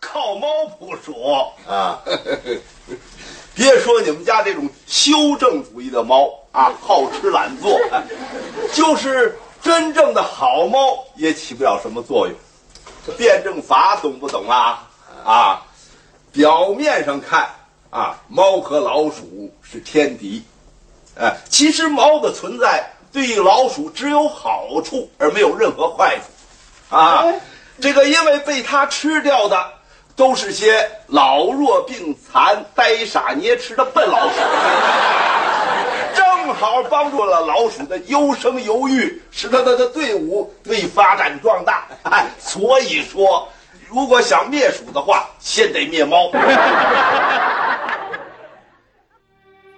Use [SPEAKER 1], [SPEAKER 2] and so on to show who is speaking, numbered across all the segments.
[SPEAKER 1] 靠猫不鼠，
[SPEAKER 2] 啊， 别说你们家这种修正主义的猫啊，好吃懒 做，哎就是真正的好猫也起不了什么作用。辩证法懂不懂啊？啊，表面上看啊，猫和老鼠是天敌，哎，其实猫的存在对老鼠只有好处而没有任何坏处。啊，这个因为被它吃掉的都是些老弱病残、呆傻捏痴的笨老鼠，正好帮助了老鼠的优生优育，使它的队伍得以发展壮大。哎，所以说，如果想灭鼠的话，先得灭猫。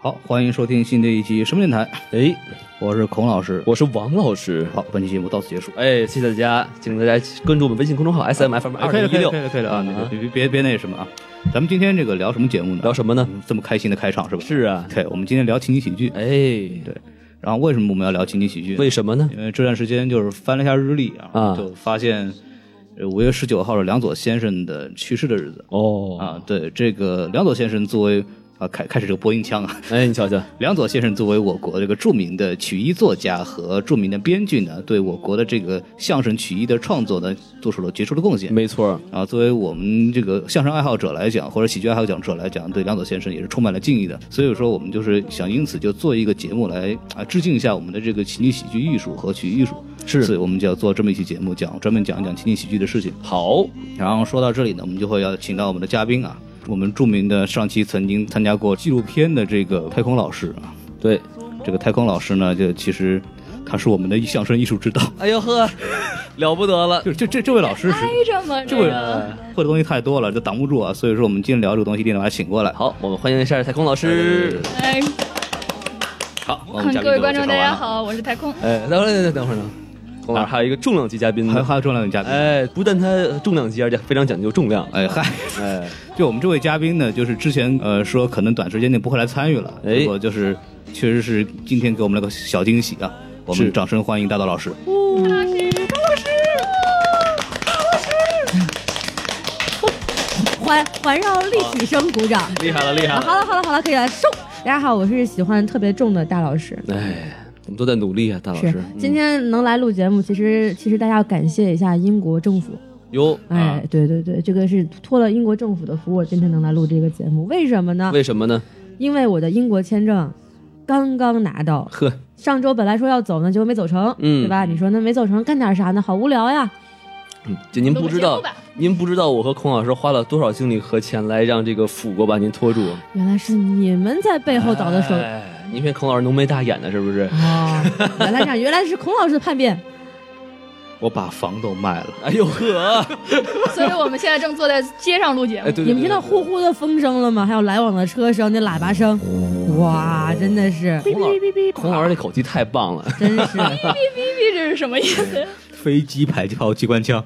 [SPEAKER 3] 好，欢迎收听新的一期什么电台？
[SPEAKER 4] 哎，
[SPEAKER 3] 我是孔老师。
[SPEAKER 4] 我哦是王老师。
[SPEAKER 3] 好，本期节目到此结束。
[SPEAKER 4] 哎，谢谢大家，请大家关注我们微信公众号 S M F M
[SPEAKER 3] 哎
[SPEAKER 4] 二
[SPEAKER 3] 可以
[SPEAKER 4] 零
[SPEAKER 3] 了，
[SPEAKER 4] 一
[SPEAKER 3] 可以
[SPEAKER 4] 六
[SPEAKER 3] 了，可以了，可以了啊！那个
[SPEAKER 4] 啊
[SPEAKER 3] 别别别别那什么啊！咱们今天这个聊什么节目呢？
[SPEAKER 4] 聊什么呢？
[SPEAKER 3] 嗯这么开心的开场是吧？
[SPEAKER 4] 是啊，
[SPEAKER 3] 对，我们今天聊情景喜剧。
[SPEAKER 4] 哎，
[SPEAKER 3] 对，然后为什么我们要聊情景喜剧呢？
[SPEAKER 4] 为什么呢？
[SPEAKER 3] 因为这段时间就是翻了一下日历啊，
[SPEAKER 4] 啊
[SPEAKER 3] 就发现五月十九号是梁左先生的去世的日子。
[SPEAKER 4] 哦
[SPEAKER 3] 啊，对，这个梁左先生作为啊，开开始这个播音腔啊，
[SPEAKER 4] 哎，你瞧瞧，
[SPEAKER 3] 梁左先生作为我国这个著名的曲艺作家和著名的编剧呢，对我国的这个相声曲艺的创作呢，做出了杰出的贡献。
[SPEAKER 4] 没错儿，
[SPEAKER 3] 啊，作为我们这个相声爱好者来讲，或者喜剧爱好者来讲，对梁左先生也是充满了敬意的。所以说，我们就是想因此就做一个节目来啊，致敬一下我们的这个情景喜剧艺术和曲艺艺术。
[SPEAKER 4] 是
[SPEAKER 3] 所以我们就要做这么一期节目，讲专门讲一讲情景喜剧的事情。
[SPEAKER 4] 好，
[SPEAKER 3] 然后说到这里呢，我们就会要请到我们的嘉宾啊，我们著名的上期曾经参加过纪录片的这个太空老师啊，
[SPEAKER 4] 对，
[SPEAKER 3] 这个太空老师呢，就其实他是我们的相声艺术指导，
[SPEAKER 4] 哎呦呵， 了不得了，
[SPEAKER 3] 就就这这位老师是
[SPEAKER 5] 挨着吗？
[SPEAKER 3] 这
[SPEAKER 5] 这
[SPEAKER 3] 位
[SPEAKER 5] 个
[SPEAKER 3] 会的东西太多了，就挡不住啊，所以说我们今天聊这个东西，一定得把他请过来。
[SPEAKER 4] 好，我们欢迎一下太空老师。
[SPEAKER 5] 哎，
[SPEAKER 3] 好，我们嘉宾
[SPEAKER 5] 各位
[SPEAKER 3] 就
[SPEAKER 5] 观
[SPEAKER 3] 介
[SPEAKER 5] 众
[SPEAKER 3] 绍
[SPEAKER 5] 大
[SPEAKER 3] 完
[SPEAKER 5] 家
[SPEAKER 3] 了，啊
[SPEAKER 5] 好，我是太空。
[SPEAKER 4] 哎，等会儿，等会儿呢，孔老师还有一个重量级嘉宾
[SPEAKER 3] 还有
[SPEAKER 4] 呢。
[SPEAKER 3] 还有重量的嘉宾，
[SPEAKER 4] 哎，不但他重量级，而且非常讲究重量。
[SPEAKER 3] 哎嗨，
[SPEAKER 4] 哎，
[SPEAKER 3] 就我们这位嘉宾呢，就是之前呃说可能短时间内不会来参与了，
[SPEAKER 4] 哎
[SPEAKER 3] 结果就是确实是今天给我们了个小惊喜啊，我们
[SPEAKER 4] 是
[SPEAKER 3] 掌声欢迎大道老师。
[SPEAKER 6] 环环绕立体声鼓掌。
[SPEAKER 4] 厉害了，厉害
[SPEAKER 6] 啊，好
[SPEAKER 4] 了。
[SPEAKER 6] 了好了好了，可以了，收。大家好，我是喜欢特别重的大老师。
[SPEAKER 4] 哎，我们都在努力啊，大老
[SPEAKER 6] 是
[SPEAKER 4] 师。，
[SPEAKER 6] 嗯今天能来录节目，其实其实大家要感谢一下英国政府。
[SPEAKER 4] 哟，
[SPEAKER 6] 哎，对对对，这个是托了英国政府的福，我今天能来录这个节目，为什么呢？
[SPEAKER 4] 为什么呢？
[SPEAKER 6] 因为我的英国签证刚刚拿到，
[SPEAKER 4] 呵，
[SPEAKER 6] 上周本来说要走呢，结果没走成，
[SPEAKER 4] 嗯
[SPEAKER 6] 对吧？你说那没走成干点啥呢？好无聊呀！
[SPEAKER 4] 嗯就您不知道
[SPEAKER 5] 录个节目吧，
[SPEAKER 4] 您不知道我和孔老师花了多少精力和钱来让这个腐国把您拖住。
[SPEAKER 6] 原来是你们在背后倒的手。
[SPEAKER 4] 哎，您骗孔老师浓眉大眼的，是不是？
[SPEAKER 6] 哦，原来这样，原来是孔老师的叛变。
[SPEAKER 3] 我把房都卖了，
[SPEAKER 4] 哎呦呵，
[SPEAKER 5] 所以我们现在正坐在街上录节
[SPEAKER 4] 哎
[SPEAKER 3] 呃
[SPEAKER 5] 目。
[SPEAKER 4] 对，
[SPEAKER 6] 你们听到呼呼的风声了吗？还有来往的车声，那喇叭声，
[SPEAKER 4] 嗯
[SPEAKER 6] 哇，真的是，
[SPEAKER 4] 孔老孔老师那口气太棒了，
[SPEAKER 6] 真是，
[SPEAKER 5] 哔哔这是什么意思？
[SPEAKER 3] 飞机排教机关枪。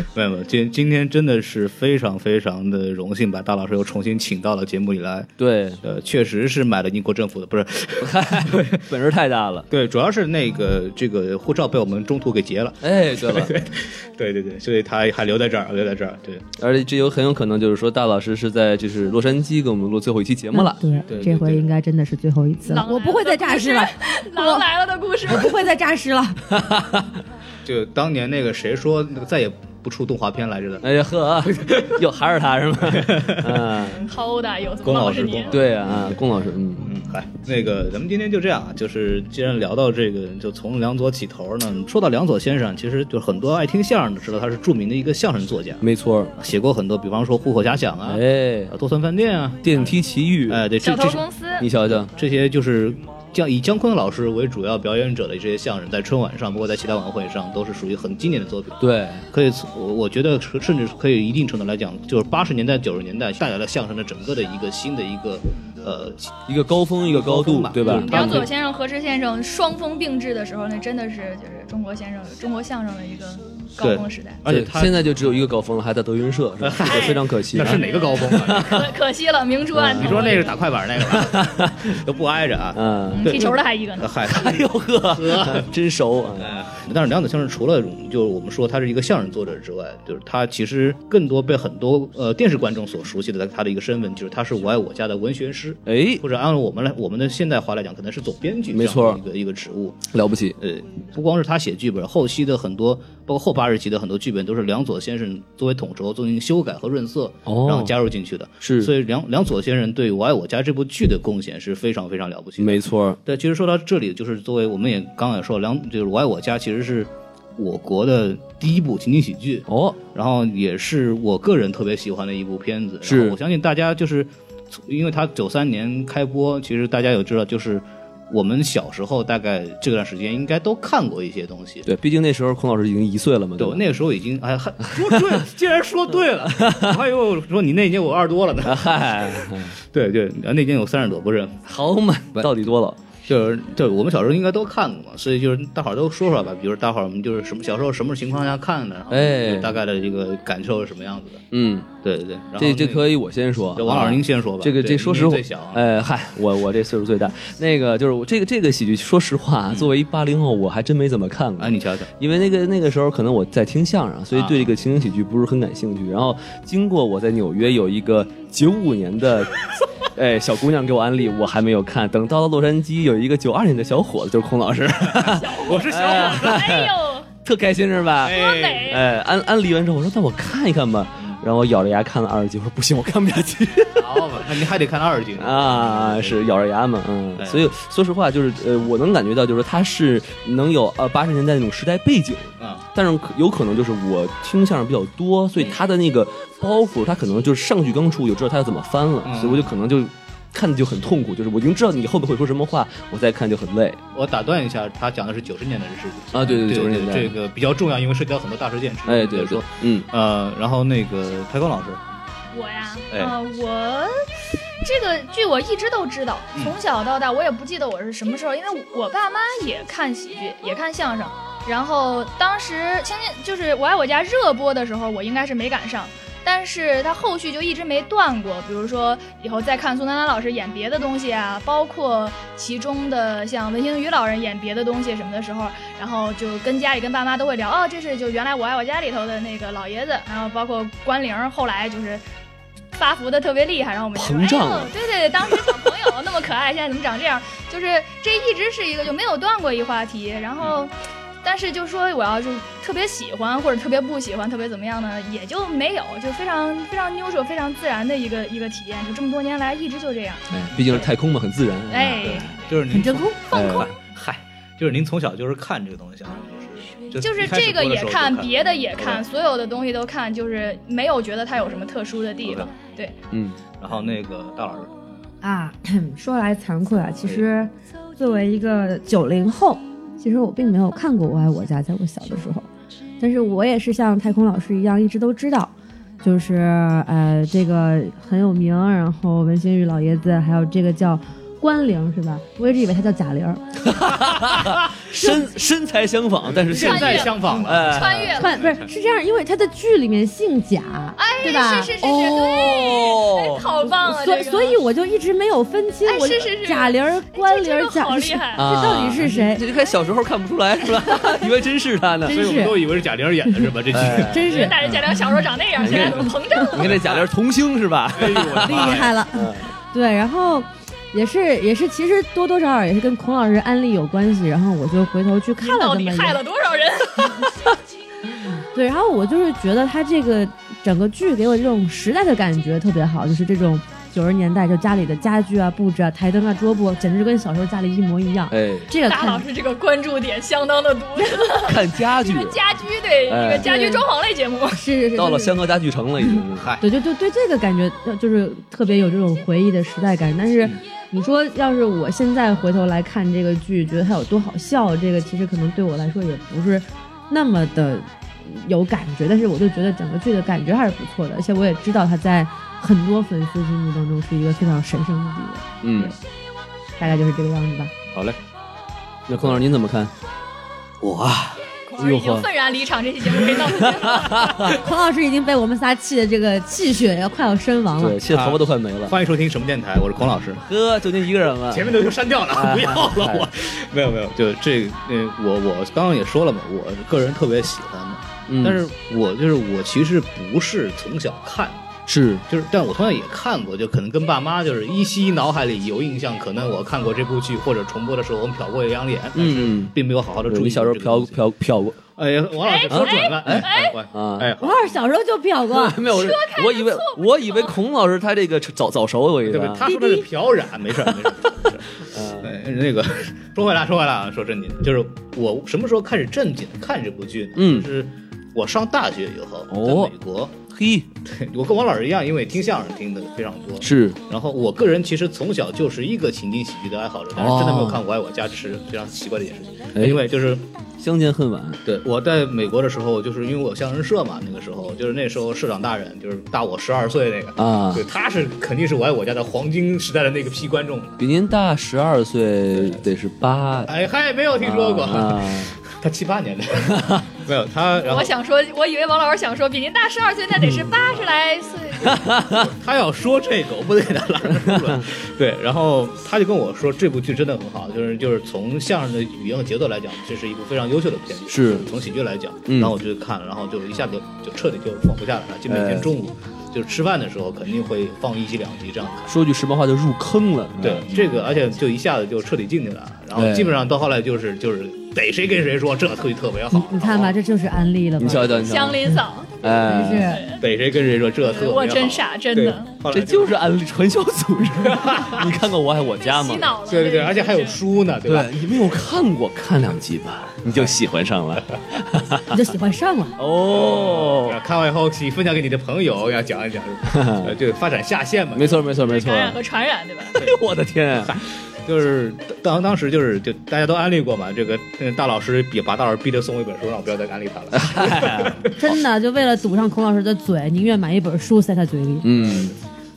[SPEAKER 3] 没有没有，今今天真的是非常非常的荣幸，把大老师又重新请到了节目里来。
[SPEAKER 4] 对，
[SPEAKER 3] 呃，确实是买了英国政府的， 不是，
[SPEAKER 4] 本事太大了。
[SPEAKER 3] 对，主要是那个这个护照被我们中途给截了。
[SPEAKER 4] 哎， 对了，
[SPEAKER 3] 对对对，所以他还留在这儿，留在这儿。对，
[SPEAKER 4] 而且这有很有可能就是说，大老师是在就是洛杉矶给我们录最后一期节目了。
[SPEAKER 3] 对
[SPEAKER 6] 对，这回应该真的是最后一次了，
[SPEAKER 5] 狼来了
[SPEAKER 6] 我不会再诈尸了，
[SPEAKER 5] 狼来了的故事。
[SPEAKER 6] 我不会再诈尸了，
[SPEAKER 3] 就当年那个谁说那个再也不出动画片来着的，
[SPEAKER 4] 哎呀呵， 哟还是他是吗？嗯，
[SPEAKER 5] 好殴打有怎
[SPEAKER 3] 龚
[SPEAKER 5] 么
[SPEAKER 3] 老
[SPEAKER 5] 老
[SPEAKER 3] 师
[SPEAKER 5] 是你
[SPEAKER 3] 龚？
[SPEAKER 4] 对啊，龚老师，嗯，
[SPEAKER 3] 嗯，嗨，那个咱们今天就这样啊，就是既然聊到这个，就从梁左起头呢。说到梁左先生，其实就很多爱听相声的知道他是著名的一个相声作家，
[SPEAKER 4] 没错儿。
[SPEAKER 3] 写过很多，比方说《虎口遐想》啊，
[SPEAKER 4] 哎
[SPEAKER 3] 啊，，多层饭店》啊，
[SPEAKER 4] 电梯奇遇，
[SPEAKER 3] 哎，对，这
[SPEAKER 5] 小
[SPEAKER 3] 这
[SPEAKER 5] 偷
[SPEAKER 3] 是
[SPEAKER 5] 公司
[SPEAKER 4] 你瞧瞧，
[SPEAKER 3] 这些就是像以姜昆老师为主要表演者的这些相声，在春晚上，包括在其他晚会上，都是属于很经典的作品。
[SPEAKER 4] 对，
[SPEAKER 3] 可以从，我我觉得是甚至可以一定程度来讲，就是八十年代、九十年代带来了相声的整个的一个新的一个呃
[SPEAKER 4] 一个高峰一个高
[SPEAKER 3] 高
[SPEAKER 4] 度
[SPEAKER 3] 峰吧，
[SPEAKER 4] 对吧
[SPEAKER 3] 嗯？
[SPEAKER 4] 他
[SPEAKER 5] 梁
[SPEAKER 4] 们
[SPEAKER 5] 左先生、和池先生双峰并峙的时候，那真的是就是中国先生、中国相声的一个高峰时代，
[SPEAKER 3] 而且
[SPEAKER 4] 对
[SPEAKER 3] 他
[SPEAKER 4] 现在就只有一个高峰了，还在德云社，是吧这个非常可惜
[SPEAKER 3] 那
[SPEAKER 4] 啊。
[SPEAKER 3] 是哪个高峰 啊？
[SPEAKER 5] 可可惜了，明珠案。
[SPEAKER 3] 嗯你说那是打快板那个 吧？都不挨着啊。
[SPEAKER 4] 嗯，
[SPEAKER 5] 嗯
[SPEAKER 3] 对
[SPEAKER 5] 踢球的 还一个
[SPEAKER 3] 呃
[SPEAKER 5] 呢？
[SPEAKER 3] 嗨，
[SPEAKER 4] 哎呦呵，真熟 啊。
[SPEAKER 3] 但是梁子相声除了就是我们说他是一个相声作者之外，就是他其实更多被很多呃电视观众所熟悉的他的一个身份，就是他是我爱我家的文学师，
[SPEAKER 4] 哎，
[SPEAKER 3] 或者按照我们来我们的现代话来讲，可能是总编剧
[SPEAKER 4] 没
[SPEAKER 3] 这样的
[SPEAKER 4] 错
[SPEAKER 3] 一个一个职务。
[SPEAKER 4] 了不起，
[SPEAKER 3] 呃，不光是他写剧本，后期的很多，包括后八十集的很多剧本，都是梁左先生作为统筹进行修改和润色，
[SPEAKER 4] 哦
[SPEAKER 3] 然后加入进去的。
[SPEAKER 4] 是
[SPEAKER 3] 所以梁梁左先生对《我爱我家》这部剧的贡献是非常非常了不起的。
[SPEAKER 4] 没错，
[SPEAKER 3] 对，其实说到这里，就是作为我们也刚刚也说了，梁就是《我爱我家》其实是我国的第一部情景喜剧，
[SPEAKER 4] 哦，
[SPEAKER 3] 然后也是我个人特别喜欢的一部片子。
[SPEAKER 4] 是
[SPEAKER 3] 然后我相信大家就是，因为它九三年开播，其实大家有知道，就是我们小时候大概这段时间应该都看过一些东西。
[SPEAKER 4] 对，毕竟那时候孔老师已经一岁了嘛，
[SPEAKER 3] 对，
[SPEAKER 4] 吧
[SPEAKER 3] 我那个时候已经哎，还 说对了，竟然说对了，我还以为我说你那年我二十多了呢。
[SPEAKER 4] 嗨，
[SPEAKER 3] 对对，那年我三十多，不是，
[SPEAKER 4] 好嘛，到底多了？
[SPEAKER 3] 就是对，我们小时候应该都看过嘛，所以就是大伙儿都说说吧，比如大伙儿我们就是什么小时候什么情况下看的，然后
[SPEAKER 4] 哎
[SPEAKER 3] 就大概的这个感受是什么样子的。
[SPEAKER 4] 嗯，
[SPEAKER 3] 对对对，然后
[SPEAKER 4] 这这
[SPEAKER 3] 那个
[SPEAKER 4] 可以我先说
[SPEAKER 3] 啊
[SPEAKER 4] 啊
[SPEAKER 3] 对，王老师您先说吧
[SPEAKER 4] 这个
[SPEAKER 3] 对
[SPEAKER 4] 这说实
[SPEAKER 3] 您
[SPEAKER 4] 话
[SPEAKER 3] 最小啊，
[SPEAKER 4] 哎嗨，我我这岁数最大。那个就是我这个这个喜剧，说实话，啊作为八零后，我还真没怎么看过
[SPEAKER 3] 啊，。嗯你瞧啊瞧，
[SPEAKER 4] 因为那个那个时候可能我在听相声，所以对这个情景喜剧不是很感兴趣。然后经过我在纽约有一个九五年 的。哎，小姑娘给我安利，我还没有看。等到了洛杉矶，有一个九二年的小伙子，就是孔老师，
[SPEAKER 3] 我是小
[SPEAKER 5] 哎呦，
[SPEAKER 4] 特开心是吧？
[SPEAKER 5] 多 美！啊
[SPEAKER 4] 哎，安安利完之后，我说那我看一看吧。
[SPEAKER 3] 嗯
[SPEAKER 4] 然后我咬着牙看了二十集，我说不行，我看不 下去
[SPEAKER 3] 好嘛，那你还得看二集呢。
[SPEAKER 4] 啊，是咬着牙嘛，嗯。
[SPEAKER 3] 对
[SPEAKER 4] 所以说实话，就是呃，我能感觉到，就是它是能有呃八十年代那种时代背景，
[SPEAKER 3] 啊，
[SPEAKER 4] 但是可有可能就是我听相声比较多，所以他的那个包袱，他可能就是上句刚出我就知道他要怎么翻了，
[SPEAKER 3] 嗯
[SPEAKER 4] 所以我就可能就看的就很痛苦，就是我已经知道你后面会说什么话，我再看就很累
[SPEAKER 3] 我打断一下，他讲的是九十年代的事情
[SPEAKER 4] 啊。对对
[SPEAKER 3] 对
[SPEAKER 4] 九十年
[SPEAKER 3] 对
[SPEAKER 4] 代，
[SPEAKER 3] 这个比较重要，因为涉及到很多大事件。
[SPEAKER 4] 哎
[SPEAKER 3] 比
[SPEAKER 4] 对
[SPEAKER 3] 如
[SPEAKER 4] 对
[SPEAKER 3] 说，，
[SPEAKER 4] 嗯，
[SPEAKER 3] 呃，然后那个开光老师，
[SPEAKER 5] 我呀，
[SPEAKER 3] 哎
[SPEAKER 5] 啊，我这个剧我一直都知道，从小到大我也不记得我是什么时候，因为我爸妈也看喜剧，也看相声。然后当时青年就是《我爱我家》热播的时候，我应该是没赶上，但是他后续就一直没断过。比如说以后再看宋丹丹老师演别的东西啊，包括其中的像文星宇老人演别的东西什么的时候，然后就跟家里跟爸妈都会聊，哦，这是就原来《我爱我家》里头的那个老爷子，然后包括关凌儿后来就是。发福的特别厉害，然后我们就说
[SPEAKER 4] 膨胀
[SPEAKER 5] 哎呦
[SPEAKER 4] 了
[SPEAKER 5] 对对对，当时小朋友那么可爱，现在怎么长这样？就是这一直是一个就没有断过一话题，然后，但是就说我要是特别喜欢或者特别不喜欢，特别怎么样呢，也就没有，就非常非常 neutral、非常自然的一个一个体验，就这么多年来一直就这样，
[SPEAKER 4] 哎，毕竟是太空嘛，很自然。
[SPEAKER 3] 嗯
[SPEAKER 5] 哎，
[SPEAKER 3] 就是您
[SPEAKER 6] 很真空。
[SPEAKER 4] 哎，
[SPEAKER 3] 嗨嗨，就是您从小就是看这个东西啊，就是
[SPEAKER 5] 就是
[SPEAKER 3] 一开始
[SPEAKER 5] 这个
[SPEAKER 3] 播的
[SPEAKER 5] 也
[SPEAKER 3] 时候就
[SPEAKER 5] 看
[SPEAKER 3] 看，，
[SPEAKER 5] 别的也看，
[SPEAKER 3] 对
[SPEAKER 5] 所有的东西都看，就是没有觉得它有什么特殊的地方。对，
[SPEAKER 4] 嗯，
[SPEAKER 3] 然后那个大老师，
[SPEAKER 7] 啊， 说来惭愧啊，其实作为一个九零后，其实我并没有看过《我爱我家》，在我小的时候，但是我也是像太空老师一样，一直都知道，就是呃，这个很有名，然后文心宇老爷子，还有这个叫关凌是吧？我一直以为他叫贾 玲儿，
[SPEAKER 4] 身身材相 仿，但是
[SPEAKER 3] 现
[SPEAKER 4] 现在
[SPEAKER 3] 在相仿了，
[SPEAKER 4] 哎，
[SPEAKER 5] 穿越了，
[SPEAKER 7] 不不是是这样，因为他在剧里面姓贾，对吧？
[SPEAKER 5] 哎，是是是是，对，哎
[SPEAKER 4] 哦，
[SPEAKER 5] 好棒啊！
[SPEAKER 7] 所
[SPEAKER 5] 这个
[SPEAKER 7] 所以我就一直没有分清，
[SPEAKER 5] 哎
[SPEAKER 7] 我
[SPEAKER 5] 是是是哎
[SPEAKER 7] 贾玲儿、关凌儿、
[SPEAKER 5] 这真的好
[SPEAKER 7] 贾
[SPEAKER 5] 厉害
[SPEAKER 7] 这到底是谁？
[SPEAKER 4] 啊这就看小时候看不出来是吧？ 以为真是他呢。
[SPEAKER 3] 啊 所以我们都以为是贾玲演的是吧？这剧，
[SPEAKER 4] 哎
[SPEAKER 7] 真是
[SPEAKER 5] 人大人贾玲小时候长那样，现在怎么膨 胀了？
[SPEAKER 4] 你看这贾玲童星是吧？
[SPEAKER 3] 哎呦我的
[SPEAKER 7] 厉
[SPEAKER 3] 妈呀！
[SPEAKER 7] 害了。
[SPEAKER 5] 嗯
[SPEAKER 7] 对，然后也是也是，其实多多少少也是跟孔老师安利有关系。然后我就回头去看了
[SPEAKER 5] 到
[SPEAKER 7] 这
[SPEAKER 5] 底
[SPEAKER 7] 么一
[SPEAKER 5] 害
[SPEAKER 7] 遍。
[SPEAKER 5] 了多少 人？
[SPEAKER 7] 对，然后我就是觉得他这个整个剧给我这种时代的感觉特别好，就是这种
[SPEAKER 6] 九十年代就家里的家具啊、布置啊、台灯啊、桌布，简直跟小时候家里一模一样。
[SPEAKER 4] 哎，
[SPEAKER 6] 这个
[SPEAKER 5] 大老
[SPEAKER 6] 看
[SPEAKER 5] 师这个关注点相当 的独特，
[SPEAKER 4] 看家具，
[SPEAKER 5] 家居对一
[SPEAKER 4] 哎
[SPEAKER 5] 个家居装潢类节目，
[SPEAKER 6] 是是是，
[SPEAKER 4] 到了
[SPEAKER 6] 就是
[SPEAKER 4] 香河家具嗯城了，已经。
[SPEAKER 3] 嗨，
[SPEAKER 6] 对，就就对这个感觉，呃就是特别有这种回忆的时代感。但是你说，要是我现在回头来看这个剧，觉得它有多好笑，这个其实可能对我来说也不是那么的有感觉。但是我就觉得整个剧的感觉还是不错的，而且我也知道它在很多粉丝心目当中是一个非常神圣的地位，
[SPEAKER 4] 嗯，
[SPEAKER 6] 大概就是这个样子吧。
[SPEAKER 3] 好嘞，
[SPEAKER 4] 那孔老师您怎么看？我啊，
[SPEAKER 5] 孔老师已经愤然离场，这期节目可以到此结束了。
[SPEAKER 6] 孔老师已经被我们仨气的这个气血要快要身
[SPEAKER 3] 啊
[SPEAKER 6] 亡了
[SPEAKER 4] 对，。现在头发都快没了。
[SPEAKER 3] 欢迎收听什么电台？我是孔老师。
[SPEAKER 4] 呵，就您一个人 了。
[SPEAKER 3] 前面都就删掉了，
[SPEAKER 4] 哎
[SPEAKER 3] 不要了
[SPEAKER 4] 哎
[SPEAKER 3] 我。没有没有，就这呃，我我刚刚也说了嘛，我个人特别喜欢的，
[SPEAKER 4] 嗯
[SPEAKER 3] 但是我就是我其实不是从小看。
[SPEAKER 4] 是
[SPEAKER 3] 就是，但我同样也看过，就可能跟爸妈就是依稀脑海里有印象，可能我看过这部剧或者重播的时候，我们瞟过一两眼，但是
[SPEAKER 4] 嗯
[SPEAKER 3] 并没有好好的注
[SPEAKER 4] 你
[SPEAKER 3] 意。
[SPEAKER 4] 小时候飘，飘飘过
[SPEAKER 3] 哎呀，王老师说准了，哎哎
[SPEAKER 4] 啊，
[SPEAKER 3] 哎，
[SPEAKER 6] 孔老师小时候就表过
[SPEAKER 4] 没有，我是我以为我以为孔老师他这个早早熟，我以
[SPEAKER 3] 对
[SPEAKER 4] 为
[SPEAKER 3] 不
[SPEAKER 4] 啊。？
[SPEAKER 3] 他说的是漂染，没事儿没事儿。没事 儿
[SPEAKER 4] 嗯
[SPEAKER 3] 哎，那个说回来，说回来啊，说正经，就是我什么时候开始正经地看这部剧呢？
[SPEAKER 4] 嗯
[SPEAKER 3] 就是我上大学以后，
[SPEAKER 4] 哦
[SPEAKER 3] 在美国，
[SPEAKER 4] 嘿，
[SPEAKER 3] 对我跟王老师一样，因为听相声听的非常多。
[SPEAKER 4] 是
[SPEAKER 3] 然后我个人其实从小就是一个情景喜剧的爱好者，但是真的没有看过《爱哎我家吃》，非常奇怪的一件事
[SPEAKER 4] 哦哎
[SPEAKER 3] 情。因为就是
[SPEAKER 4] 相见恨晚，
[SPEAKER 3] 对我在美国的时候，就是因为我有相声社嘛，那个时候就是那时候社长大人就是大我十二岁那个
[SPEAKER 4] 啊
[SPEAKER 3] 对，他是肯定是我爱我家的黄金时代的那个批观众。
[SPEAKER 4] 比您大十二岁，得是八。
[SPEAKER 3] 哎，还没有听说过，
[SPEAKER 4] 啊，
[SPEAKER 3] 他七八年 的，没有他，然后
[SPEAKER 5] 我想说，我以为王老师想说比您大十二岁，那得是
[SPEAKER 4] 嗯
[SPEAKER 5] 八十来岁。
[SPEAKER 3] 他要说这个，我不得给他拉出 来。对，然后他就跟我说，这部剧真的很好，就是就是从相声的语言和节奏来讲，这是一部非常优秀的片子。
[SPEAKER 4] 是
[SPEAKER 3] 从喜剧来讲，
[SPEAKER 4] 嗯
[SPEAKER 3] 然后我就看，然后就一下就就彻底就放不下来了，就每
[SPEAKER 4] 哎
[SPEAKER 3] 天中午、就是吃饭的时候肯定会放一集两集这样看。
[SPEAKER 4] 说句时髦话，就入坑了。
[SPEAKER 3] 对，这个而且就一下子就彻底进去了，然后
[SPEAKER 4] 哎
[SPEAKER 3] 基本上到后来就是就是逮谁跟谁说这特技特别
[SPEAKER 6] 你
[SPEAKER 3] 好，
[SPEAKER 6] 你看吧，这就是安利了吧？
[SPEAKER 4] 你瞧瞧，你瞧
[SPEAKER 5] 乡
[SPEAKER 4] 瞧，
[SPEAKER 5] 邻嫂，
[SPEAKER 6] 真是
[SPEAKER 4] 哎，。
[SPEAKER 3] 逮谁跟谁说这特别好，
[SPEAKER 5] 我真傻，真
[SPEAKER 3] 对
[SPEAKER 5] 的，
[SPEAKER 3] 后来
[SPEAKER 4] 这就是安利传销组织。 你看过《我爱我家》
[SPEAKER 5] 洗
[SPEAKER 4] 吗？
[SPEAKER 5] 脑了。
[SPEAKER 3] 对对对，而且还有
[SPEAKER 5] 是
[SPEAKER 3] 书呢，对吧？
[SPEAKER 4] 对，你没有看过，看两集吧，你就喜欢上 了。
[SPEAKER 6] 你就喜欢上了。
[SPEAKER 4] 哦，
[SPEAKER 3] 看完以后，请分享给你的朋友，要讲一 讲，呃，对，发展下线嘛，
[SPEAKER 4] 没错，没错，没错
[SPEAKER 5] 感。染和传染，对吧？
[SPEAKER 4] 哎 呦我的天！
[SPEAKER 3] 就是当当时就是就大家都安利过嘛，这个嗯大老师逼把大老师逼着送我一本书，让我不要再安利他了。
[SPEAKER 6] 真的，就为了堵上孔老师的嘴，宁愿买一本书塞他嘴里。
[SPEAKER 4] 嗯，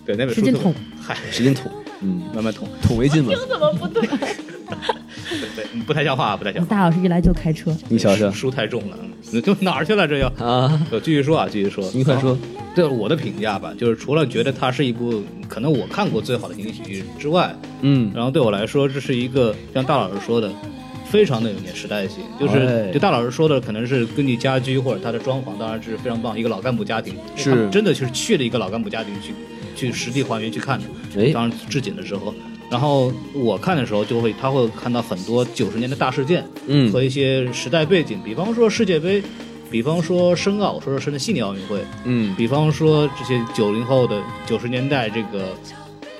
[SPEAKER 3] 对，那本书
[SPEAKER 6] 使劲
[SPEAKER 3] 特别
[SPEAKER 6] 捅，
[SPEAKER 3] 嗨，
[SPEAKER 4] 使劲捅，嗯，
[SPEAKER 3] 慢慢捅，
[SPEAKER 4] 捅为敬吧。
[SPEAKER 5] 听怎么不 对？
[SPEAKER 3] 对，不太像话，不太像
[SPEAKER 6] 大老师一来就开车，
[SPEAKER 4] 你瞧瞧
[SPEAKER 3] 话，书太重了，嗯就哪儿去了这 又？
[SPEAKER 4] 啊，
[SPEAKER 3] 呃，继续说啊，继续说，
[SPEAKER 4] 你快说。
[SPEAKER 3] 对我的评价吧，就是除了觉得它是一部可能我看过最好的情景喜剧之外，
[SPEAKER 4] 嗯，
[SPEAKER 3] 然后对我来说，这是一个像大老师说的，非常的有点时代性。就是
[SPEAKER 4] 哎
[SPEAKER 3] 就大老师说的，可能是根据家居或者他的装潢，当然是非常棒。一个老干部家庭，
[SPEAKER 4] 是
[SPEAKER 3] 他们真的就是去了一个老干部家庭去去实地还原去看的。
[SPEAKER 4] 哎，
[SPEAKER 3] 当时置景的时候，然后我看的时候就会他会看到很多九十年的大事件
[SPEAKER 4] 嗯
[SPEAKER 3] 和一些时代背景，比方说世界杯。比方说申奥，说是申的悉尼奥运会，
[SPEAKER 4] 嗯，
[SPEAKER 3] 比方说这些九零后的九十年代这个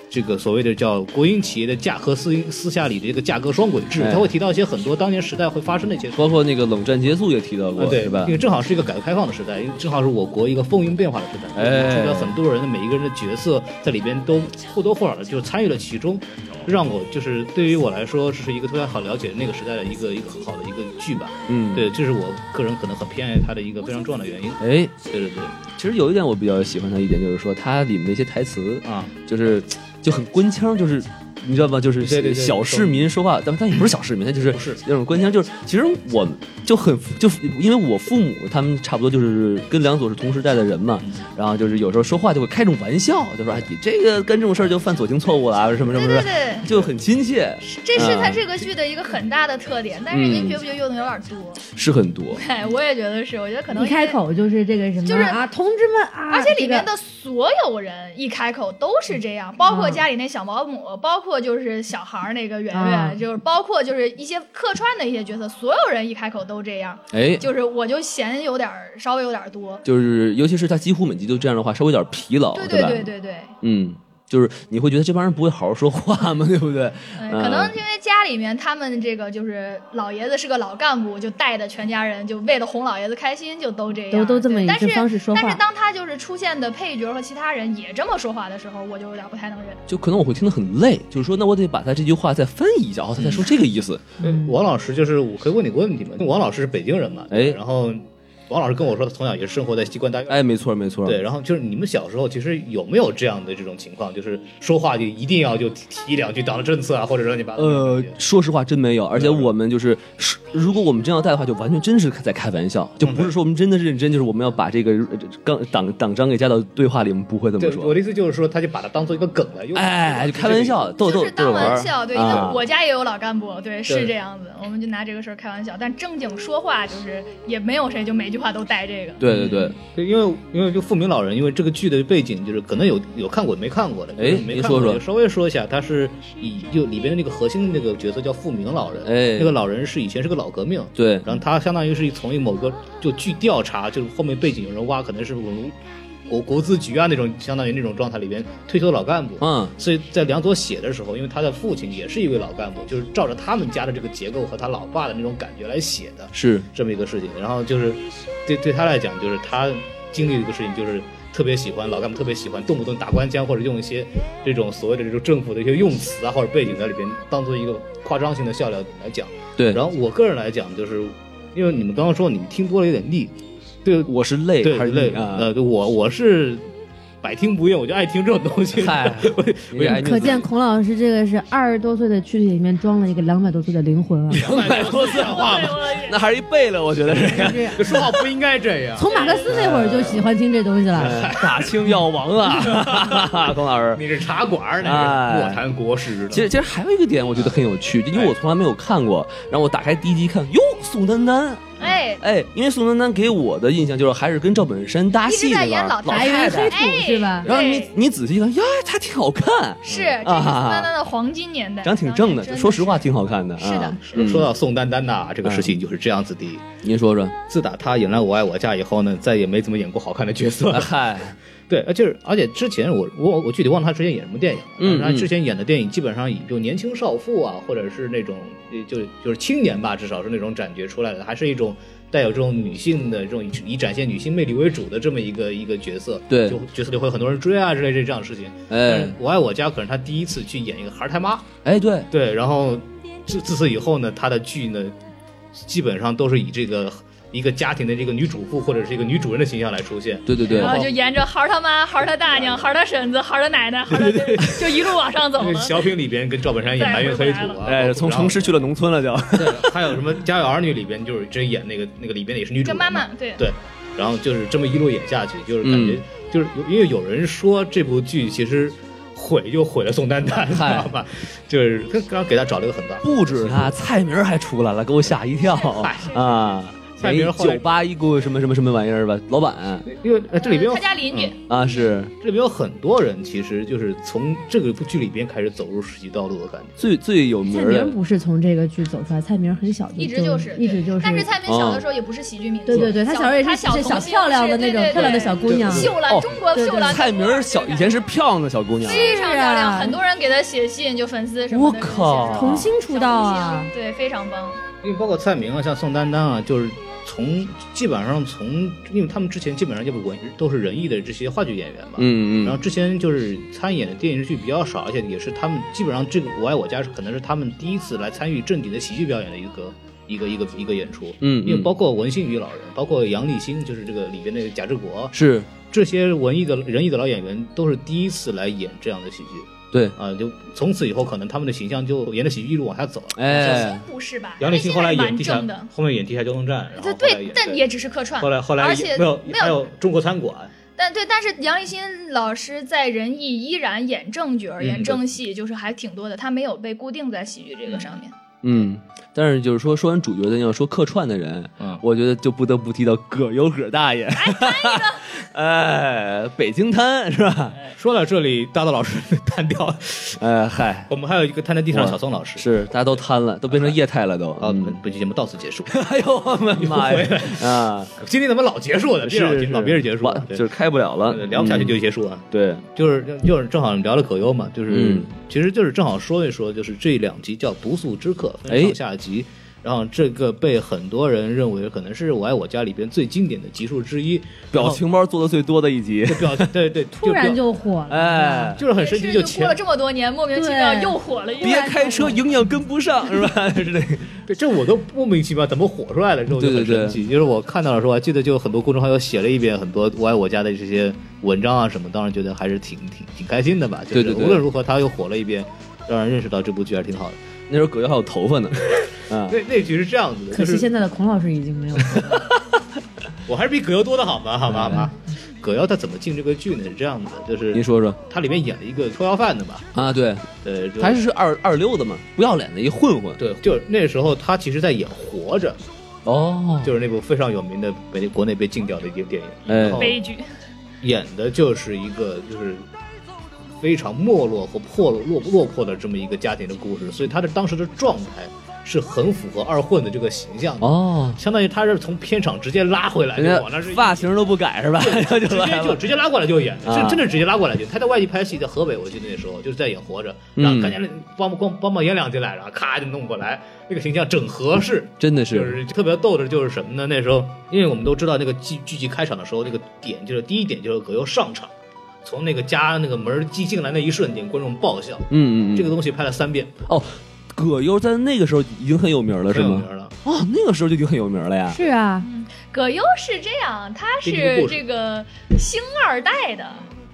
[SPEAKER 3] 这个所谓的叫国营企业的价和私私下里的这个价格双轨制，
[SPEAKER 4] 哎
[SPEAKER 3] 他会提到一些很多当年时代会发生的一些。
[SPEAKER 4] 包括那个冷战结束也提到
[SPEAKER 3] 啊
[SPEAKER 4] 过，
[SPEAKER 3] 对，
[SPEAKER 4] 哎是吧
[SPEAKER 3] 因？为正好是一个改革开放的时代，因为正好是我国一个风云变化的时代，
[SPEAKER 4] 哎
[SPEAKER 3] 觉得很多人的每一个人的角色在里边都或多或少的就参与了其中，让我就是对于我来说，这是一个特别好了解那个时代的一个一个很好的一个剧吧。
[SPEAKER 4] 嗯，。
[SPEAKER 3] 对，这是我个人可能很偏爱它的一个非常重要的原因。
[SPEAKER 4] 哎，
[SPEAKER 3] 对对对，
[SPEAKER 4] 其实有一点我比较喜欢他一点，就是说他里面的一些台词，
[SPEAKER 3] 啊，
[SPEAKER 4] 就是就很官腔，就是你知道吗？就是
[SPEAKER 3] 对对对
[SPEAKER 4] 小市民说话，但但也不是小市民，他就是
[SPEAKER 3] 不是
[SPEAKER 4] 那种官腔。就是其实我就很就因为我父母他们差不多就是跟梁左是同时代的人嘛，
[SPEAKER 3] 嗯
[SPEAKER 4] 然后就是有时候说话就会开种玩笑，就说哎你这个干这种事儿就犯左倾错误了啊，什么什么
[SPEAKER 5] 对
[SPEAKER 4] 什
[SPEAKER 5] 对
[SPEAKER 4] 么，
[SPEAKER 5] 对，
[SPEAKER 4] 就很亲切，
[SPEAKER 5] 这是他
[SPEAKER 4] 嗯
[SPEAKER 5] 这个剧的一个很大的特点，但是您觉不觉得用的有点多？
[SPEAKER 4] 是很多。
[SPEAKER 5] 哎，我也觉得是，我觉得可能
[SPEAKER 6] 一开。口就是这个什么，
[SPEAKER 5] 就是
[SPEAKER 6] 啊，同志们啊，
[SPEAKER 5] 而且里面
[SPEAKER 6] 这个
[SPEAKER 5] 的所有人一开口都是这样，包
[SPEAKER 6] 嗯
[SPEAKER 5] 括家里那小保姆，包括就是小孩儿那个圆
[SPEAKER 6] 啊
[SPEAKER 5] 圆，就是包括就是一些客串的一些角色，所有人一开口都这样，
[SPEAKER 4] 哎，
[SPEAKER 5] 就是我就嫌有点儿稍微有点儿多。
[SPEAKER 6] 哦
[SPEAKER 4] 就是尤其是他几乎每集都这样的话，稍微有点疲劳，
[SPEAKER 5] 对
[SPEAKER 4] 吧？
[SPEAKER 5] 对对对，
[SPEAKER 4] 嗯，就是你会觉得这帮人不会好好说话吗？对 不对？
[SPEAKER 5] 嗯，
[SPEAKER 4] 嗯
[SPEAKER 5] 可能因为家里面他们这个就是老爷子是个老干部，就带着全家人，就为了哄老爷子开心，就都这样，
[SPEAKER 6] 都都这么
[SPEAKER 5] 对
[SPEAKER 6] 以
[SPEAKER 5] 但
[SPEAKER 6] 这
[SPEAKER 5] 是
[SPEAKER 6] 方式说话
[SPEAKER 5] 但是当他就是出现的配角和其他人也这么说话的时候，我就有点不太能忍。
[SPEAKER 4] 就可能我会听得很累，就是说，那我得把他这句话再翻译一下，哦，他在
[SPEAKER 3] 嗯
[SPEAKER 4] 说这个意思。
[SPEAKER 3] 王老师就是我可以问你个问题吗？因为王老师是北京人嘛，对
[SPEAKER 4] 哎
[SPEAKER 3] 然后王老师跟我说，他从小也是生活在机关大院。
[SPEAKER 4] 哎，没错，没错。
[SPEAKER 3] 对，然后就是你们小时候其实有没有这样的这种情况，就是说话就一定要就提一两句党的政策啊，或者乱七八糟的
[SPEAKER 4] 呃
[SPEAKER 3] 感觉。，
[SPEAKER 4] 说实话，真没有。而且我们就是，是如果我们真要带的话，就完全真是在开玩笑，
[SPEAKER 3] 嗯
[SPEAKER 4] 就不是说我们真的是认真，就是我们要把这个呃纲党党章给加到对话里，我们不会这么
[SPEAKER 3] 对，我
[SPEAKER 4] 说。
[SPEAKER 3] 的意思就是说，他就把它当做一个梗来用。
[SPEAKER 4] 哎，就开玩笑，逗逗
[SPEAKER 5] 就是
[SPEAKER 4] 逗着
[SPEAKER 5] 当
[SPEAKER 4] 玩儿
[SPEAKER 5] 玩笑，对，因为
[SPEAKER 4] 啊
[SPEAKER 5] 我家也有老干部，对，是这样子，我们就拿这个事儿开玩笑，但正经说话就是也没有谁就每句话都带这个。
[SPEAKER 4] 对对对，
[SPEAKER 3] 对，因为因为就富明老人，因为这个剧的背景就是可能有有看过没看过的，
[SPEAKER 4] 哎
[SPEAKER 3] 就是没
[SPEAKER 4] 您
[SPEAKER 3] 看过
[SPEAKER 4] 说
[SPEAKER 3] 的
[SPEAKER 4] 说
[SPEAKER 3] 就稍微说一下，他是以就里边的那个核心的那个角色叫富明老人，嗯
[SPEAKER 4] 哎
[SPEAKER 3] 那个老人是以前是个老革命，
[SPEAKER 4] 对
[SPEAKER 3] 然后他相当于是从某个就据调查，就是后面背景有人挖，可能是我们国国资局啊那种相当于那种状态里边退休的老干部，
[SPEAKER 4] 嗯
[SPEAKER 3] 所以在梁左写的时候，因为他的父亲也是一位老干部，就是照着他们家的这个结构和他老爸的那种感觉来写的，
[SPEAKER 4] 是
[SPEAKER 3] 这么一个事情。然后就是对对他来讲，就是他经历的一个事情，就是特别喜欢老干部，特别喜欢动不动打官腔，或者用一些这种所谓的这种政府的一些用词啊，或者背景在里边当做一个夸张性的笑料来讲。
[SPEAKER 4] 对。
[SPEAKER 3] 然后我个人来讲，就是因为你们刚刚说你们听多了有点腻，对
[SPEAKER 4] 我是累
[SPEAKER 3] 对
[SPEAKER 4] 还是
[SPEAKER 3] 累
[SPEAKER 4] 你啊？
[SPEAKER 3] 呃，对我我是。百听不厌，我就爱听这种东西。
[SPEAKER 4] 嗨
[SPEAKER 3] 我
[SPEAKER 4] 你这爱面子
[SPEAKER 6] 可见孔老师这个是二十多岁的躯体里面装了一个两百多岁的灵魂啊！
[SPEAKER 3] 两百多 字话 嘛，
[SPEAKER 4] 那还是一背了，我觉得是
[SPEAKER 6] 就是
[SPEAKER 3] 就说话不应该这样。
[SPEAKER 6] 从马克思那会儿就喜欢听这东西了。
[SPEAKER 4] 大清药王啊， 龚老师。
[SPEAKER 3] 你是茶馆儿，那
[SPEAKER 4] 哎
[SPEAKER 3] 是莫谈国事
[SPEAKER 4] 其
[SPEAKER 3] 的。
[SPEAKER 4] 实其实还有一个点，我觉得很有趣，因为我从来没有看过。然后我打开第一集一看，哟，宋丹丹，
[SPEAKER 5] 哎，
[SPEAKER 4] 哎，因为宋丹丹给我的印象就是还是跟赵本山搭
[SPEAKER 5] 一直
[SPEAKER 4] 戏
[SPEAKER 5] 在
[SPEAKER 4] 那
[SPEAKER 5] 演
[SPEAKER 4] 边
[SPEAKER 5] 老
[SPEAKER 4] 老
[SPEAKER 5] 太
[SPEAKER 4] 太
[SPEAKER 5] 太，
[SPEAKER 4] 太。
[SPEAKER 5] 哎，
[SPEAKER 6] 是吧
[SPEAKER 4] 然后
[SPEAKER 5] 对
[SPEAKER 4] 你啊你仔细一看，呀，她挺好看，
[SPEAKER 5] 是，这是宋丹丹的黄金年代，
[SPEAKER 4] 长挺正的，
[SPEAKER 5] 当时真
[SPEAKER 4] 说实话
[SPEAKER 5] 是
[SPEAKER 4] 挺好看的。
[SPEAKER 5] 是的
[SPEAKER 4] 啊，
[SPEAKER 3] 说到宋丹丹呐、这个事
[SPEAKER 4] 嗯
[SPEAKER 3] 情就是这样子的。
[SPEAKER 4] 您说说，
[SPEAKER 3] 自打她演了《我爱我家》以后呢，再也没怎么演过好看的角色。
[SPEAKER 4] 嗨，
[SPEAKER 3] 对，而且而且之前我我我具体忘了她之前演什么电影了。
[SPEAKER 4] 嗯
[SPEAKER 3] 她之前演的电影基本上以就年轻少妇啊，或者是那种呃就就是青年吧，至少是那种感觉出来的，还是一种带有这种女性的这种以以展现女性魅力为主的这么一个一个角色。
[SPEAKER 4] 对
[SPEAKER 3] 就角色里会有很多人追啊之类这这样的事情。但
[SPEAKER 4] 哎
[SPEAKER 3] 是我爱我家可能她第一次去演一个孩儿他妈。
[SPEAKER 4] 哎，对，
[SPEAKER 3] 对，然后自自此以后呢，他的剧呢，基本上都是以这个一个家庭的这个女主妇或者是一个女主人的形象来出现。
[SPEAKER 4] 对对对
[SPEAKER 5] 然，后就沿着孩儿他妈、孩儿他大娘、孩儿他婶子、孩儿他奶奶、孩儿他 就一路往 上走
[SPEAKER 3] 这
[SPEAKER 5] 了
[SPEAKER 3] 个。小品里边跟赵本山演《
[SPEAKER 5] 再
[SPEAKER 3] 白云黑
[SPEAKER 5] 回来
[SPEAKER 3] 土》
[SPEAKER 5] 了
[SPEAKER 3] 啊，
[SPEAKER 4] 哎，
[SPEAKER 3] 包括
[SPEAKER 4] 从城市去了农村了就。
[SPEAKER 3] 然后 对还有什么《家有儿女》里边就是真演那个那个里边也是女主
[SPEAKER 5] 跟
[SPEAKER 3] 人
[SPEAKER 5] 妈
[SPEAKER 3] 嘛
[SPEAKER 5] 妈对
[SPEAKER 3] 对，然后就是这么一路演下去，就是感觉、
[SPEAKER 4] 嗯
[SPEAKER 3] 就是有因为有人说这部剧其实毁就毁了宋丹丹，你知道吧？就是刚刚给他找了一个很大。
[SPEAKER 4] 不止他，蔡明儿还出来了，给我吓一跳啊！
[SPEAKER 3] 蔡明儿后来
[SPEAKER 4] 九八一股什么什么什么玩意儿吧，老板
[SPEAKER 3] 因为呃这里边有
[SPEAKER 5] 他家邻居，
[SPEAKER 4] 啊是
[SPEAKER 3] 这里面有很多人，其实就是从这个部剧里边开始走入实习道路的感觉。
[SPEAKER 4] 最最有
[SPEAKER 3] 嗯
[SPEAKER 4] 名
[SPEAKER 6] 蔡
[SPEAKER 4] 儿
[SPEAKER 6] 明
[SPEAKER 4] 的，
[SPEAKER 6] 不是从这个剧走出来，蔡明很小就
[SPEAKER 5] 一直就是，
[SPEAKER 6] 一直就是，
[SPEAKER 5] 但是蔡明
[SPEAKER 4] 哦
[SPEAKER 5] 小的时候也不是喜剧明星，
[SPEAKER 6] 对对对，他小时候也是
[SPEAKER 5] 小
[SPEAKER 6] 小
[SPEAKER 5] 童星
[SPEAKER 6] 漂亮的那种
[SPEAKER 5] 对对对
[SPEAKER 6] 漂亮的小姑娘，
[SPEAKER 5] 秀兰，
[SPEAKER 4] 哦
[SPEAKER 5] 中国
[SPEAKER 6] 对对
[SPEAKER 5] 秀兰。
[SPEAKER 4] 蔡明儿小以前是漂亮的小姑娘，
[SPEAKER 5] 非常漂
[SPEAKER 6] 是
[SPEAKER 5] 亮，
[SPEAKER 6] 啊
[SPEAKER 5] 很多人给她写信，就粉丝什么的。
[SPEAKER 4] 我靠
[SPEAKER 6] 童星出道啊！
[SPEAKER 5] 对，非常棒。
[SPEAKER 3] 因为包括蔡明啊，像宋丹丹啊，就是从基本上从，因为他们之前基本上就是文都是仁义的这些话剧演员嘛。
[SPEAKER 4] 嗯
[SPEAKER 3] 然后
[SPEAKER 4] 嗯，
[SPEAKER 3] 之前就是参演的电视剧比较少，而且也是他们基本上这个《我爱我家》是可能是他们第一次来参与正经的喜剧表演的一个一个一个一个演出。
[SPEAKER 4] 嗯嗯
[SPEAKER 3] 因为包括文信宇老人，包括杨立新，就是这个里边那个贾志国，
[SPEAKER 4] 是
[SPEAKER 3] 这些文艺的仁义的老演员都是第一次来演这样的喜剧。
[SPEAKER 4] 对，
[SPEAKER 3] 啊，就从此以后，可能他们的形象就沿着喜剧一路往下走了。
[SPEAKER 4] 哎，
[SPEAKER 5] 不是吧？
[SPEAKER 3] 杨立新后来演
[SPEAKER 5] 蛮
[SPEAKER 3] 地下
[SPEAKER 5] 正的，，
[SPEAKER 3] 后面演地下交通站，然后
[SPEAKER 5] 对
[SPEAKER 3] 后来
[SPEAKER 5] 对
[SPEAKER 3] 演，
[SPEAKER 5] 但也只是客串。
[SPEAKER 3] 后来后来
[SPEAKER 5] 而
[SPEAKER 3] 也
[SPEAKER 5] 且
[SPEAKER 3] 没有
[SPEAKER 5] 没
[SPEAKER 3] 还
[SPEAKER 5] 有，
[SPEAKER 3] 有中国餐馆，
[SPEAKER 5] 但对，但是杨立新老师在仁义依然演正角儿、
[SPEAKER 3] 嗯
[SPEAKER 5] 演
[SPEAKER 3] 对
[SPEAKER 5] 正戏，就是还挺多的，他没有被固定在喜剧这个上 面。
[SPEAKER 4] 嗯。但是就是说，说完主角的，要说客串的人，
[SPEAKER 3] 嗯
[SPEAKER 4] 我觉得就不得不提到葛优葛大爷。哎，北京滩是吧？
[SPEAKER 3] 说到这里，大道老师瘫掉了。
[SPEAKER 4] 哎嗨，
[SPEAKER 3] 我们还有一个瘫在地上的
[SPEAKER 4] 我
[SPEAKER 3] 小宋老师。
[SPEAKER 4] 是大家都瘫了，都变成液态了都。
[SPEAKER 3] 啊，本
[SPEAKER 4] 嗯，
[SPEAKER 3] 本期节目到此结束。
[SPEAKER 4] 哎呦我的妈呀！啊，
[SPEAKER 3] 今天怎么老结束了？别老
[SPEAKER 4] 是
[SPEAKER 3] 结老别人结束了啊
[SPEAKER 4] 完，
[SPEAKER 3] 对
[SPEAKER 4] 就是开不了了，
[SPEAKER 3] 对聊不下去就
[SPEAKER 4] 嗯
[SPEAKER 3] 结束啊。
[SPEAKER 4] 对，
[SPEAKER 3] 就是就是正好聊了葛优嘛，就是、
[SPEAKER 4] 嗯
[SPEAKER 3] 其实就是正好说一说，就是这两集叫《毒素之客》分
[SPEAKER 4] 哎
[SPEAKER 3] 上下集，然后这个被很多人认为可能是《我爱我家》里边最经典的集数之一，
[SPEAKER 4] 表情包做的最多的 一集
[SPEAKER 3] 就，表对对，
[SPEAKER 6] 突然
[SPEAKER 3] 就
[SPEAKER 6] 就火了。
[SPEAKER 4] 哎
[SPEAKER 3] 表。就是很
[SPEAKER 5] 也
[SPEAKER 3] 神
[SPEAKER 5] 是
[SPEAKER 3] 奇，
[SPEAKER 5] 就过
[SPEAKER 3] 前
[SPEAKER 5] 了这么多年，莫名其妙
[SPEAKER 6] 对
[SPEAKER 5] 又火了，又
[SPEAKER 4] 别开车，营养跟不上是吧？ 是那个，
[SPEAKER 3] 对这我都莫名其妙怎么火出来了，之后就
[SPEAKER 4] 对
[SPEAKER 3] 很
[SPEAKER 4] 对对
[SPEAKER 3] 神奇。就是我看到的时候，我还记得就很多公众号又写了一遍很多《我爱我家》的这些文章啊什么，当然觉得还是挺挺挺开心的吧。就是
[SPEAKER 4] 对对对
[SPEAKER 3] 无论如何他又火了一遍，让人认识到这部剧还是挺好的。
[SPEAKER 4] 那时候葛优还有头发呢，啊，
[SPEAKER 3] 那那局是这样子的，
[SPEAKER 6] 可
[SPEAKER 3] 哎就是
[SPEAKER 6] 惜现在的孔老师已经没 有了。
[SPEAKER 3] 我还是比葛优多的好吧，好吧，好吧。葛优他怎么进这个剧呢？是这样子的，就是
[SPEAKER 4] 嗯您说说
[SPEAKER 3] 他里面演了一个偷要饭的嘛，
[SPEAKER 4] 啊？对，
[SPEAKER 3] 对，就
[SPEAKER 4] 还是二二溜子嘛，不要脸的一混混。
[SPEAKER 3] 对，就是那时候他其实在演《活着
[SPEAKER 4] 哦》，，
[SPEAKER 3] 就是那部非常有名的被国内被禁掉的一个电影，
[SPEAKER 4] 哎
[SPEAKER 3] 然后
[SPEAKER 5] 悲剧。
[SPEAKER 3] 演的就是一个就是。非常没落和破落落落魄的这么一个家庭的故事，所以他的当时的状态是很符合二混的这个形象的，
[SPEAKER 4] 哦，
[SPEAKER 3] 相当于他是从片场直接拉回来，
[SPEAKER 4] 人
[SPEAKER 3] 就
[SPEAKER 4] 家
[SPEAKER 3] 往那儿一
[SPEAKER 4] 发型都不改是吧？ 就
[SPEAKER 3] 直接
[SPEAKER 4] 来
[SPEAKER 3] 就
[SPEAKER 4] 了。
[SPEAKER 3] 直接拉过来就演，
[SPEAKER 4] 啊
[SPEAKER 3] 真真的直接拉过来就演。他在外地拍戏，在河北，我记得那时候就是在演《活着》，
[SPEAKER 4] 嗯
[SPEAKER 3] 然后看见了帮忙光帮忙演两句来，然后咔就弄过来，那个形象整合适。
[SPEAKER 4] 真的，
[SPEAKER 3] 就是是特别逗的，就是什么呢？那时候，因为我们都知道那个剧剧集开场的时候，那个点就是第一点就是葛优上场，从那个家那个门儿击进来那一瞬间，观众爆笑。
[SPEAKER 4] 嗯嗯嗯，
[SPEAKER 3] 这个东西拍了三遍，
[SPEAKER 4] 哦，葛优在那个时候已经很有名了，是
[SPEAKER 3] 很有
[SPEAKER 4] 吗
[SPEAKER 3] 名？了。
[SPEAKER 4] 哦，那个时候就已经很有名了呀。
[SPEAKER 7] 是啊，
[SPEAKER 5] 葛优是这样，他
[SPEAKER 3] 这是一个
[SPEAKER 5] 是
[SPEAKER 3] 故事
[SPEAKER 5] 这个星二代的，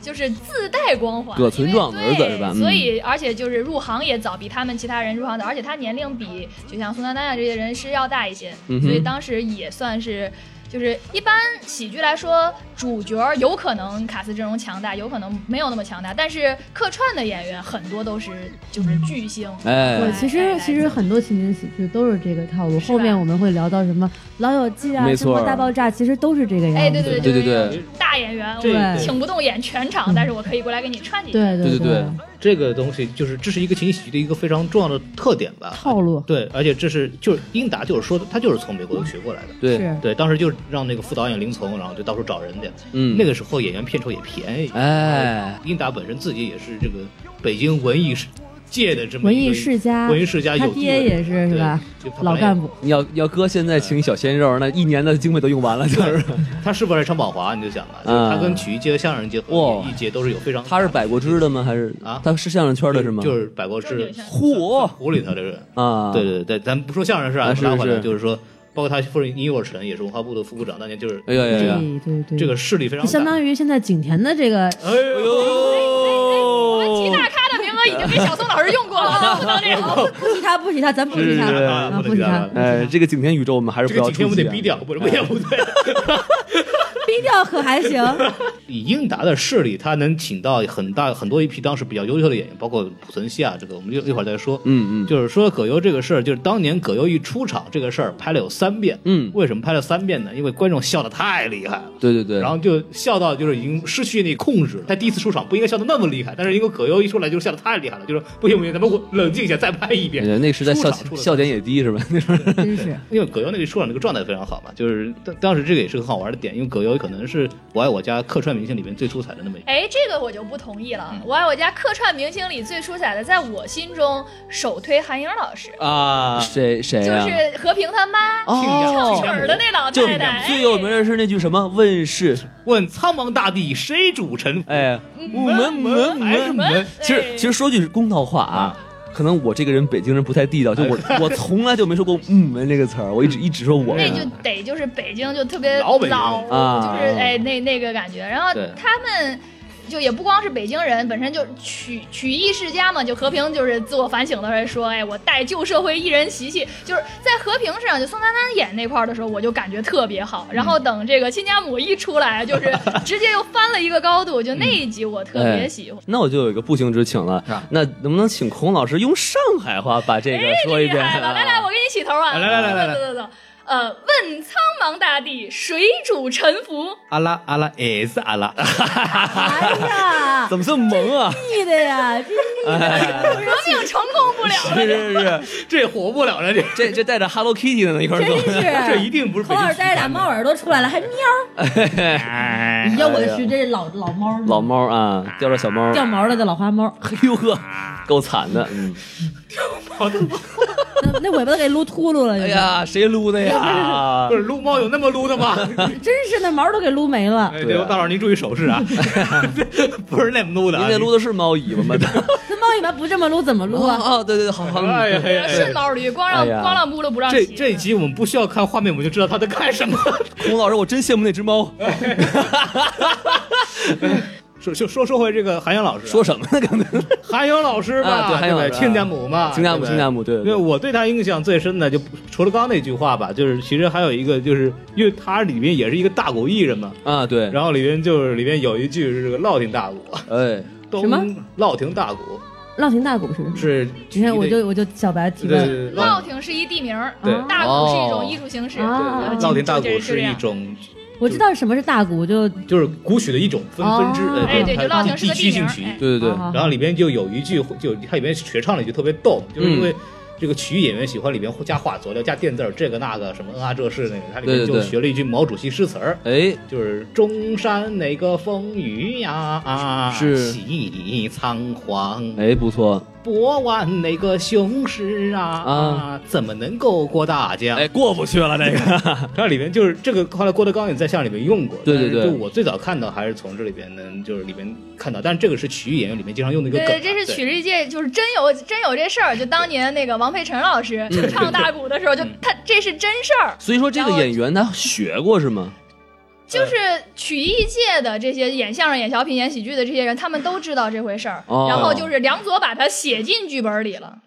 [SPEAKER 5] 就是自带光环。
[SPEAKER 4] 葛存壮的儿子
[SPEAKER 5] 因为
[SPEAKER 4] 是吧
[SPEAKER 5] 对
[SPEAKER 4] 嗯
[SPEAKER 5] 所以而且就是入行也早，比他们其他人入行早，而且他年龄比就像宋丹丹啊这些人是要大一些，
[SPEAKER 4] 嗯哼
[SPEAKER 5] 所以当时也算是。就是一般喜剧来说，主角有可能卡斯阵容强大，有可能没有那么强大，但是客串的演员很多都是就是巨星。
[SPEAKER 4] 哎
[SPEAKER 5] 对
[SPEAKER 6] 我其实其实很多情景喜剧都是这个套路，
[SPEAKER 5] 是吧
[SPEAKER 6] 后面我们会聊到什么《老友记》啊，
[SPEAKER 4] 没
[SPEAKER 6] 《
[SPEAKER 4] 错
[SPEAKER 6] 生活大爆炸》，其实都是这个样子。
[SPEAKER 5] 哎，对对
[SPEAKER 4] 对对
[SPEAKER 5] 对
[SPEAKER 4] 对，
[SPEAKER 5] 大演员，
[SPEAKER 3] 这
[SPEAKER 5] 我
[SPEAKER 3] 个
[SPEAKER 6] 对
[SPEAKER 5] 请不动演全场，但是我可以过来给你串几句。
[SPEAKER 6] 对
[SPEAKER 4] 对
[SPEAKER 6] 对
[SPEAKER 4] 对对
[SPEAKER 3] 这个东西就是这是一个情景喜剧的一个非常重要的特点吧。
[SPEAKER 6] 套路
[SPEAKER 3] 对，而且这是就是英达就是说的，他就是从美国学过来的。
[SPEAKER 4] 对，
[SPEAKER 6] 是
[SPEAKER 3] 对，当时就让那个副导演林从，然后就到处找人去。
[SPEAKER 4] 嗯，
[SPEAKER 3] 那个时候演员片酬也便宜。
[SPEAKER 4] 哎，
[SPEAKER 3] 英达本身自己也是这个北京文艺世界的这么
[SPEAKER 6] 文
[SPEAKER 3] 一
[SPEAKER 6] 艺
[SPEAKER 3] 个
[SPEAKER 6] 世家，
[SPEAKER 3] 文艺世家有
[SPEAKER 6] 他
[SPEAKER 3] 地位，
[SPEAKER 6] 爹也是是吧？
[SPEAKER 3] 对？就他本来
[SPEAKER 6] 老
[SPEAKER 3] 也
[SPEAKER 6] 干，部，
[SPEAKER 4] 你要要搁现在请小鲜肉，那一年的经费都用完了，就是
[SPEAKER 3] 他是不是来唱宝华？你就想吧，就
[SPEAKER 4] 嗯
[SPEAKER 3] 是他跟曲艺界、相声界和
[SPEAKER 4] 哇
[SPEAKER 3] 演艺界都是有非常
[SPEAKER 4] 他是百国之的吗？还是
[SPEAKER 3] 啊
[SPEAKER 4] 他是相声圈的是
[SPEAKER 3] 是
[SPEAKER 4] 吗？
[SPEAKER 3] 就是百国之
[SPEAKER 4] 嚯
[SPEAKER 3] 湖里头的人。
[SPEAKER 4] 啊，
[SPEAKER 3] 对，对对，咱不说相声是
[SPEAKER 4] 啊
[SPEAKER 3] 啊，
[SPEAKER 4] 是
[SPEAKER 3] 拉回来
[SPEAKER 4] 是
[SPEAKER 3] 就是说，包括他夫人倪若晨也是文化部的副部长，当年就是
[SPEAKER 4] 哎呀呀呀，
[SPEAKER 6] 对对对，
[SPEAKER 3] 这个势力非常大，
[SPEAKER 6] 相当于现在景甜的这个
[SPEAKER 3] 哎呦，
[SPEAKER 5] 我们提大咖的名额已经被小宋老师用过了，咱不能这样。
[SPEAKER 6] 不提他不提他，咱不提他，
[SPEAKER 4] 是是是
[SPEAKER 6] 啊
[SPEAKER 3] 不
[SPEAKER 6] 不
[SPEAKER 3] 提
[SPEAKER 6] 提
[SPEAKER 3] 他
[SPEAKER 6] 他
[SPEAKER 3] 了，
[SPEAKER 4] 哎，这个景甜宇宙我们还是
[SPEAKER 3] 这
[SPEAKER 4] 不
[SPEAKER 3] 个
[SPEAKER 4] 要
[SPEAKER 3] 景
[SPEAKER 4] 出
[SPEAKER 3] 天我们得
[SPEAKER 4] 击啊
[SPEAKER 3] 逼掉，不是不对不对。
[SPEAKER 6] 低调可还 行。
[SPEAKER 3] 以英达的势力，他能请到很大很多一批当时比较优秀的演员，包括濮存昕啊，这个我们一一会儿再说。
[SPEAKER 4] 嗯嗯，
[SPEAKER 3] 就是说葛优这个事儿，就是当年葛优一出场这个事儿拍了有三遍。
[SPEAKER 4] 嗯
[SPEAKER 3] 为什么拍了三遍呢？因为观众笑的太厉害了。
[SPEAKER 4] 对对对，
[SPEAKER 3] 然后就笑到就是已经失去那控制了。他第一次出场不应该笑得那么厉害，但是因为葛优一出来就笑得太厉害了，就是不行不行，咱们冷静一下，再拍一遍。
[SPEAKER 4] 哎对那时代
[SPEAKER 3] 出
[SPEAKER 4] 笑
[SPEAKER 3] 场出了
[SPEAKER 4] 笑点也低是吧？ 那时候
[SPEAKER 6] 真是
[SPEAKER 3] 因为葛优那个出场那个状态非常好嘛，就是当当时这个也是很好玩的点，因为葛优可能是《我爱我家》客串明星里面最出彩的那么一个。
[SPEAKER 5] 哎，这个我就不同意了。我爱我家客串明星里最出彩的，在我心中首推韩英老师，
[SPEAKER 3] 啊
[SPEAKER 4] 谁谁
[SPEAKER 5] 就
[SPEAKER 4] 呀？
[SPEAKER 5] 是和平他妈唱曲
[SPEAKER 4] 哦，
[SPEAKER 5] 儿的那老
[SPEAKER 4] 就
[SPEAKER 5] 太太，
[SPEAKER 4] 最有名的是那句什么“问世
[SPEAKER 3] 问苍茫大地谁主沉”，？
[SPEAKER 4] 哎，我们门
[SPEAKER 5] 哎
[SPEAKER 4] 门门。其实其实说句公道话啊。可能我这个人北京人不太地道，就我 我从来就没说过“嗯门”这个词儿，我一直一直说我
[SPEAKER 5] 哎
[SPEAKER 4] 哎
[SPEAKER 5] 那
[SPEAKER 4] 们
[SPEAKER 5] 就得就是北京就特别
[SPEAKER 3] 老北京
[SPEAKER 5] 老，
[SPEAKER 4] 啊
[SPEAKER 5] 就是哎那那个感觉。然后
[SPEAKER 3] 对
[SPEAKER 5] 他们就也不光是北京人，本身就曲曲艺世家嘛，就和平就是自我反省的时候说，哎，我带旧社会艺人习气，就是在和平身上，就宋丹丹演那块儿的时候，我就感觉特别好。然
[SPEAKER 3] 嗯
[SPEAKER 5] 后等这个亲家母一出来，就是 直接又翻了一个高度，就
[SPEAKER 3] 嗯
[SPEAKER 5] 那一集我特
[SPEAKER 3] 哎
[SPEAKER 5] 别喜欢。
[SPEAKER 4] 那我就有一个不情之请了。
[SPEAKER 5] 啊
[SPEAKER 4] 那能不能请孔老师用上海话把这个说一遍
[SPEAKER 5] 哎厉害了，来来，
[SPEAKER 4] 啊？
[SPEAKER 5] 我给你洗头啊！
[SPEAKER 3] 来来来来来
[SPEAKER 5] 走走走。呃，问苍茫大地，谁主沉浮？
[SPEAKER 3] 阿拉阿拉也是阿拉，
[SPEAKER 7] 哎呀，
[SPEAKER 4] 怎么这么萌 啊？
[SPEAKER 7] 腻的呀，真腻
[SPEAKER 3] 哎
[SPEAKER 7] 的，
[SPEAKER 5] 革命成功不了
[SPEAKER 4] 是
[SPEAKER 5] 了。
[SPEAKER 4] 是是，
[SPEAKER 3] 这火不了了，这
[SPEAKER 4] 这这带着 Hello Kitty 的那一块儿走
[SPEAKER 7] 真，
[SPEAKER 3] 这
[SPEAKER 7] 是
[SPEAKER 3] 一定不是
[SPEAKER 7] 口
[SPEAKER 3] 北京
[SPEAKER 7] 耳
[SPEAKER 3] 曲
[SPEAKER 7] 带俩
[SPEAKER 3] 盘
[SPEAKER 7] 猫耳朵出来了，还喵。
[SPEAKER 3] 哎
[SPEAKER 7] 要我是这老老猫，
[SPEAKER 4] 老猫啊，叼着小猫，
[SPEAKER 7] 掉毛了的老花猫，
[SPEAKER 4] 嘿呦呵，够惨的，嗯，
[SPEAKER 7] 那那尾巴都给撸秃噜了，
[SPEAKER 4] 哎，呀，谁撸的呀
[SPEAKER 3] 不？是撸猫有那么撸的吗？
[SPEAKER 7] 真是那毛都给撸没了，
[SPEAKER 3] 哎，
[SPEAKER 4] 对
[SPEAKER 3] 对，
[SPEAKER 4] 啊
[SPEAKER 3] 大老师您注意手势 啊，不是那么撸的
[SPEAKER 4] 您
[SPEAKER 3] 啊，
[SPEAKER 4] 那撸的是猫尾 巴吗？
[SPEAKER 7] 那猫尾巴不这么撸怎么撸啊？
[SPEAKER 4] 哦，对对对，好好，
[SPEAKER 3] 哎呀，哎呀哎
[SPEAKER 5] 是
[SPEAKER 3] 呀
[SPEAKER 5] 毛驴，光让
[SPEAKER 4] 哎呀
[SPEAKER 5] 光让撸了不让
[SPEAKER 3] 这
[SPEAKER 5] 骑
[SPEAKER 3] 这一集我们不需要看画面，我们就知道他在干什么。
[SPEAKER 4] 孔老师，我真羡慕那只猫，
[SPEAKER 3] 说就说说回这个韩阳老师啊，
[SPEAKER 4] 说什么呢？刚才
[SPEAKER 3] 韩阳老师
[SPEAKER 4] 啊
[SPEAKER 3] 吧，
[SPEAKER 4] 对韩阳
[SPEAKER 3] 不
[SPEAKER 4] 老师啊
[SPEAKER 3] 亲家母嘛，
[SPEAKER 4] 亲家母，
[SPEAKER 3] 对不对
[SPEAKER 4] 亲家母，对
[SPEAKER 3] 因为我对他印象最深的，就除了刚刚那句话吧，就是其实还有一个，就是因为他里面也是一个大鼓艺人嘛，
[SPEAKER 4] 啊，对，
[SPEAKER 3] 然后里面就是里面有一句是这个烙亭大鼓，
[SPEAKER 4] 哎，
[SPEAKER 3] 东
[SPEAKER 7] 什么
[SPEAKER 3] 烙亭大鼓
[SPEAKER 7] 烙亭大鼓是什么？
[SPEAKER 3] 是
[SPEAKER 7] 之前我就我就小白提
[SPEAKER 3] 对对
[SPEAKER 7] 问，
[SPEAKER 4] 嗯
[SPEAKER 3] 对对
[SPEAKER 5] 烙亭是一地名儿，
[SPEAKER 3] 对
[SPEAKER 5] 大鼓是一
[SPEAKER 4] 哦
[SPEAKER 5] 种艺术形式。
[SPEAKER 7] 啊
[SPEAKER 3] 烙亭大
[SPEAKER 5] 就
[SPEAKER 3] 鼓
[SPEAKER 5] 是这
[SPEAKER 3] 是一
[SPEAKER 5] 样
[SPEAKER 3] 种
[SPEAKER 7] 我知道什么是大鼓，就
[SPEAKER 3] 就是鼓曲的一种分
[SPEAKER 7] 哦
[SPEAKER 3] 分支，
[SPEAKER 7] 哎
[SPEAKER 3] 就是
[SPEAKER 5] 对就
[SPEAKER 3] 它
[SPEAKER 5] 烙亭是
[SPEAKER 3] 地
[SPEAKER 5] 个
[SPEAKER 3] 区
[SPEAKER 5] 地
[SPEAKER 3] 性
[SPEAKER 5] 名儿
[SPEAKER 3] 曲艺
[SPEAKER 5] 哎。
[SPEAKER 4] 对对对，
[SPEAKER 7] 啊
[SPEAKER 3] 然后里边就有一句，就它里面学唱了一句特别逗，就是
[SPEAKER 4] 嗯
[SPEAKER 3] 因为这个曲艺演员喜欢里边加画佐料、加垫字儿，这个那个什么嗯啊这是那个，它里
[SPEAKER 4] 对
[SPEAKER 3] 面
[SPEAKER 4] 对
[SPEAKER 3] 就
[SPEAKER 4] 对
[SPEAKER 3] 学了一句毛主席诗词儿，
[SPEAKER 4] 哎，
[SPEAKER 3] 就是中山哪个风雨呀啊，
[SPEAKER 4] 是
[SPEAKER 3] 起苍黄，
[SPEAKER 4] 哎，不错，
[SPEAKER 3] 博湾哪个雄师啊
[SPEAKER 4] 啊，
[SPEAKER 3] 怎么能够过大江？
[SPEAKER 4] 哎，过不去了这个，
[SPEAKER 3] 它里面就是这个，后来郭德纲也在相声里面用过。
[SPEAKER 4] 对对对
[SPEAKER 3] 但是就我最早看到还是从这里边呢，就是里面看到，但是这个是曲艺演员里面经常用的一个梗啊。
[SPEAKER 5] 对，这是曲艺界就是真有真有这事儿，就当年那个王佩臣老师唱大鼓的时候，就他这是真事儿，
[SPEAKER 4] 所以说这个演员他学过是吗？
[SPEAKER 5] 就是曲艺界的这些演相声、演小品、演喜剧的这些人，他们都知道这回事儿，
[SPEAKER 4] 哦
[SPEAKER 5] 然后就是梁左把它写进剧本里了，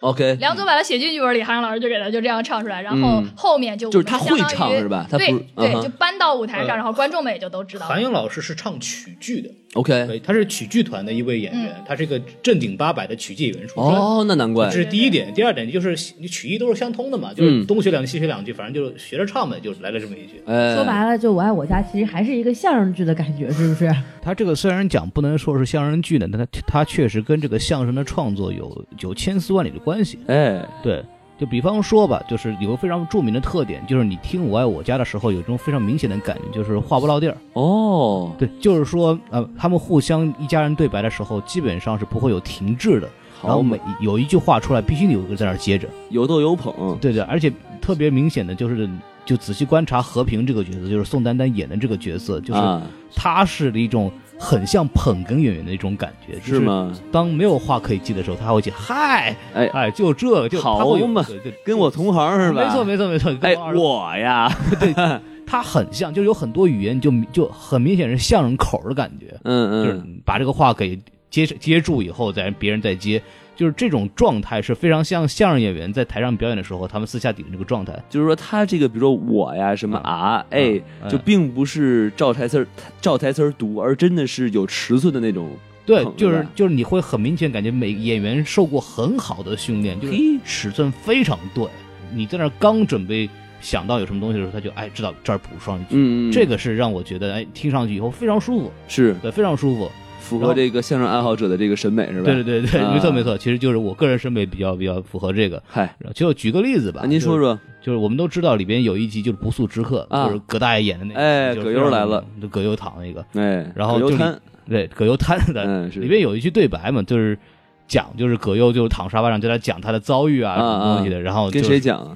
[SPEAKER 4] ，OK，
[SPEAKER 5] 梁左把它写进剧本里，韩阳老师就给他就这样唱出来，然后
[SPEAKER 4] 嗯
[SPEAKER 5] 后面就
[SPEAKER 4] 就是他会
[SPEAKER 5] 相当于
[SPEAKER 4] 唱是吧他不
[SPEAKER 5] 对
[SPEAKER 4] 嗯哼
[SPEAKER 5] 对，就搬到舞台
[SPEAKER 3] 呃
[SPEAKER 5] 上，然后观众们也就都知道了
[SPEAKER 3] 韩。勇老师是唱曲剧的，
[SPEAKER 4] OK，
[SPEAKER 3] 对，他是曲剧团的一位演员，
[SPEAKER 5] 嗯
[SPEAKER 3] 他是一个正经八百的曲剧演员出身。
[SPEAKER 4] 哦，那难怪
[SPEAKER 3] 这，是第一点，第二点就是你曲艺都是相通的
[SPEAKER 4] 嗯
[SPEAKER 3] 嘛，就是东学两句西学两句，反正就是学着唱呗，就是来了这么一句。
[SPEAKER 4] 哎，
[SPEAKER 7] 说白了就我爱我家，其实还是一个相声剧的感觉，是不是？
[SPEAKER 3] 他这个虽然讲不能说是相声剧呢，但他他确实跟这个相声的创作有有千丝万缕的关系。
[SPEAKER 4] 哎，
[SPEAKER 3] 对，就比方说吧，就是有个非常著名的特点，就是你听《我爱我家》的时候，有这种非常明显的感觉，就是话不落地儿。
[SPEAKER 4] 哦，
[SPEAKER 3] 对，就是说，呃，他们互相一家人对白的时候，基本上是不会有停滞的。然
[SPEAKER 4] 好
[SPEAKER 3] 后，每有一句话出来，必须有一个在那儿接着。
[SPEAKER 4] 有逗有捧，
[SPEAKER 3] 对对，而且特别明显的就是，就仔细观察和平这个角色，就是宋丹丹演的这个角色，就是
[SPEAKER 4] 啊，？
[SPEAKER 3] 他是一种很像捧哏演员的一种感觉，就是
[SPEAKER 4] 吗？
[SPEAKER 3] 当没有话可以接的时候，他还会接嗨，
[SPEAKER 4] 哎
[SPEAKER 3] 哎，就这个，就
[SPEAKER 4] 好
[SPEAKER 3] 他会有
[SPEAKER 4] 嘛，
[SPEAKER 3] 对对
[SPEAKER 4] 跟我同行是吧？
[SPEAKER 3] 没错没错没错，跟
[SPEAKER 4] 哎，
[SPEAKER 3] 二哥
[SPEAKER 4] 我呀，
[SPEAKER 3] 他很像，就是有很多语言就就很明显是相声口儿的感觉，就是
[SPEAKER 4] 嗯嗯，
[SPEAKER 3] 把这个话给接接住以后，再别人再接，就是这种状态是非常像相声演员在台上表演的时候，他们私下底的这个状态。
[SPEAKER 4] 就是说他这个，比如说我呀，什么啊，哎，
[SPEAKER 3] 哎
[SPEAKER 4] 就并不是照台词儿照台词儿读，而真的是有尺寸的那种，
[SPEAKER 3] 对
[SPEAKER 4] 捧，着
[SPEAKER 3] 就是
[SPEAKER 4] 吧
[SPEAKER 3] 就是你会很明显感觉每个演员受过很好的训练，就是
[SPEAKER 4] 嘿
[SPEAKER 3] 尺寸非常对。你在那儿刚准备想到有什么东西的时候，他就哎知道这儿补上一句，
[SPEAKER 4] 嗯，嗯
[SPEAKER 3] 这个是让我觉得哎听上去以后非常舒服，
[SPEAKER 4] 是
[SPEAKER 3] 对，非常舒服。
[SPEAKER 4] 符
[SPEAKER 3] 然
[SPEAKER 4] 合
[SPEAKER 3] 后
[SPEAKER 4] 这个相声爱好者的这个审美是吧？
[SPEAKER 3] 对对对对，
[SPEAKER 4] 啊
[SPEAKER 3] 没错没错，其实就是我个人审美比较比较符合这个。
[SPEAKER 4] 嗨，
[SPEAKER 3] 然后就举个例子吧
[SPEAKER 4] 啊，您说
[SPEAKER 3] 就是
[SPEAKER 4] 说，
[SPEAKER 3] 就是我们都知道里边有一集就是不速之客，
[SPEAKER 4] 啊
[SPEAKER 3] 就是葛大爷演的那个，
[SPEAKER 4] 哎
[SPEAKER 3] 就是
[SPEAKER 4] 葛优
[SPEAKER 3] 非常
[SPEAKER 4] 来了，
[SPEAKER 3] 就葛优躺那个，
[SPEAKER 4] 哎，
[SPEAKER 3] 然后
[SPEAKER 4] 葛
[SPEAKER 3] 就
[SPEAKER 4] 优
[SPEAKER 3] 是
[SPEAKER 4] 瘫，
[SPEAKER 3] 对，葛优瘫的，
[SPEAKER 4] 嗯，是
[SPEAKER 3] 里面有一句对白嘛，就是讲就是葛优就躺沙发上，就在讲他的遭遇啊
[SPEAKER 4] 啊
[SPEAKER 3] 什么东西的，然后就
[SPEAKER 4] 跟
[SPEAKER 3] 是
[SPEAKER 4] 谁讲啊？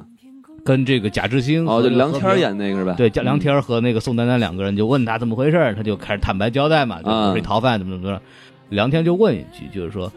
[SPEAKER 3] 跟这个贾志新和
[SPEAKER 4] 哦，就
[SPEAKER 3] 这个
[SPEAKER 4] 梁
[SPEAKER 3] 何
[SPEAKER 4] 天儿
[SPEAKER 3] 平。
[SPEAKER 4] 演那个是吧？
[SPEAKER 3] 对，贾梁
[SPEAKER 4] 嗯
[SPEAKER 3] 天儿和那个宋丹丹两个人就问他怎么回事儿，他就开始坦白交代嘛，就
[SPEAKER 4] 啊
[SPEAKER 3] 我是逃犯，怎么怎么着。梁天就问一句，就是说，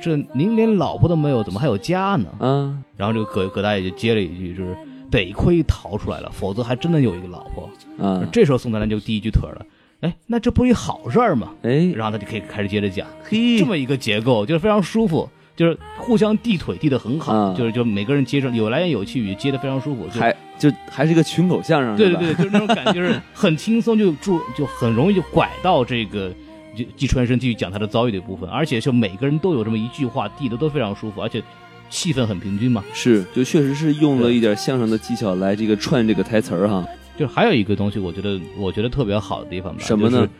[SPEAKER 3] 这您连老婆都没有，怎么还有家呢？
[SPEAKER 4] 啊，
[SPEAKER 3] 然后这个葛葛大爷就接了一句，就是得亏逃出来了，否则还真的有一个老婆。
[SPEAKER 4] 啊，
[SPEAKER 3] 这时候宋丹丹就第一句腿儿了，哎，那这不是一好事儿吗？
[SPEAKER 4] 哎，
[SPEAKER 3] 然后他就可以开始接着讲。
[SPEAKER 4] 嘿，
[SPEAKER 3] 这么一个结构，就是非常舒服，就是互相递腿递的很好，
[SPEAKER 4] 啊
[SPEAKER 3] 就是就每个人接着有来有去，接的非常舒服，就
[SPEAKER 4] 还就还是一个群口相声，
[SPEAKER 3] 对
[SPEAKER 4] 是吧
[SPEAKER 3] 对对，就是那种感觉， 就是很轻松就住就很容易就拐到这个。就季春生继续讲他的遭遇的部分，而且就每个人都有这么一句话递的都非常舒服，而且气氛很平均嘛。
[SPEAKER 4] 是，就确实是用了一点相声的技巧来这个串这个台词儿哈。
[SPEAKER 3] 就是还有一个东西，我觉得我觉得特别好的地方吧，
[SPEAKER 4] 什么呢
[SPEAKER 3] 就是？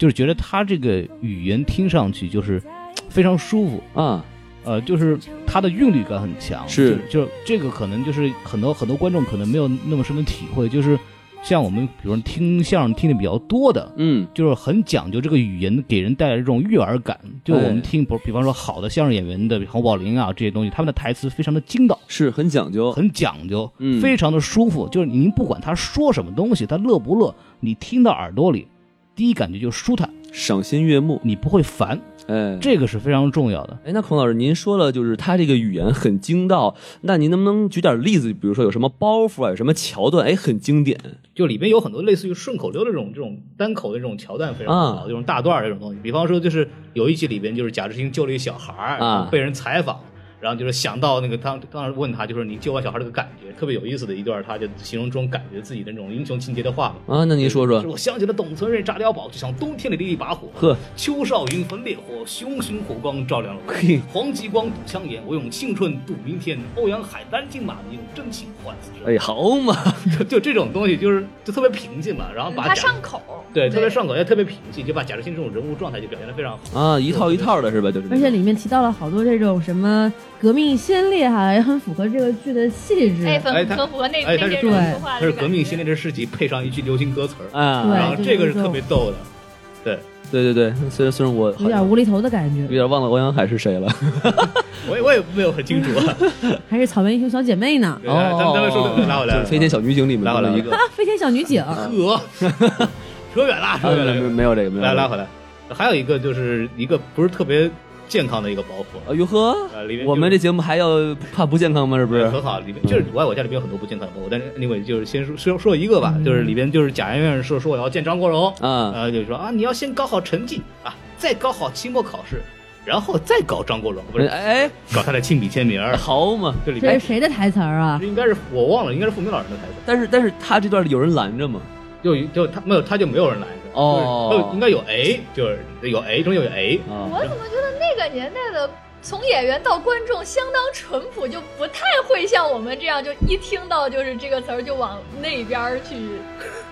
[SPEAKER 3] 就是觉得他这个语言听上去就是嘖非常舒服，
[SPEAKER 4] 啊，
[SPEAKER 3] 呃，就是它的韵律感很强。
[SPEAKER 4] 是
[SPEAKER 3] 就，就这个可能就是很多很多观众可能没有那么深的体会，就是像我们比如说听相声听的比较多的，
[SPEAKER 4] 嗯，
[SPEAKER 3] 就是很讲究这个语言给人带来这种悦耳感。就我
[SPEAKER 4] 哎
[SPEAKER 3] 们听，比比方说好的相声演员的侯宝林啊这些东西，他们的台词非常的精到，
[SPEAKER 4] 是很讲究，
[SPEAKER 3] 很讲究，
[SPEAKER 4] 嗯
[SPEAKER 3] 非常的舒服。就是您不管他说什么东西，他乐不乐，你听到耳朵里，第一感觉就舒坦，
[SPEAKER 4] 赏心悦目。
[SPEAKER 3] 你不会烦，
[SPEAKER 4] 哎，
[SPEAKER 3] 这个是非常重要的。
[SPEAKER 4] 哎，那孔老师，您说了，就是他这个语言很精到，那您能不能举点例子？比如说有什么包袱啊，有什么桥段，哎，很经典。
[SPEAKER 3] 就里边有很多类似于顺口溜的这种这种单口的这种桥段非常好，
[SPEAKER 4] 啊
[SPEAKER 3] 这种大段儿这种东西。比方说，就是有一集里边就是贾志清救了一小孩儿，
[SPEAKER 4] 啊
[SPEAKER 3] 然后被人采访，然后就是想到那个当当时问他就是你救完小孩儿这个感觉，特别有意思的一段，他就形容这种感觉自己的那种英雄情节的话嘛。
[SPEAKER 4] 啊，那您说
[SPEAKER 3] 就是
[SPEAKER 4] 说，
[SPEAKER 3] 我想起了董存瑞炸碉堡，就像冬天里的一把火。
[SPEAKER 4] 呵，
[SPEAKER 3] 邱少云焚烈火，熊熊火光照亮了我。
[SPEAKER 4] 嘿，
[SPEAKER 3] 黄继光堵枪眼，我用青春赌明天。欧阳海丹金马，你用真情换此生。
[SPEAKER 4] 哎，好嘛，
[SPEAKER 3] 就 就这种东西，就是就特别平静嘛，然后把贾
[SPEAKER 5] 他上口，
[SPEAKER 3] 对特别上口，也特别平静，就把贾志新这种人物状态就表现得非常好。
[SPEAKER 4] 啊，一套一套的是吧？就是那种，
[SPEAKER 6] 而且里面提到了好多这种什么革命先烈哈、也很符合这个剧的气质。
[SPEAKER 5] 哎，
[SPEAKER 3] 哎
[SPEAKER 5] 很
[SPEAKER 3] 他
[SPEAKER 5] 很符合那
[SPEAKER 3] 哎
[SPEAKER 5] 那
[SPEAKER 3] 他是
[SPEAKER 5] 些人说
[SPEAKER 6] 对
[SPEAKER 5] 话的
[SPEAKER 3] 他是
[SPEAKER 5] 感
[SPEAKER 3] 革命
[SPEAKER 5] 觉
[SPEAKER 3] 先烈的事迹，配上一句流行歌词儿，
[SPEAKER 6] 对
[SPEAKER 3] 然
[SPEAKER 4] 啊，
[SPEAKER 3] 后这个是
[SPEAKER 6] 就是这种
[SPEAKER 3] 特别逗的。对，
[SPEAKER 4] 对对对，虽然虽然我
[SPEAKER 6] 有
[SPEAKER 4] 好像
[SPEAKER 6] 点无厘头的感
[SPEAKER 4] 有
[SPEAKER 6] 觉，
[SPEAKER 4] 点忘了欧阳海是谁了。
[SPEAKER 3] 我也我也没有很清楚啊。
[SPEAKER 6] 还是草原英雄小姐妹呢，
[SPEAKER 3] 对他们他们 说的拉回来
[SPEAKER 4] 哦就
[SPEAKER 3] 了，
[SPEAKER 4] 是飞天小女警里面
[SPEAKER 3] 拉回来
[SPEAKER 4] 的
[SPEAKER 3] 了
[SPEAKER 4] 一个，
[SPEAKER 6] 啊，飞天小女警，
[SPEAKER 3] 鹅， 扯远了，
[SPEAKER 4] 啊
[SPEAKER 3] 扯远
[SPEAKER 4] 没有
[SPEAKER 3] 了，
[SPEAKER 4] 没有这个，没有
[SPEAKER 3] 来
[SPEAKER 4] 这个
[SPEAKER 3] 拉回来。还有一个就是一个不是特别健康的一个包袱，
[SPEAKER 4] 哎呦呵
[SPEAKER 3] 啊里面，就哎
[SPEAKER 4] 我们这节目还要怕不健康吗？是不是？
[SPEAKER 3] 很好，里面就是我爱我家里边有很多不健康的包袱，但是 anyway 就是先说说说一个吧，就是里边就是贾院士说说我要见张国荣，
[SPEAKER 4] 啊，
[SPEAKER 3] 呃，就是说啊，你要先搞好成绩啊，再搞好期末考试，然后再搞张国荣，不是
[SPEAKER 4] 哎，
[SPEAKER 3] 搞他的亲笔签名 儿。
[SPEAKER 4] 好嘛。
[SPEAKER 3] 这里
[SPEAKER 6] 这
[SPEAKER 3] 边
[SPEAKER 6] 是谁的台词儿啊？
[SPEAKER 3] 应该是我忘了，应该是傅明老师的台词，
[SPEAKER 4] 但是但是他这段有人拦着吗？
[SPEAKER 3] 就就他没有他就没有人拦着
[SPEAKER 4] 哦
[SPEAKER 3] 就是应该有 A，就是有 A 中有 A，
[SPEAKER 4] 啊，
[SPEAKER 5] 我怎么觉得那个年代的从演员到观众相当淳朴，就不太会像我们这样，就一听到就是这个词儿就往那边儿去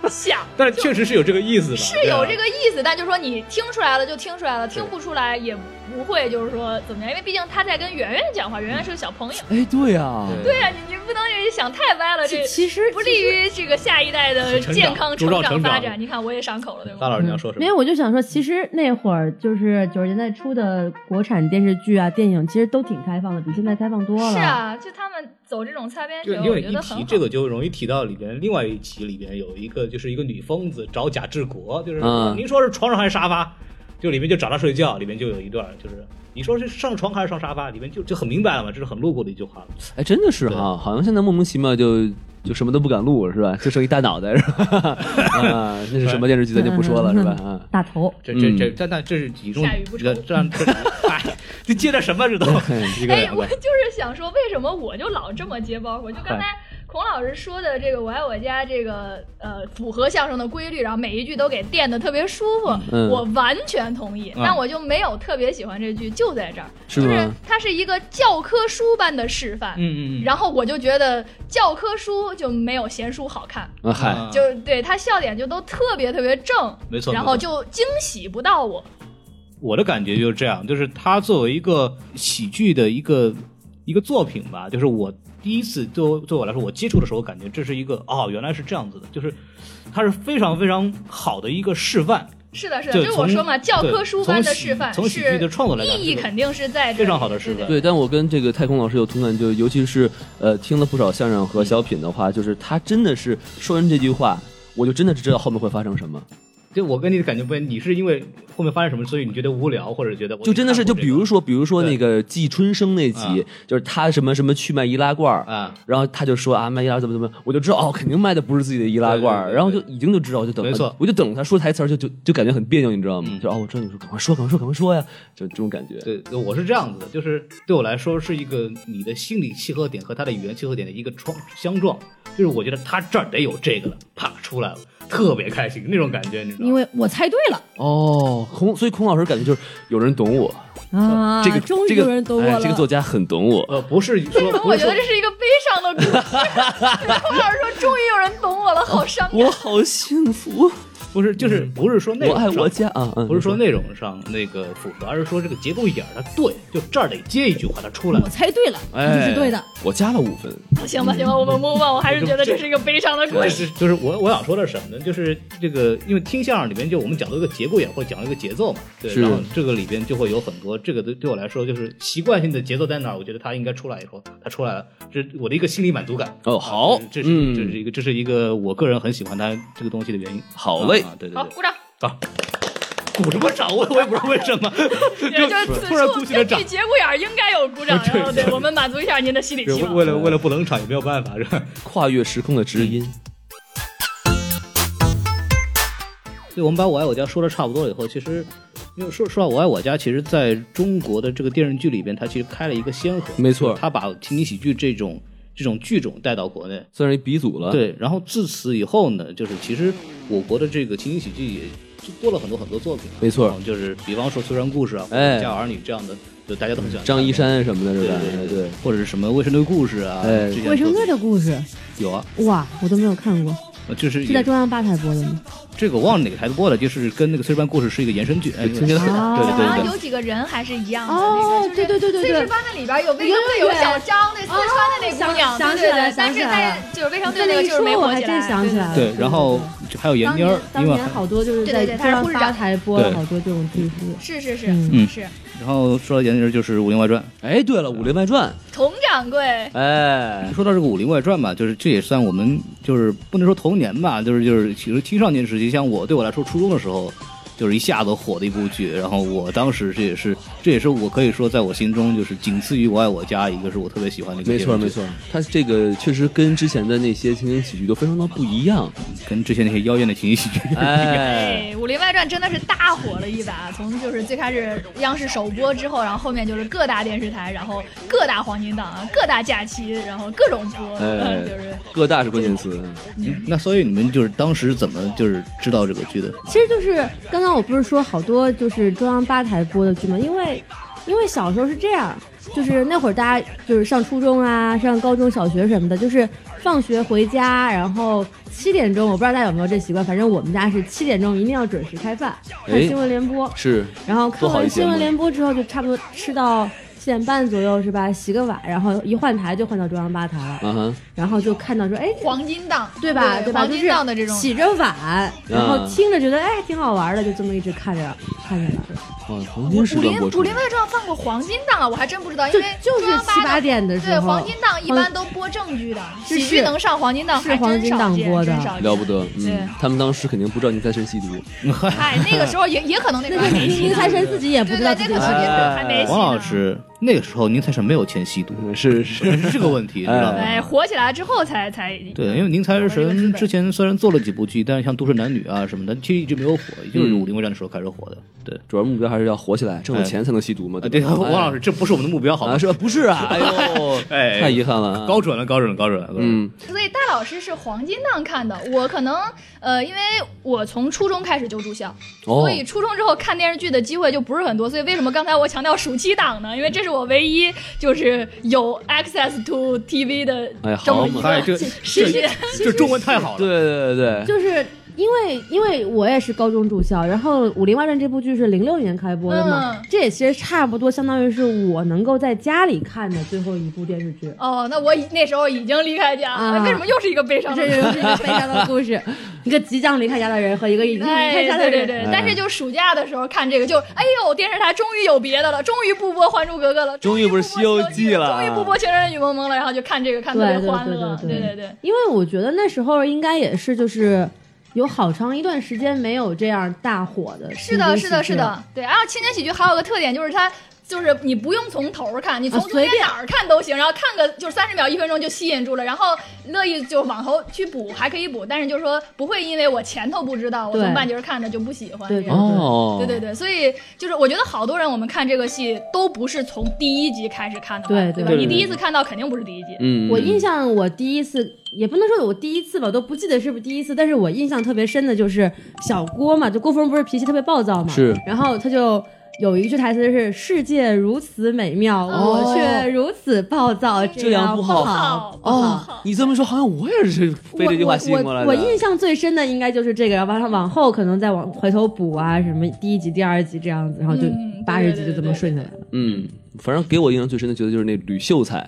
[SPEAKER 5] 想。
[SPEAKER 3] 但是确实是有这个意思吧？
[SPEAKER 5] 是有这
[SPEAKER 3] 个
[SPEAKER 5] 个意思，但就说你听出来了就听出来了，听不出来也不会就是说怎么样，因为毕竟他在跟圆圆讲话，圆圆是个小朋友。
[SPEAKER 4] 哎，对呀，
[SPEAKER 5] 对呀、你你不能就是想太歪了，这
[SPEAKER 6] 其实
[SPEAKER 5] 哎不利于这个下一代的
[SPEAKER 3] 成长
[SPEAKER 5] 健康
[SPEAKER 3] 茁壮成
[SPEAKER 5] 发
[SPEAKER 3] 长
[SPEAKER 5] 展。你看我也上口了，对
[SPEAKER 3] 大
[SPEAKER 5] 吧？
[SPEAKER 3] 老师你要说什
[SPEAKER 6] 因为
[SPEAKER 3] 么？
[SPEAKER 6] 嗯我就想说，其实那会儿就是九十年代初的国产电视剧啊、电影，其实都挺开放的，比现在开放多了。
[SPEAKER 5] 是，啊，就他们走这种擦边
[SPEAKER 3] 就
[SPEAKER 5] 球，
[SPEAKER 3] 因
[SPEAKER 5] 我
[SPEAKER 3] 为
[SPEAKER 5] 觉
[SPEAKER 3] 一
[SPEAKER 5] 得很
[SPEAKER 3] 提
[SPEAKER 5] 好。
[SPEAKER 3] 这个就容易提到里边另外一集里边有一个就是一个女疯子找贾志国，就是、哦
[SPEAKER 4] 嗯
[SPEAKER 3] 您说是床上还是沙发？就里面就找他睡觉，里面就有一段就是你说是上床还是上沙发，里面就就很明白了嘛，这是很露骨的一句话了。
[SPEAKER 4] 哎，真的是
[SPEAKER 3] 对
[SPEAKER 4] 哈，好像现在莫名其妙就就什么都不敢录是吧？ 就剩一大脑袋是吧？ 啊，那是什么电视剧咱就不说了是吧？啊，
[SPEAKER 6] 大头，
[SPEAKER 3] 这这
[SPEAKER 4] 嗯
[SPEAKER 3] 这，但但这是几种
[SPEAKER 5] 下雨不
[SPEAKER 3] 这
[SPEAKER 5] 愁
[SPEAKER 3] 这样这， 哎，这接着什么这都一个
[SPEAKER 5] 哎，
[SPEAKER 3] 两
[SPEAKER 5] 我
[SPEAKER 3] 个，
[SPEAKER 5] 就是想说，为什么我就老这么接包袱？就刚才孔老师说的这个“我爱我家”这个呃，符合相声的规律，然后每一句都给垫的特别舒服，
[SPEAKER 4] 嗯
[SPEAKER 5] 我完全同意。
[SPEAKER 3] 嗯
[SPEAKER 5] 但我就没有特别喜欢这句，就在这儿，
[SPEAKER 4] 是
[SPEAKER 5] 就
[SPEAKER 4] 吗
[SPEAKER 5] 是它是一个教科书般的示范。
[SPEAKER 3] 嗯嗯嗯，
[SPEAKER 5] 然后我就觉得教科书就没有闲书好看，
[SPEAKER 4] 啊嗨，
[SPEAKER 3] 啊
[SPEAKER 5] 就对他笑点就都特别特别正，
[SPEAKER 3] 没错
[SPEAKER 5] 然
[SPEAKER 3] 没
[SPEAKER 5] 后
[SPEAKER 3] 错
[SPEAKER 5] 就惊喜不到我。
[SPEAKER 3] 我的感觉就是这样，就是它作为一个喜剧的一个一个作品吧，就是我第一次对我对我来说，我接触的时候感觉这是一个哦，原来是这样子的，就是它是非常非常好的一个示范，
[SPEAKER 5] 是的，是的，
[SPEAKER 3] 就
[SPEAKER 5] 就是我
[SPEAKER 3] 从
[SPEAKER 5] 说嘛，教
[SPEAKER 3] 对
[SPEAKER 5] 科书
[SPEAKER 3] 从
[SPEAKER 5] 般的
[SPEAKER 3] 喜
[SPEAKER 5] 示范
[SPEAKER 3] 从喜
[SPEAKER 5] 是
[SPEAKER 3] 剧的创作来讲
[SPEAKER 5] 意义
[SPEAKER 3] 这个
[SPEAKER 5] 肯定是在这嗯
[SPEAKER 3] 非常
[SPEAKER 5] 里
[SPEAKER 3] 好的示
[SPEAKER 5] 对
[SPEAKER 3] 范。
[SPEAKER 4] 对，但我跟这个太空老师有同感，就尤其是呃听了不少相声和小品的话，就是他真的是说完这句话，我就真的知道后面会发生什么。
[SPEAKER 3] 就我跟你的感觉不一样，你是因为后面发生什么，所以你觉得无聊，或者觉得我
[SPEAKER 4] 就真的是，
[SPEAKER 3] 看过这
[SPEAKER 4] 就
[SPEAKER 3] 个
[SPEAKER 4] 比如说，比如说那个季春生那集
[SPEAKER 3] 啊，
[SPEAKER 4] 就是他什么什么去卖易拉罐儿
[SPEAKER 3] 啊，
[SPEAKER 4] 然后他就说啊卖易拉怎么怎么，我就知道哦，肯定卖的不是自己的易拉罐
[SPEAKER 3] 对对
[SPEAKER 4] 儿，
[SPEAKER 3] 对
[SPEAKER 4] 然后就已经就知道，我就等，
[SPEAKER 3] 没错
[SPEAKER 4] 我就等着他说台词儿，就就就感觉很别扭，你知道吗？
[SPEAKER 3] 嗯
[SPEAKER 4] 就哦，我知道你说赶快说，赶快说，赶快说呀，就这种感觉。
[SPEAKER 3] 对，我是这样子的，就是对我来说是一个你的心理契合点和他的语言契合点的一个撞相撞，就是我觉得他这儿得有这个了，啪出来了，特别开心那种感觉，你知道吗？
[SPEAKER 6] 因为我猜对了，
[SPEAKER 4] 哦，孔，所以孔老师感觉就是有人懂我，
[SPEAKER 6] 啊，
[SPEAKER 4] 这个
[SPEAKER 6] 终于
[SPEAKER 4] 这
[SPEAKER 6] 有
[SPEAKER 4] 个
[SPEAKER 6] 人懂我
[SPEAKER 4] 哎
[SPEAKER 6] 了。
[SPEAKER 4] 这个作家很 懂我，
[SPEAKER 3] 呃，不是说不
[SPEAKER 5] 我
[SPEAKER 3] 是
[SPEAKER 5] 觉
[SPEAKER 3] 说
[SPEAKER 5] 得这是一个悲伤的故 事。 孔老师说：“终于有人懂我了，好伤感。
[SPEAKER 4] 我好幸福，
[SPEAKER 3] 不是就是不是说内
[SPEAKER 4] 嗯我
[SPEAKER 3] 容
[SPEAKER 4] 爱
[SPEAKER 3] 上，
[SPEAKER 4] 我家啊，嗯
[SPEAKER 3] 不是说内容上那个符合，而是说这个节奏一点儿它对，就这儿得接一句话，它出来
[SPEAKER 6] 我
[SPEAKER 3] 了。
[SPEAKER 6] 猜对了，
[SPEAKER 4] 哎
[SPEAKER 6] 你是对的。
[SPEAKER 4] 我加了五分，
[SPEAKER 5] 行吧，行吧，我们 move on。我还是觉得这是一个悲伤的故
[SPEAKER 3] 但
[SPEAKER 5] 事。
[SPEAKER 3] 是就是我我想说的是什么呢？就是这个，因为听相声里面就我们讲到一个节骨眼或者讲到一个节奏嘛，对，
[SPEAKER 4] 是
[SPEAKER 3] 然后这个里边就会有很多这个对对我来说就是习惯性的节奏在哪儿，我觉得它应该出来以后，它出来了，这是我的一个心理满足感。
[SPEAKER 4] 哦好
[SPEAKER 3] 啊这是
[SPEAKER 4] 嗯
[SPEAKER 3] 这是一个这是一个我个人很喜欢它这个东西的原因。
[SPEAKER 4] 好嘞
[SPEAKER 3] 啊，对对
[SPEAKER 5] 好，
[SPEAKER 3] 对，
[SPEAKER 5] 鼓掌。
[SPEAKER 3] 鼓什么掌？我我也不知道为什么，
[SPEAKER 5] 也就是
[SPEAKER 3] 就
[SPEAKER 5] 此
[SPEAKER 3] 突然鼓
[SPEAKER 5] 处
[SPEAKER 3] 起了
[SPEAKER 5] 根
[SPEAKER 3] 掌
[SPEAKER 5] 据。节骨眼儿应该有鼓掌，然后对我们满足一下您的心理
[SPEAKER 3] 是
[SPEAKER 5] 期
[SPEAKER 3] 为
[SPEAKER 5] 望。
[SPEAKER 3] 为了为了不冷场也没有办法，是吧？
[SPEAKER 4] 跨越时空的知音，
[SPEAKER 3] 对，我们把《我爱我家》说的差不多了以后，其实，因为说实话，《我爱我家》其实在中国的这个电视剧里边，它其实开了一个先河，
[SPEAKER 4] 没错
[SPEAKER 3] 就是它把情景喜剧这种这种剧种带到国内。
[SPEAKER 4] 算是一鼻祖了。，
[SPEAKER 3] 对，然后自此以后呢，就是其实我国的这个情景喜剧也多了很多很多作品，
[SPEAKER 4] 没错
[SPEAKER 3] 然后就是比方说《虽然故事》啊，或者
[SPEAKER 4] 哎
[SPEAKER 3] 家有儿女》这样的，就大家都很喜欢看。
[SPEAKER 4] 张一山什么的，是
[SPEAKER 3] 对
[SPEAKER 4] 吧？
[SPEAKER 3] 对
[SPEAKER 4] 哎
[SPEAKER 3] 对，或者是什么卫生队故事啊，
[SPEAKER 4] 哎
[SPEAKER 3] 这些
[SPEAKER 6] 卫生队
[SPEAKER 3] 作哎
[SPEAKER 6] 的故事，
[SPEAKER 3] 品有啊，
[SPEAKER 6] 哇，我都没有看过，
[SPEAKER 3] 就是
[SPEAKER 6] 是
[SPEAKER 3] 也
[SPEAKER 6] 在中央八台播的吗？
[SPEAKER 3] 这个我忘了哪个台子播的，就是跟那个《炊事班故事》是一个延伸剧，哎，
[SPEAKER 4] 中间
[SPEAKER 3] 对对
[SPEAKER 5] 然
[SPEAKER 3] 对
[SPEAKER 5] 后
[SPEAKER 3] 对
[SPEAKER 5] 有几个人还是一样的，那个
[SPEAKER 6] 哦
[SPEAKER 5] 就是
[SPEAKER 6] 对对对对对
[SPEAKER 5] 炊事班的里边有卫生队，有小张，那四川的那姑娘，
[SPEAKER 6] 哦想
[SPEAKER 5] 对对
[SPEAKER 6] 想起来
[SPEAKER 5] 对，但是
[SPEAKER 6] 想起来
[SPEAKER 5] 但是就是卫生队
[SPEAKER 6] 了这么
[SPEAKER 5] 那个
[SPEAKER 6] 一
[SPEAKER 5] 就是没
[SPEAKER 6] 说，我
[SPEAKER 5] 火
[SPEAKER 6] 还
[SPEAKER 5] 起
[SPEAKER 6] 真
[SPEAKER 5] 来。
[SPEAKER 6] 想起来了。
[SPEAKER 3] 对，然后就还有闫妮儿，
[SPEAKER 6] 当
[SPEAKER 3] 另外
[SPEAKER 6] 年
[SPEAKER 3] 还，
[SPEAKER 6] 好多就是
[SPEAKER 5] 对
[SPEAKER 6] 在
[SPEAKER 5] 对对
[SPEAKER 6] 中
[SPEAKER 5] 他是
[SPEAKER 6] 央
[SPEAKER 5] 护士
[SPEAKER 6] 八
[SPEAKER 5] 长
[SPEAKER 6] 台播了
[SPEAKER 3] 对
[SPEAKER 6] 好多这种剧集。
[SPEAKER 5] 是是是、
[SPEAKER 6] 嗯
[SPEAKER 5] 是，
[SPEAKER 3] 然后说到闫妮儿就是《武林外传
[SPEAKER 4] 哎，对了，《武林外传
[SPEAKER 5] 佟掌柜》。
[SPEAKER 4] 哎，
[SPEAKER 3] 说到这个《武林外传》吧，就是这也算我们就是不能说童年吧，就是就是其实青少年时期，像我对我来说，初中的时候。就是一下子火的一部剧，然后我当时这也是，这也是我可以说在我心中就是仅次于《我爱我家》，一个是我特别喜欢的一个
[SPEAKER 4] 没错
[SPEAKER 3] 电视
[SPEAKER 4] 没
[SPEAKER 3] 剧，
[SPEAKER 4] 错，它这个确实跟之前的那些情景喜剧都非常的不一样。
[SPEAKER 3] 跟之前那些妖艳的情景喜剧，
[SPEAKER 4] 哎，
[SPEAKER 5] 哎，《武林外传》真的是大火了一把，从就是最开始央视首播之后，然后后面就是各大电视台，然后各大黄金档啊，各大假期，然后各种播，
[SPEAKER 4] 哎
[SPEAKER 5] 就是
[SPEAKER 4] 各大是关键词。
[SPEAKER 3] 那所以你们就是当时怎么就是知道这个剧的？
[SPEAKER 6] 其实就是刚刚我不是说好多就是中央八台播的剧吗？因为因为小时候是这样，就是那会儿大家就是上初中啊，上高中小学什么的，就是放学回家，然后七点钟，我不知道大家有没有这习惯，反正我们家是七点钟一定要准时开饭，看
[SPEAKER 4] 哎
[SPEAKER 6] 新闻联播，
[SPEAKER 4] 是，
[SPEAKER 6] 然后看
[SPEAKER 4] 多好一
[SPEAKER 6] 完
[SPEAKER 4] 节
[SPEAKER 6] 新闻
[SPEAKER 4] 目
[SPEAKER 6] 联播之后，就差不多吃到七点半左右是吧？洗个碗，然后一换台就换到中央八台了，
[SPEAKER 4] 啊哈，
[SPEAKER 6] 然后就看到说，哎，
[SPEAKER 5] 黄金档，
[SPEAKER 6] 对吧？
[SPEAKER 5] 对
[SPEAKER 6] 吧？
[SPEAKER 5] 黄
[SPEAKER 6] 就
[SPEAKER 5] 金
[SPEAKER 6] 是
[SPEAKER 5] 档的这种。
[SPEAKER 6] 洗着碗，然后听着觉得哎挺好玩的，就这么一直看着看着了。
[SPEAKER 4] 哇，哦黄金时
[SPEAKER 5] 武
[SPEAKER 4] 段
[SPEAKER 5] 林
[SPEAKER 4] 播
[SPEAKER 5] 武
[SPEAKER 4] 出
[SPEAKER 5] 林。外传放过黄金档啊，我还真不知道，因
[SPEAKER 6] 就
[SPEAKER 5] 为
[SPEAKER 6] 就是
[SPEAKER 5] 中央
[SPEAKER 6] 七八
[SPEAKER 5] 档
[SPEAKER 6] 点的时
[SPEAKER 5] 对
[SPEAKER 6] 候
[SPEAKER 5] 黄金档一般
[SPEAKER 6] 嗯
[SPEAKER 5] 都播正剧的，
[SPEAKER 6] 是
[SPEAKER 5] 喜剧
[SPEAKER 6] 是
[SPEAKER 5] 能上黄金档
[SPEAKER 6] 是
[SPEAKER 5] 还
[SPEAKER 6] 黄
[SPEAKER 5] 真
[SPEAKER 6] 金
[SPEAKER 5] 少
[SPEAKER 6] 档
[SPEAKER 5] 见
[SPEAKER 6] 播
[SPEAKER 5] 真
[SPEAKER 6] 的
[SPEAKER 5] 少见
[SPEAKER 4] 了不得，
[SPEAKER 5] 对
[SPEAKER 4] 嗯，他们当时肯定不知道您在身吸毒，
[SPEAKER 5] 嗨，哎那个时候也 也可能那时候还没戏
[SPEAKER 6] 宁
[SPEAKER 5] 呢，
[SPEAKER 6] 财神自己也不
[SPEAKER 5] 对
[SPEAKER 6] 知道
[SPEAKER 5] 对，
[SPEAKER 6] 自
[SPEAKER 5] 那
[SPEAKER 6] 己
[SPEAKER 5] 可能
[SPEAKER 6] 是
[SPEAKER 5] 也还没戏呢。
[SPEAKER 3] 王
[SPEAKER 4] 啊
[SPEAKER 3] 老师那个时候宁财神没有钱吸毒，
[SPEAKER 4] 是是，
[SPEAKER 3] 是这个问 题，你知道吗？
[SPEAKER 5] 哎，火起来之后才才
[SPEAKER 3] 对，因为宁财
[SPEAKER 5] 我这个
[SPEAKER 3] 神
[SPEAKER 5] 是的
[SPEAKER 3] 之前虽然做了几部剧，但是像《都市男女》啊什么的，其实一直没有火，也就是
[SPEAKER 4] 嗯
[SPEAKER 3] 《武林外传》的时候开始火的。对，
[SPEAKER 4] 主要目标还是要火起来，挣了钱才能吸毒嘛。
[SPEAKER 3] 啊，对，
[SPEAKER 4] 吧
[SPEAKER 3] 王老师，这不是我们的目标，好
[SPEAKER 4] 啊，
[SPEAKER 3] 吗？
[SPEAKER 4] 是吧不是 啊？哎呦，
[SPEAKER 3] 哎
[SPEAKER 4] 太遗憾了啊。
[SPEAKER 3] 高准了，高准了，高准了。高准了
[SPEAKER 4] 嗯，
[SPEAKER 5] 所以大老师是黄金档看的，我可能呃，因为我从初中开始就住校，
[SPEAKER 4] 哦
[SPEAKER 5] 所以初中之后看电视剧的机会就不是很多。所以为什么刚才我强调暑期档呢？因为这是我唯一就是有 access to TV 的
[SPEAKER 4] 哎呀
[SPEAKER 5] 这么一
[SPEAKER 4] 好
[SPEAKER 5] 个、
[SPEAKER 4] 嘛
[SPEAKER 3] 哎，这
[SPEAKER 5] 是
[SPEAKER 3] 这这中文太好
[SPEAKER 4] 对
[SPEAKER 3] 了。
[SPEAKER 4] 对对对，
[SPEAKER 6] 就是因为因为我也是高中住校，然后《武林外传》这部剧是零六年开播的嘛，
[SPEAKER 5] 嗯
[SPEAKER 6] 这也其实差不多相当于是我能够在家里看的最后一部电视剧。
[SPEAKER 5] 哦，那我已那时候已经离开家了，
[SPEAKER 6] 啊
[SPEAKER 5] 为什么又是一个悲伤的
[SPEAKER 6] 这
[SPEAKER 5] 故事？
[SPEAKER 6] 就是一个悲伤的 故事，一个即将离开家的人和一个已经离开
[SPEAKER 5] 哎，
[SPEAKER 6] 家的
[SPEAKER 5] 对对
[SPEAKER 6] 人。
[SPEAKER 5] 对，但是就暑假的时候看这个，就哎呦，电视台终于有别的了，终于不播《还珠格格》了，
[SPEAKER 4] 终于
[SPEAKER 5] 于
[SPEAKER 4] 不是
[SPEAKER 5] 播
[SPEAKER 4] 西游记了
[SPEAKER 5] 终于不播《情人雨蒙蒙》了，然后就看这个，看特别欢乐，
[SPEAKER 6] 对对对
[SPEAKER 5] 对
[SPEAKER 6] 对
[SPEAKER 5] 对。
[SPEAKER 6] 因为我觉得那时候应该也是就是有好长一段时间没有这样大火的
[SPEAKER 5] 是
[SPEAKER 6] 情景喜剧
[SPEAKER 5] 的，是
[SPEAKER 6] 了，
[SPEAKER 5] 的，是的，对。然后青年喜剧还有个特点就是它。就是你不用从头儿看，你从
[SPEAKER 6] 啊
[SPEAKER 5] 中
[SPEAKER 6] 随
[SPEAKER 5] 间
[SPEAKER 6] 便
[SPEAKER 5] 哪儿看都行，然后看个就是三十秒、一分钟就吸引住了，然后乐意就往后去补，还可以补，但是就是说不会因为我前头不知道，我
[SPEAKER 6] 对
[SPEAKER 5] 从半截儿看着就不喜欢。
[SPEAKER 6] 对
[SPEAKER 5] 这样
[SPEAKER 4] 哦，
[SPEAKER 5] 对对对，所以就是我觉得好多人我们看这个戏都不是从第一集开始看的吧，
[SPEAKER 6] 对
[SPEAKER 5] 对
[SPEAKER 6] 对
[SPEAKER 5] 吧？
[SPEAKER 4] 对
[SPEAKER 5] 你
[SPEAKER 4] 对
[SPEAKER 5] 第一次看到肯定不是第一集。
[SPEAKER 4] 嗯，
[SPEAKER 6] 我印象，我第一次也不能说我第一次吧，我都不记得是不是第一次，但是我印象特别深的就是小郭嘛，就郭芙蓉不是脾气特别暴躁嘛，
[SPEAKER 4] 是
[SPEAKER 6] 然后他就有一句台词是“世界如此美妙，
[SPEAKER 4] 哦
[SPEAKER 6] 我却如此暴躁”，
[SPEAKER 4] 这样不
[SPEAKER 6] 不
[SPEAKER 4] 好
[SPEAKER 6] 好不好
[SPEAKER 4] 哦，你这么说，好像我也是被这句话吸引过来的。
[SPEAKER 6] 我我我印象最深的应该就是这个，然后往往后可能再往回头补啊，什么第一集、第二集这样子，然后就
[SPEAKER 5] 嗯
[SPEAKER 6] 八十集
[SPEAKER 5] 对对
[SPEAKER 6] 就这么顺下来了。
[SPEAKER 4] 嗯，反正给我印象最深的，觉得就是那吕秀 才，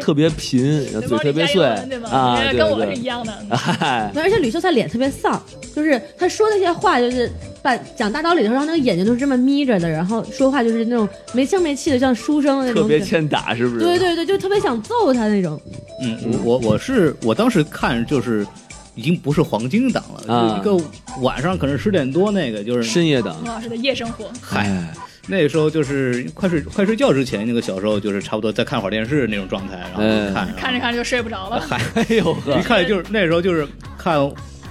[SPEAKER 4] 特别贫，然后嘴特别碎
[SPEAKER 5] 对吗？
[SPEAKER 4] 啊，对
[SPEAKER 5] 跟我是一
[SPEAKER 4] 对。
[SPEAKER 5] 样 的。嗯
[SPEAKER 4] 哎，
[SPEAKER 6] 而且吕秀才脸特别丧，就是他说那些话，就是把讲大道理的时候，他那个眼睛都是这么眯着的，然后说话就是那种没声没气的，像书生的那种
[SPEAKER 4] 特
[SPEAKER 6] 感
[SPEAKER 4] 别
[SPEAKER 6] 觉。
[SPEAKER 4] 欠打，是不是？
[SPEAKER 6] 对对对，就特别想揍他那种。
[SPEAKER 3] 嗯，我我我是我当时看就是已经不是黄金档了，
[SPEAKER 4] 啊
[SPEAKER 3] 就是一个晚上可能十点多那个就是
[SPEAKER 4] 深夜党哎
[SPEAKER 5] 冯，老师的夜生活，
[SPEAKER 3] 嗨。那个时候就是快睡快睡觉之前，那个小时候就是差不多再看会儿电视那种状态，然后
[SPEAKER 4] 哎
[SPEAKER 3] 就看
[SPEAKER 5] 看着看着就睡不着了。
[SPEAKER 3] 嗨，
[SPEAKER 4] 哎呦呵
[SPEAKER 3] 嗯一，看 就是那时候就是看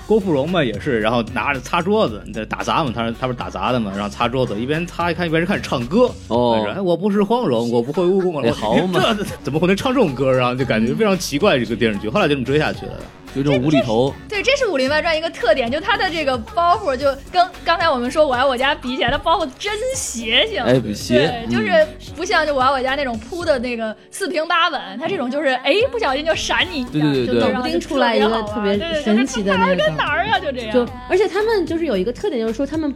[SPEAKER 3] 郭芙蓉嘛，也是，然后拿着擦桌子，那打砸嘛，他他不是打砸的嘛，然后擦桌子，一边擦一看一边看唱歌。
[SPEAKER 4] 哦
[SPEAKER 3] 说哎，我不是黄蓉，我不会乌龙，
[SPEAKER 4] 哎
[SPEAKER 3] 我
[SPEAKER 4] 好嘛
[SPEAKER 3] 这怎么会能唱这种歌啊？就感觉非常奇怪这个电视剧，后来就这么追下去了。
[SPEAKER 4] 有种无厘头，
[SPEAKER 5] 对，这是《武林外传》一个特点，就它的这个包袱就跟刚才我们说《我爱我家》比起来，它包袱真邪性。
[SPEAKER 4] 哎，比
[SPEAKER 5] 对
[SPEAKER 4] 鞋，，
[SPEAKER 5] 就是不像就我爱我家那种铺的那个四平八稳，它这种就是哎不小心就闪你一下，
[SPEAKER 4] 对对对
[SPEAKER 5] 就
[SPEAKER 4] 对
[SPEAKER 5] 能让
[SPEAKER 6] 补
[SPEAKER 5] 人
[SPEAKER 6] 丁出来一个特别
[SPEAKER 5] 对对对
[SPEAKER 6] 神奇的那个
[SPEAKER 5] 这跟哪儿呀？就这样，
[SPEAKER 6] 就而且他们就是有一个特点，就是说他们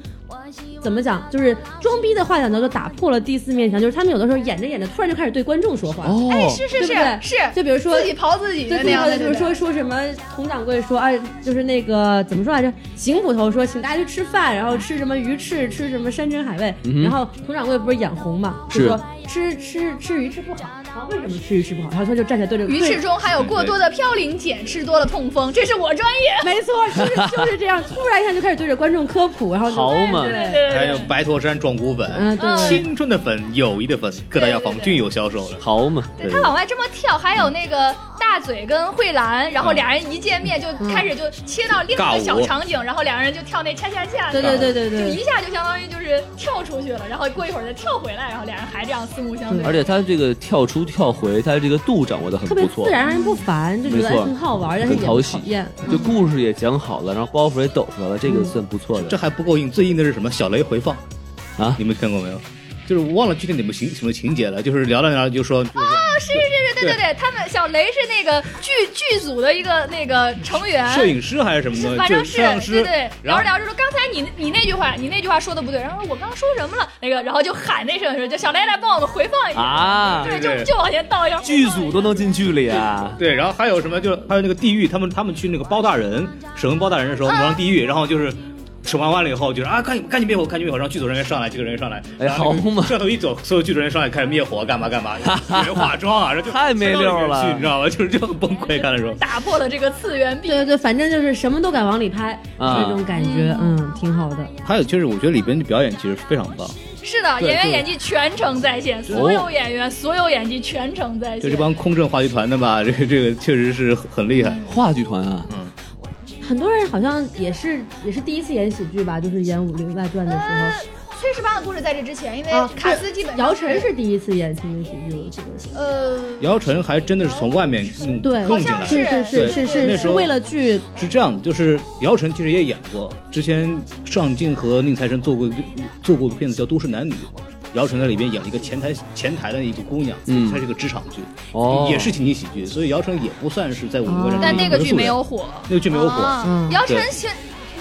[SPEAKER 6] 怎么讲，就是装逼的话讲叫做打破了第四面墙，就是他们有的时候演着演着，突然就开始对观众说话。
[SPEAKER 4] 哦，
[SPEAKER 5] 哎是是
[SPEAKER 6] 对不对
[SPEAKER 5] 是是，
[SPEAKER 6] 就比如说
[SPEAKER 5] 自己刨自己
[SPEAKER 6] 对
[SPEAKER 5] 的那
[SPEAKER 6] 对
[SPEAKER 5] 样
[SPEAKER 6] 对，
[SPEAKER 5] 的，
[SPEAKER 6] 就是说说什么佟掌柜说，哎，就是那个怎么说来着？邢捕头说请大家去吃饭，然后吃什么鱼翅，吃什么山珍海味。
[SPEAKER 4] 嗯哼
[SPEAKER 6] 然后佟掌柜不是眼红嘛，就是说吃吃吃鱼翅不好，啊，为什么吃鱼翅不好？然后他就站起来对着
[SPEAKER 5] 鱼
[SPEAKER 6] 对
[SPEAKER 5] 翅中含有过多的嘌呤碱，吃多了痛风，这是我专业。
[SPEAKER 6] 没错，就是就是这 样，突然一下就开始对着观众科普，然后就
[SPEAKER 4] 好嘛
[SPEAKER 6] 对对对
[SPEAKER 5] 对
[SPEAKER 3] 还有白驼山壮骨粉，
[SPEAKER 6] 嗯，对，
[SPEAKER 3] 青春的粉，友谊的粉，各大药房均有销售的。
[SPEAKER 4] 好嘛，
[SPEAKER 5] 对他往外这么跳，还有那个大嘴跟慧兰，然后
[SPEAKER 3] 嗯
[SPEAKER 5] 俩人一见面就
[SPEAKER 6] 嗯
[SPEAKER 5] 开始就切到另一
[SPEAKER 3] 尬
[SPEAKER 5] 个
[SPEAKER 3] 舞
[SPEAKER 5] 小场景，然后两人就跳那恰恰恰，
[SPEAKER 6] 对对对对
[SPEAKER 5] 就
[SPEAKER 6] 对
[SPEAKER 5] 一下就相当于就是跳出去了，然后过一会儿再跳回来，然后俩人还这样四目相对
[SPEAKER 4] 而。且他这个跳出跳回，他这个度掌握的很
[SPEAKER 6] 特
[SPEAKER 4] 不
[SPEAKER 6] 别
[SPEAKER 4] 错
[SPEAKER 6] 自，然，让人不烦，就觉得
[SPEAKER 4] 没错
[SPEAKER 6] 哎很好玩，但是
[SPEAKER 4] 很
[SPEAKER 6] 也
[SPEAKER 4] 讨
[SPEAKER 6] 不
[SPEAKER 4] 喜
[SPEAKER 6] 讨厌。嗯
[SPEAKER 4] 就故事也讲好了，然后包袱也抖出来了，这个算不错
[SPEAKER 3] 这
[SPEAKER 4] 的。
[SPEAKER 3] 还不够硬，最硬的是什么？小雷回放
[SPEAKER 4] 啊
[SPEAKER 3] 你们看过没有？就是我忘了具体哪部情什么情节了，就是聊着聊着就说，就是
[SPEAKER 5] 哦是是是，对对对，他们小雷是那个剧剧组的一个那个成员，
[SPEAKER 3] 摄影师还是什么
[SPEAKER 5] 啊是，
[SPEAKER 3] 的，
[SPEAKER 5] 反
[SPEAKER 3] 就
[SPEAKER 5] 正
[SPEAKER 3] 是
[SPEAKER 5] 是
[SPEAKER 3] 摄像
[SPEAKER 5] 对
[SPEAKER 3] 师，
[SPEAKER 5] 对。
[SPEAKER 3] 然
[SPEAKER 5] 聊
[SPEAKER 3] 后
[SPEAKER 5] 着聊着说，刚才你你那句话，你那句话说的不对。然后我刚说什么了？那个，然后就喊那摄影师，就小雷来帮我们回放一下。
[SPEAKER 4] 啊，
[SPEAKER 5] 对，
[SPEAKER 3] 对
[SPEAKER 5] 就就往前倒一下。
[SPEAKER 4] 剧组都能进剧里啊，
[SPEAKER 3] 对，然后还有什么？就还有那个地狱，他们他们去那个包大人审问包大人的时候，
[SPEAKER 5] 啊
[SPEAKER 3] 魔上地狱，然后就是审完完了以后，就是啊，赶紧赶紧灭火，赶紧灭火，然后剧组人员上来，几个人员上来，
[SPEAKER 4] 哎
[SPEAKER 3] 然后那个
[SPEAKER 4] 好嘛
[SPEAKER 3] 摄像头一走，所有剧组人员上来开始灭火，干嘛 干嘛，有人化妆啊，然后就
[SPEAKER 4] 太没溜儿了
[SPEAKER 3] 相当于去你知道吧？就是就很崩溃，看的时候。
[SPEAKER 5] 打破了这个次元壁
[SPEAKER 6] 对。对对，反正就是什么都敢往里拍，
[SPEAKER 4] 啊
[SPEAKER 6] 这种感觉，嗯，挺好的。
[SPEAKER 3] 还有就是，我觉得里边的表演其实非常棒，
[SPEAKER 5] 是的，
[SPEAKER 3] 对
[SPEAKER 5] 演员
[SPEAKER 3] 对
[SPEAKER 5] 演技全程在线，所有演员所有演技全程在
[SPEAKER 3] 就
[SPEAKER 5] 线
[SPEAKER 3] 这。帮空政话剧团的吧，这个这个确实是很厉害。
[SPEAKER 5] 嗯
[SPEAKER 4] 话剧团啊，
[SPEAKER 6] 很多人好像也是也是第一次演喜剧吧，就是演《武林外传》的
[SPEAKER 5] 呃
[SPEAKER 6] 时，
[SPEAKER 5] 崔十八的故事在这之前，因为
[SPEAKER 6] 候，啊，
[SPEAKER 5] 卡斯基本上
[SPEAKER 6] 姚晨是第一次演情景喜剧，我记得是。
[SPEAKER 5] 呃，
[SPEAKER 3] 姚晨还真的是从外面嗯
[SPEAKER 6] 对，
[SPEAKER 3] 弄进来的，
[SPEAKER 6] 是是
[SPEAKER 3] 对
[SPEAKER 6] 是是
[SPEAKER 3] 那
[SPEAKER 6] 是
[SPEAKER 3] 时
[SPEAKER 6] 是
[SPEAKER 3] 候
[SPEAKER 6] 为了剧，
[SPEAKER 3] 是这样的，就是姚晨其实也演过，之前尚敬和宁财神做过一个做过一个片子叫《都市男女》，姚晨在里边演了一个前台前台的一个姑娘，
[SPEAKER 4] 嗯
[SPEAKER 3] 她是一个职场剧，
[SPEAKER 4] 哦
[SPEAKER 3] 也是情景喜剧，所以姚晨也不算是在我们
[SPEAKER 6] 哦
[SPEAKER 3] 国人
[SPEAKER 5] 但那个剧没有，火。
[SPEAKER 3] 那个剧没有火，
[SPEAKER 5] 啊
[SPEAKER 6] 嗯
[SPEAKER 5] 姚晨
[SPEAKER 3] 对
[SPEAKER 5] 现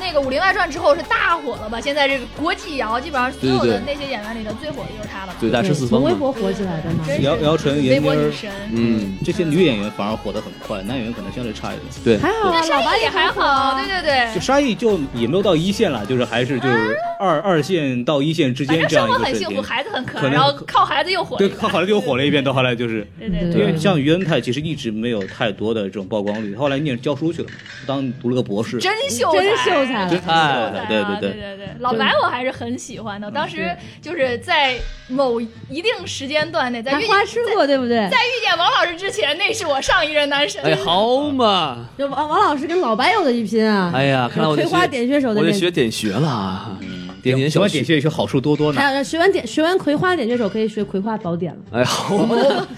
[SPEAKER 5] 那个《武林外传》之后是大火了吧？现在这个国际姚，基本上所有的那些演员里头最火的就是她了。
[SPEAKER 4] 对，大
[SPEAKER 6] 对
[SPEAKER 4] 十四方
[SPEAKER 6] 从微
[SPEAKER 4] 嘛，
[SPEAKER 6] 博火起来的嘛。
[SPEAKER 5] 真是
[SPEAKER 3] 姚姚晨、
[SPEAKER 5] 微
[SPEAKER 3] 闫妮
[SPEAKER 5] 博女
[SPEAKER 3] 儿，
[SPEAKER 5] 神，
[SPEAKER 4] 嗯，
[SPEAKER 3] 这些女演员反而火得很快，男演员可能相对差一点。
[SPEAKER 4] 对，
[SPEAKER 6] 还好啊，
[SPEAKER 5] 沙
[SPEAKER 6] 老白
[SPEAKER 5] 溢也还好，
[SPEAKER 6] 啊
[SPEAKER 5] 对对对
[SPEAKER 3] 就，沙溢就也没有到一线了，就是还是就是二二线到一线之
[SPEAKER 5] 啊反
[SPEAKER 3] 间
[SPEAKER 5] 正
[SPEAKER 3] 这
[SPEAKER 5] 生
[SPEAKER 3] 样一
[SPEAKER 5] 活
[SPEAKER 3] 个
[SPEAKER 5] 很
[SPEAKER 3] 水
[SPEAKER 5] 幸福，
[SPEAKER 3] 平。
[SPEAKER 5] 孩子很可
[SPEAKER 3] 可
[SPEAKER 5] 爱，
[SPEAKER 3] 能
[SPEAKER 5] 然后靠孩子又火了
[SPEAKER 3] 对，
[SPEAKER 5] 一把。
[SPEAKER 3] 靠好了又火了一遍，到后来就是
[SPEAKER 5] 对对对
[SPEAKER 6] 嗯
[SPEAKER 3] 因为像袁凯其实一直没有太多的这种曝光率，后来念教书去了，当读了个博士。
[SPEAKER 5] 真秀
[SPEAKER 6] 真秀才了
[SPEAKER 5] 真秀才啊
[SPEAKER 3] 对
[SPEAKER 5] 对
[SPEAKER 3] 对对
[SPEAKER 5] 对对。老白我还是很喜欢的，当
[SPEAKER 6] 嗯
[SPEAKER 5] 时就是在某一定时间段内，在
[SPEAKER 6] 拿
[SPEAKER 5] 遇
[SPEAKER 6] 花痴过，对不对？
[SPEAKER 5] 在遇见王老师之前，那是我上一任男神。
[SPEAKER 4] 哎，好嘛，
[SPEAKER 6] 就王王老师跟老白有的一拼啊！
[SPEAKER 4] 哎呀，看来我得
[SPEAKER 6] 葵花点穴手的
[SPEAKER 4] 我得
[SPEAKER 6] 脸
[SPEAKER 4] 学点穴了啊，点点
[SPEAKER 3] 喜
[SPEAKER 4] 小
[SPEAKER 3] 欢点
[SPEAKER 4] 旭，
[SPEAKER 3] 穴也是好处多多呢。
[SPEAKER 6] 还有学完点学完葵花点穴手，可以学《葵花宝典》了。
[SPEAKER 4] 哎，好，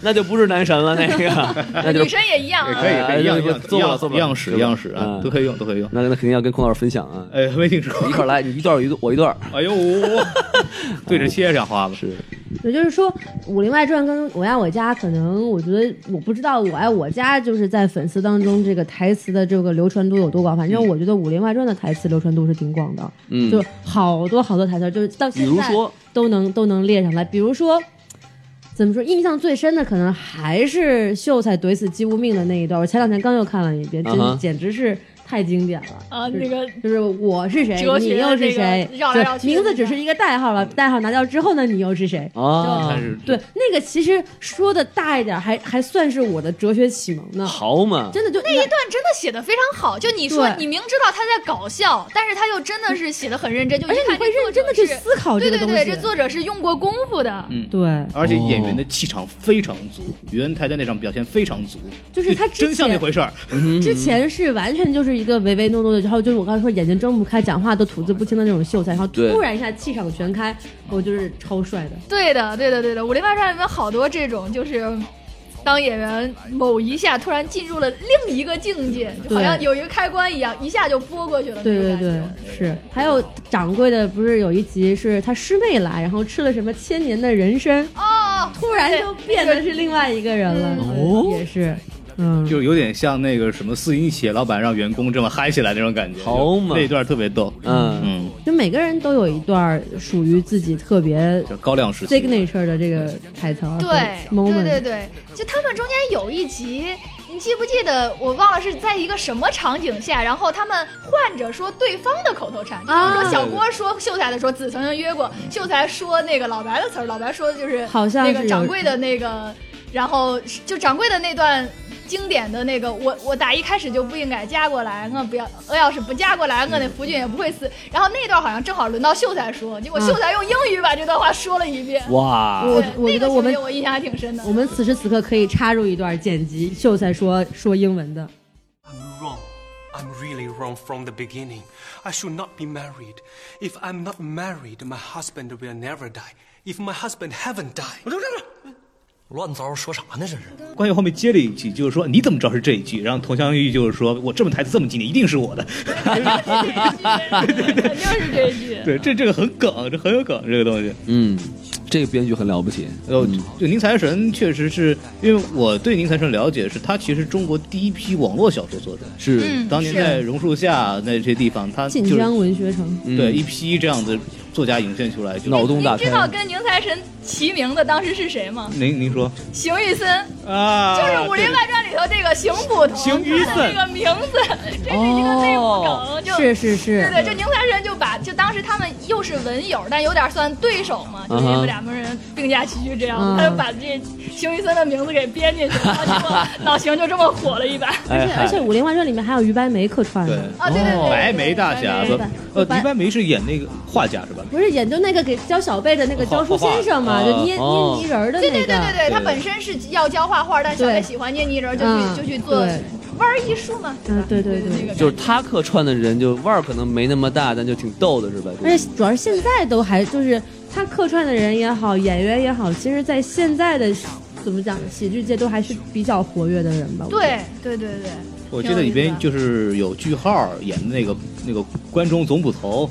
[SPEAKER 4] 那就不是男神了，那 个，那就
[SPEAKER 5] 女生也一样
[SPEAKER 3] 也
[SPEAKER 5] 啊
[SPEAKER 3] 可。以，可以一样一
[SPEAKER 4] 哎
[SPEAKER 3] 样
[SPEAKER 4] 做不了做不
[SPEAKER 3] 一
[SPEAKER 4] 了
[SPEAKER 3] 样使一样使啊，
[SPEAKER 4] 嗯
[SPEAKER 3] 都可以用，都可以用。
[SPEAKER 4] 那那肯定要跟孔老师分享啊，
[SPEAKER 3] 呃，微信之后
[SPEAKER 4] 一，块儿来，你一段儿我一段我一段儿，
[SPEAKER 3] 哎呦， 对着切讲话吧。
[SPEAKER 4] 是
[SPEAKER 6] 也就是说，《武林外传》跟《我爱我家》，可能我觉得我不知道《我爱我家》就是在粉丝当中这个台词的这个流传度有多广，反正我觉得《武林外传》的台词流传度是挺广的，
[SPEAKER 4] 嗯
[SPEAKER 6] 就好多好多台词，就是到
[SPEAKER 4] 比
[SPEAKER 6] 现
[SPEAKER 4] 如
[SPEAKER 6] 在
[SPEAKER 4] 说
[SPEAKER 6] 都能都能列上来。比如说，怎么说，印象最深的可能还是秀才怼死姬无命的那一段，我前两天刚又看了一遍，真、
[SPEAKER 4] 啊哈
[SPEAKER 6] 简直是太经典了。
[SPEAKER 5] 啊，那个
[SPEAKER 6] 嗯就是我是谁，
[SPEAKER 5] 哲
[SPEAKER 6] 你
[SPEAKER 5] 学
[SPEAKER 6] 又
[SPEAKER 5] 那
[SPEAKER 6] 是
[SPEAKER 5] 个
[SPEAKER 6] 谁，
[SPEAKER 5] 绕来绕去
[SPEAKER 6] 对名
[SPEAKER 5] 的
[SPEAKER 6] 字
[SPEAKER 5] 那
[SPEAKER 6] 只
[SPEAKER 5] 个
[SPEAKER 6] 是一个代号
[SPEAKER 3] 嗯
[SPEAKER 6] 了，代号拿掉之后呢，你又是谁？
[SPEAKER 4] 啊
[SPEAKER 3] 但，哦是
[SPEAKER 6] 对，那个其实说的大一点，还还算是我的哲学启蒙呢。
[SPEAKER 4] 好嘛，
[SPEAKER 6] 真的就那
[SPEAKER 5] 那一段真的写的非常好，就你说
[SPEAKER 6] 对
[SPEAKER 5] 你明知道他在搞笑，但是他又真的是写的很认真，就
[SPEAKER 6] 而且
[SPEAKER 5] 一看
[SPEAKER 6] 你会
[SPEAKER 5] 这作
[SPEAKER 6] 认真的
[SPEAKER 5] 者
[SPEAKER 6] 去
[SPEAKER 5] 是
[SPEAKER 6] 思考
[SPEAKER 5] 对
[SPEAKER 6] 这个
[SPEAKER 5] 对
[SPEAKER 6] 东西。
[SPEAKER 5] 对，这作者是用过功夫的。
[SPEAKER 6] 对
[SPEAKER 3] 而
[SPEAKER 4] 哦
[SPEAKER 3] 且演员的气场非常足，于恩泰在那场表现非常足，
[SPEAKER 6] 就是他之
[SPEAKER 3] 真像那
[SPEAKER 6] 前
[SPEAKER 3] 回事儿。
[SPEAKER 4] 嗯
[SPEAKER 3] 嗯
[SPEAKER 6] 之前是完全就是一个唯唯诺诺的，然后就是我刚才说眼睛睁不开，讲话都吐字不清的那种秀才，然后
[SPEAKER 4] 对
[SPEAKER 6] 突然一下气场全开，我就是超帅的。
[SPEAKER 5] 对的，对的，对的，《武林外传》里面好多这种，就是当演员某一下突然进入了另一个境界，就好像有一个开关一样，一下就拨过去了。
[SPEAKER 6] 对
[SPEAKER 5] 那种
[SPEAKER 6] 对
[SPEAKER 5] 感觉
[SPEAKER 6] 对，是。还有掌柜的，不是有一集是他师妹来，然后吃了什么千年的人参，
[SPEAKER 5] 哦，
[SPEAKER 6] 突然就变得是另外一个人了。
[SPEAKER 4] 嗯
[SPEAKER 6] 对也是，嗯，
[SPEAKER 3] 就是有点像那个什么私营企业老板让员工这么嗨起来那种感觉，
[SPEAKER 4] 好嘛
[SPEAKER 3] 那一段特别逗。
[SPEAKER 4] 嗯，
[SPEAKER 3] 嗯，
[SPEAKER 6] 就每个人都有一段属于自己特别
[SPEAKER 3] 就高亮时期，
[SPEAKER 6] signature 的这个台词儿和
[SPEAKER 5] 对对
[SPEAKER 6] 啊 moment，
[SPEAKER 5] 对对，就他们中间有一集，你记不记得？我忘了是在一个什么场景下，然后他们换着说对方的口头禅，就比
[SPEAKER 6] 啊
[SPEAKER 5] 如说小郭说秀才的时候，子曾经约过；秀才说那个老白的词儿，老白说的就是
[SPEAKER 6] 好像
[SPEAKER 5] 那
[SPEAKER 6] 是
[SPEAKER 5] 个
[SPEAKER 6] 有
[SPEAKER 5] 掌柜的那个，然后就掌柜的那段。经典的那个，我我打一开始就不应该加过来，我不要，我要是不加过来，我
[SPEAKER 6] 嗯
[SPEAKER 5] 那福晋也不会死。然后那段好像正好轮到秀才说，结果
[SPEAKER 6] 嗯
[SPEAKER 5] 秀才用英语把这段话说了一遍。
[SPEAKER 4] 哇，
[SPEAKER 6] 我
[SPEAKER 5] 对
[SPEAKER 6] 我觉
[SPEAKER 5] 那个
[SPEAKER 6] 得我们
[SPEAKER 5] 情节我印象还挺深的。
[SPEAKER 6] 我们此时此刻可以插入一段剪辑，秀才说说英文的。
[SPEAKER 8] I'm wrong. I'm really wrong from the beginning. I should not be married. If I'm not married, my husband will never die. If my husband haven't died. 乱糟说啥呢？这是。
[SPEAKER 3] 关于后面接了一句，就是说你怎么知道是这一句？然后佟湘玉就是说我这么台词这么经典，一定是我的。
[SPEAKER 5] 肯定是这一 句。
[SPEAKER 3] 对，这这个很梗，这很有梗，这个东西。
[SPEAKER 4] 嗯，这个编剧很了不起，
[SPEAKER 3] 呃，就宁财神确实是因为我对宁财神了解是，他其实中国第一批网络小说作者，
[SPEAKER 6] 嗯
[SPEAKER 4] 是，
[SPEAKER 3] 当年在榕树下那些地方，他
[SPEAKER 6] 晋
[SPEAKER 3] 就是
[SPEAKER 6] 江文学城，
[SPEAKER 4] 嗯
[SPEAKER 3] 对一批这样的作家涌现出来。
[SPEAKER 4] 脑
[SPEAKER 3] 就
[SPEAKER 4] 洞大
[SPEAKER 5] 你知道
[SPEAKER 4] 开，
[SPEAKER 5] 跟宁财神齐名的当时是谁吗？
[SPEAKER 3] 您您说
[SPEAKER 5] 邢玉森，
[SPEAKER 3] 啊，
[SPEAKER 5] 就是《武林外传》里头这个邢捕头，
[SPEAKER 3] 邢玉
[SPEAKER 5] 他的
[SPEAKER 3] 森
[SPEAKER 5] 这个名字，这是一个内部梗，就是
[SPEAKER 6] 哦是是
[SPEAKER 5] 对，对，就宁财神就把就当时他们又是文友，但有点算对手嘛，就是
[SPEAKER 4] 嗯
[SPEAKER 5] 因
[SPEAKER 4] 哼
[SPEAKER 5] 为两个人并驾齐驱这样，
[SPEAKER 6] 嗯
[SPEAKER 5] 他就把这邢玉森的名字给编进去，然后 结果老邢就这么火了一把。
[SPEAKER 6] 而
[SPEAKER 4] 哎
[SPEAKER 6] 且而且《
[SPEAKER 4] 嗨，
[SPEAKER 6] 武林外传》里面还有于白梅客串
[SPEAKER 3] 对
[SPEAKER 6] 呢，
[SPEAKER 5] 啊，对对对，
[SPEAKER 3] 哦白眉大侠子
[SPEAKER 6] 白眉，
[SPEAKER 3] 呃，
[SPEAKER 6] 白
[SPEAKER 3] 于白眉是演那个画家是吧？
[SPEAKER 6] 不是演就那个给教小辈的那个教书先生嘛，
[SPEAKER 3] 哦
[SPEAKER 6] 就捏
[SPEAKER 4] 哦
[SPEAKER 6] 捏泥人儿的那
[SPEAKER 5] 对对
[SPEAKER 6] 个。
[SPEAKER 5] 对对对，他
[SPEAKER 3] 对
[SPEAKER 5] 本身是要教画画，但小
[SPEAKER 6] 对
[SPEAKER 5] 贝喜欢捏泥人儿，就
[SPEAKER 6] 嗯
[SPEAKER 5] 去就去做
[SPEAKER 6] 对
[SPEAKER 5] 玩儿艺术嘛，对吧
[SPEAKER 6] 嗯？对对对
[SPEAKER 5] 那个
[SPEAKER 4] 就是他客串的人就腕儿可能没那么大，但就挺逗的是吧？
[SPEAKER 6] 而且主要是现在都还就是他客串的人也好，演员也好，其实，在现在的怎么讲，喜剧界都还是比较活跃的人吧。我觉得
[SPEAKER 5] 对对对啊对，
[SPEAKER 3] 我记得里边就是有句号演的那个那个关中总捕头，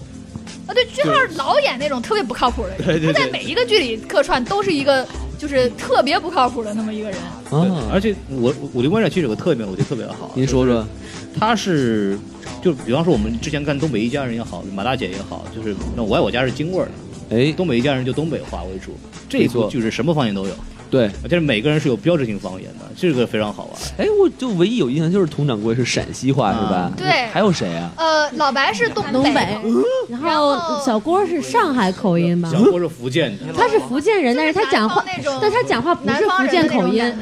[SPEAKER 5] 啊对，句号老演那种特别不靠谱的
[SPEAKER 3] 对对对
[SPEAKER 5] 人，他在每一个剧里客串都是一个就是特别不靠谱的那么一个人。
[SPEAKER 6] 嗯
[SPEAKER 3] 对
[SPEAKER 4] 啊，
[SPEAKER 3] 而且我我武林外传其实有个特点，我觉得特别好，
[SPEAKER 4] 您说说，
[SPEAKER 3] 他是就比方说我们之前看东北一家人也好，马大姐也好，就是那我爱我家是京味儿的，
[SPEAKER 4] 哎，
[SPEAKER 3] 东北一家人就东北话为主，这
[SPEAKER 4] 没
[SPEAKER 3] 一
[SPEAKER 4] 错
[SPEAKER 3] 部剧是什么方言都有，
[SPEAKER 4] 对，
[SPEAKER 3] 而且每个人是有标志性方言的，这个非常好玩。
[SPEAKER 4] 哎，我就唯一有印象就是佟掌柜是陕西话是吧
[SPEAKER 6] 嗯
[SPEAKER 3] 啊？
[SPEAKER 5] 对
[SPEAKER 4] 还有谁啊？
[SPEAKER 5] 呃，老白是东
[SPEAKER 6] 东北
[SPEAKER 5] 北，
[SPEAKER 6] 然
[SPEAKER 5] 后嗯
[SPEAKER 6] 后小郭是上海口音吧
[SPEAKER 3] 小？郭是福建的，
[SPEAKER 6] 他是福建人，但是他讲话
[SPEAKER 5] 就是南方那种，
[SPEAKER 6] 但他讲话不
[SPEAKER 5] 南
[SPEAKER 6] 是
[SPEAKER 5] 方
[SPEAKER 6] 福
[SPEAKER 5] 人
[SPEAKER 6] 建
[SPEAKER 5] 的那
[SPEAKER 6] 口
[SPEAKER 5] 种
[SPEAKER 6] 音
[SPEAKER 5] 感。觉。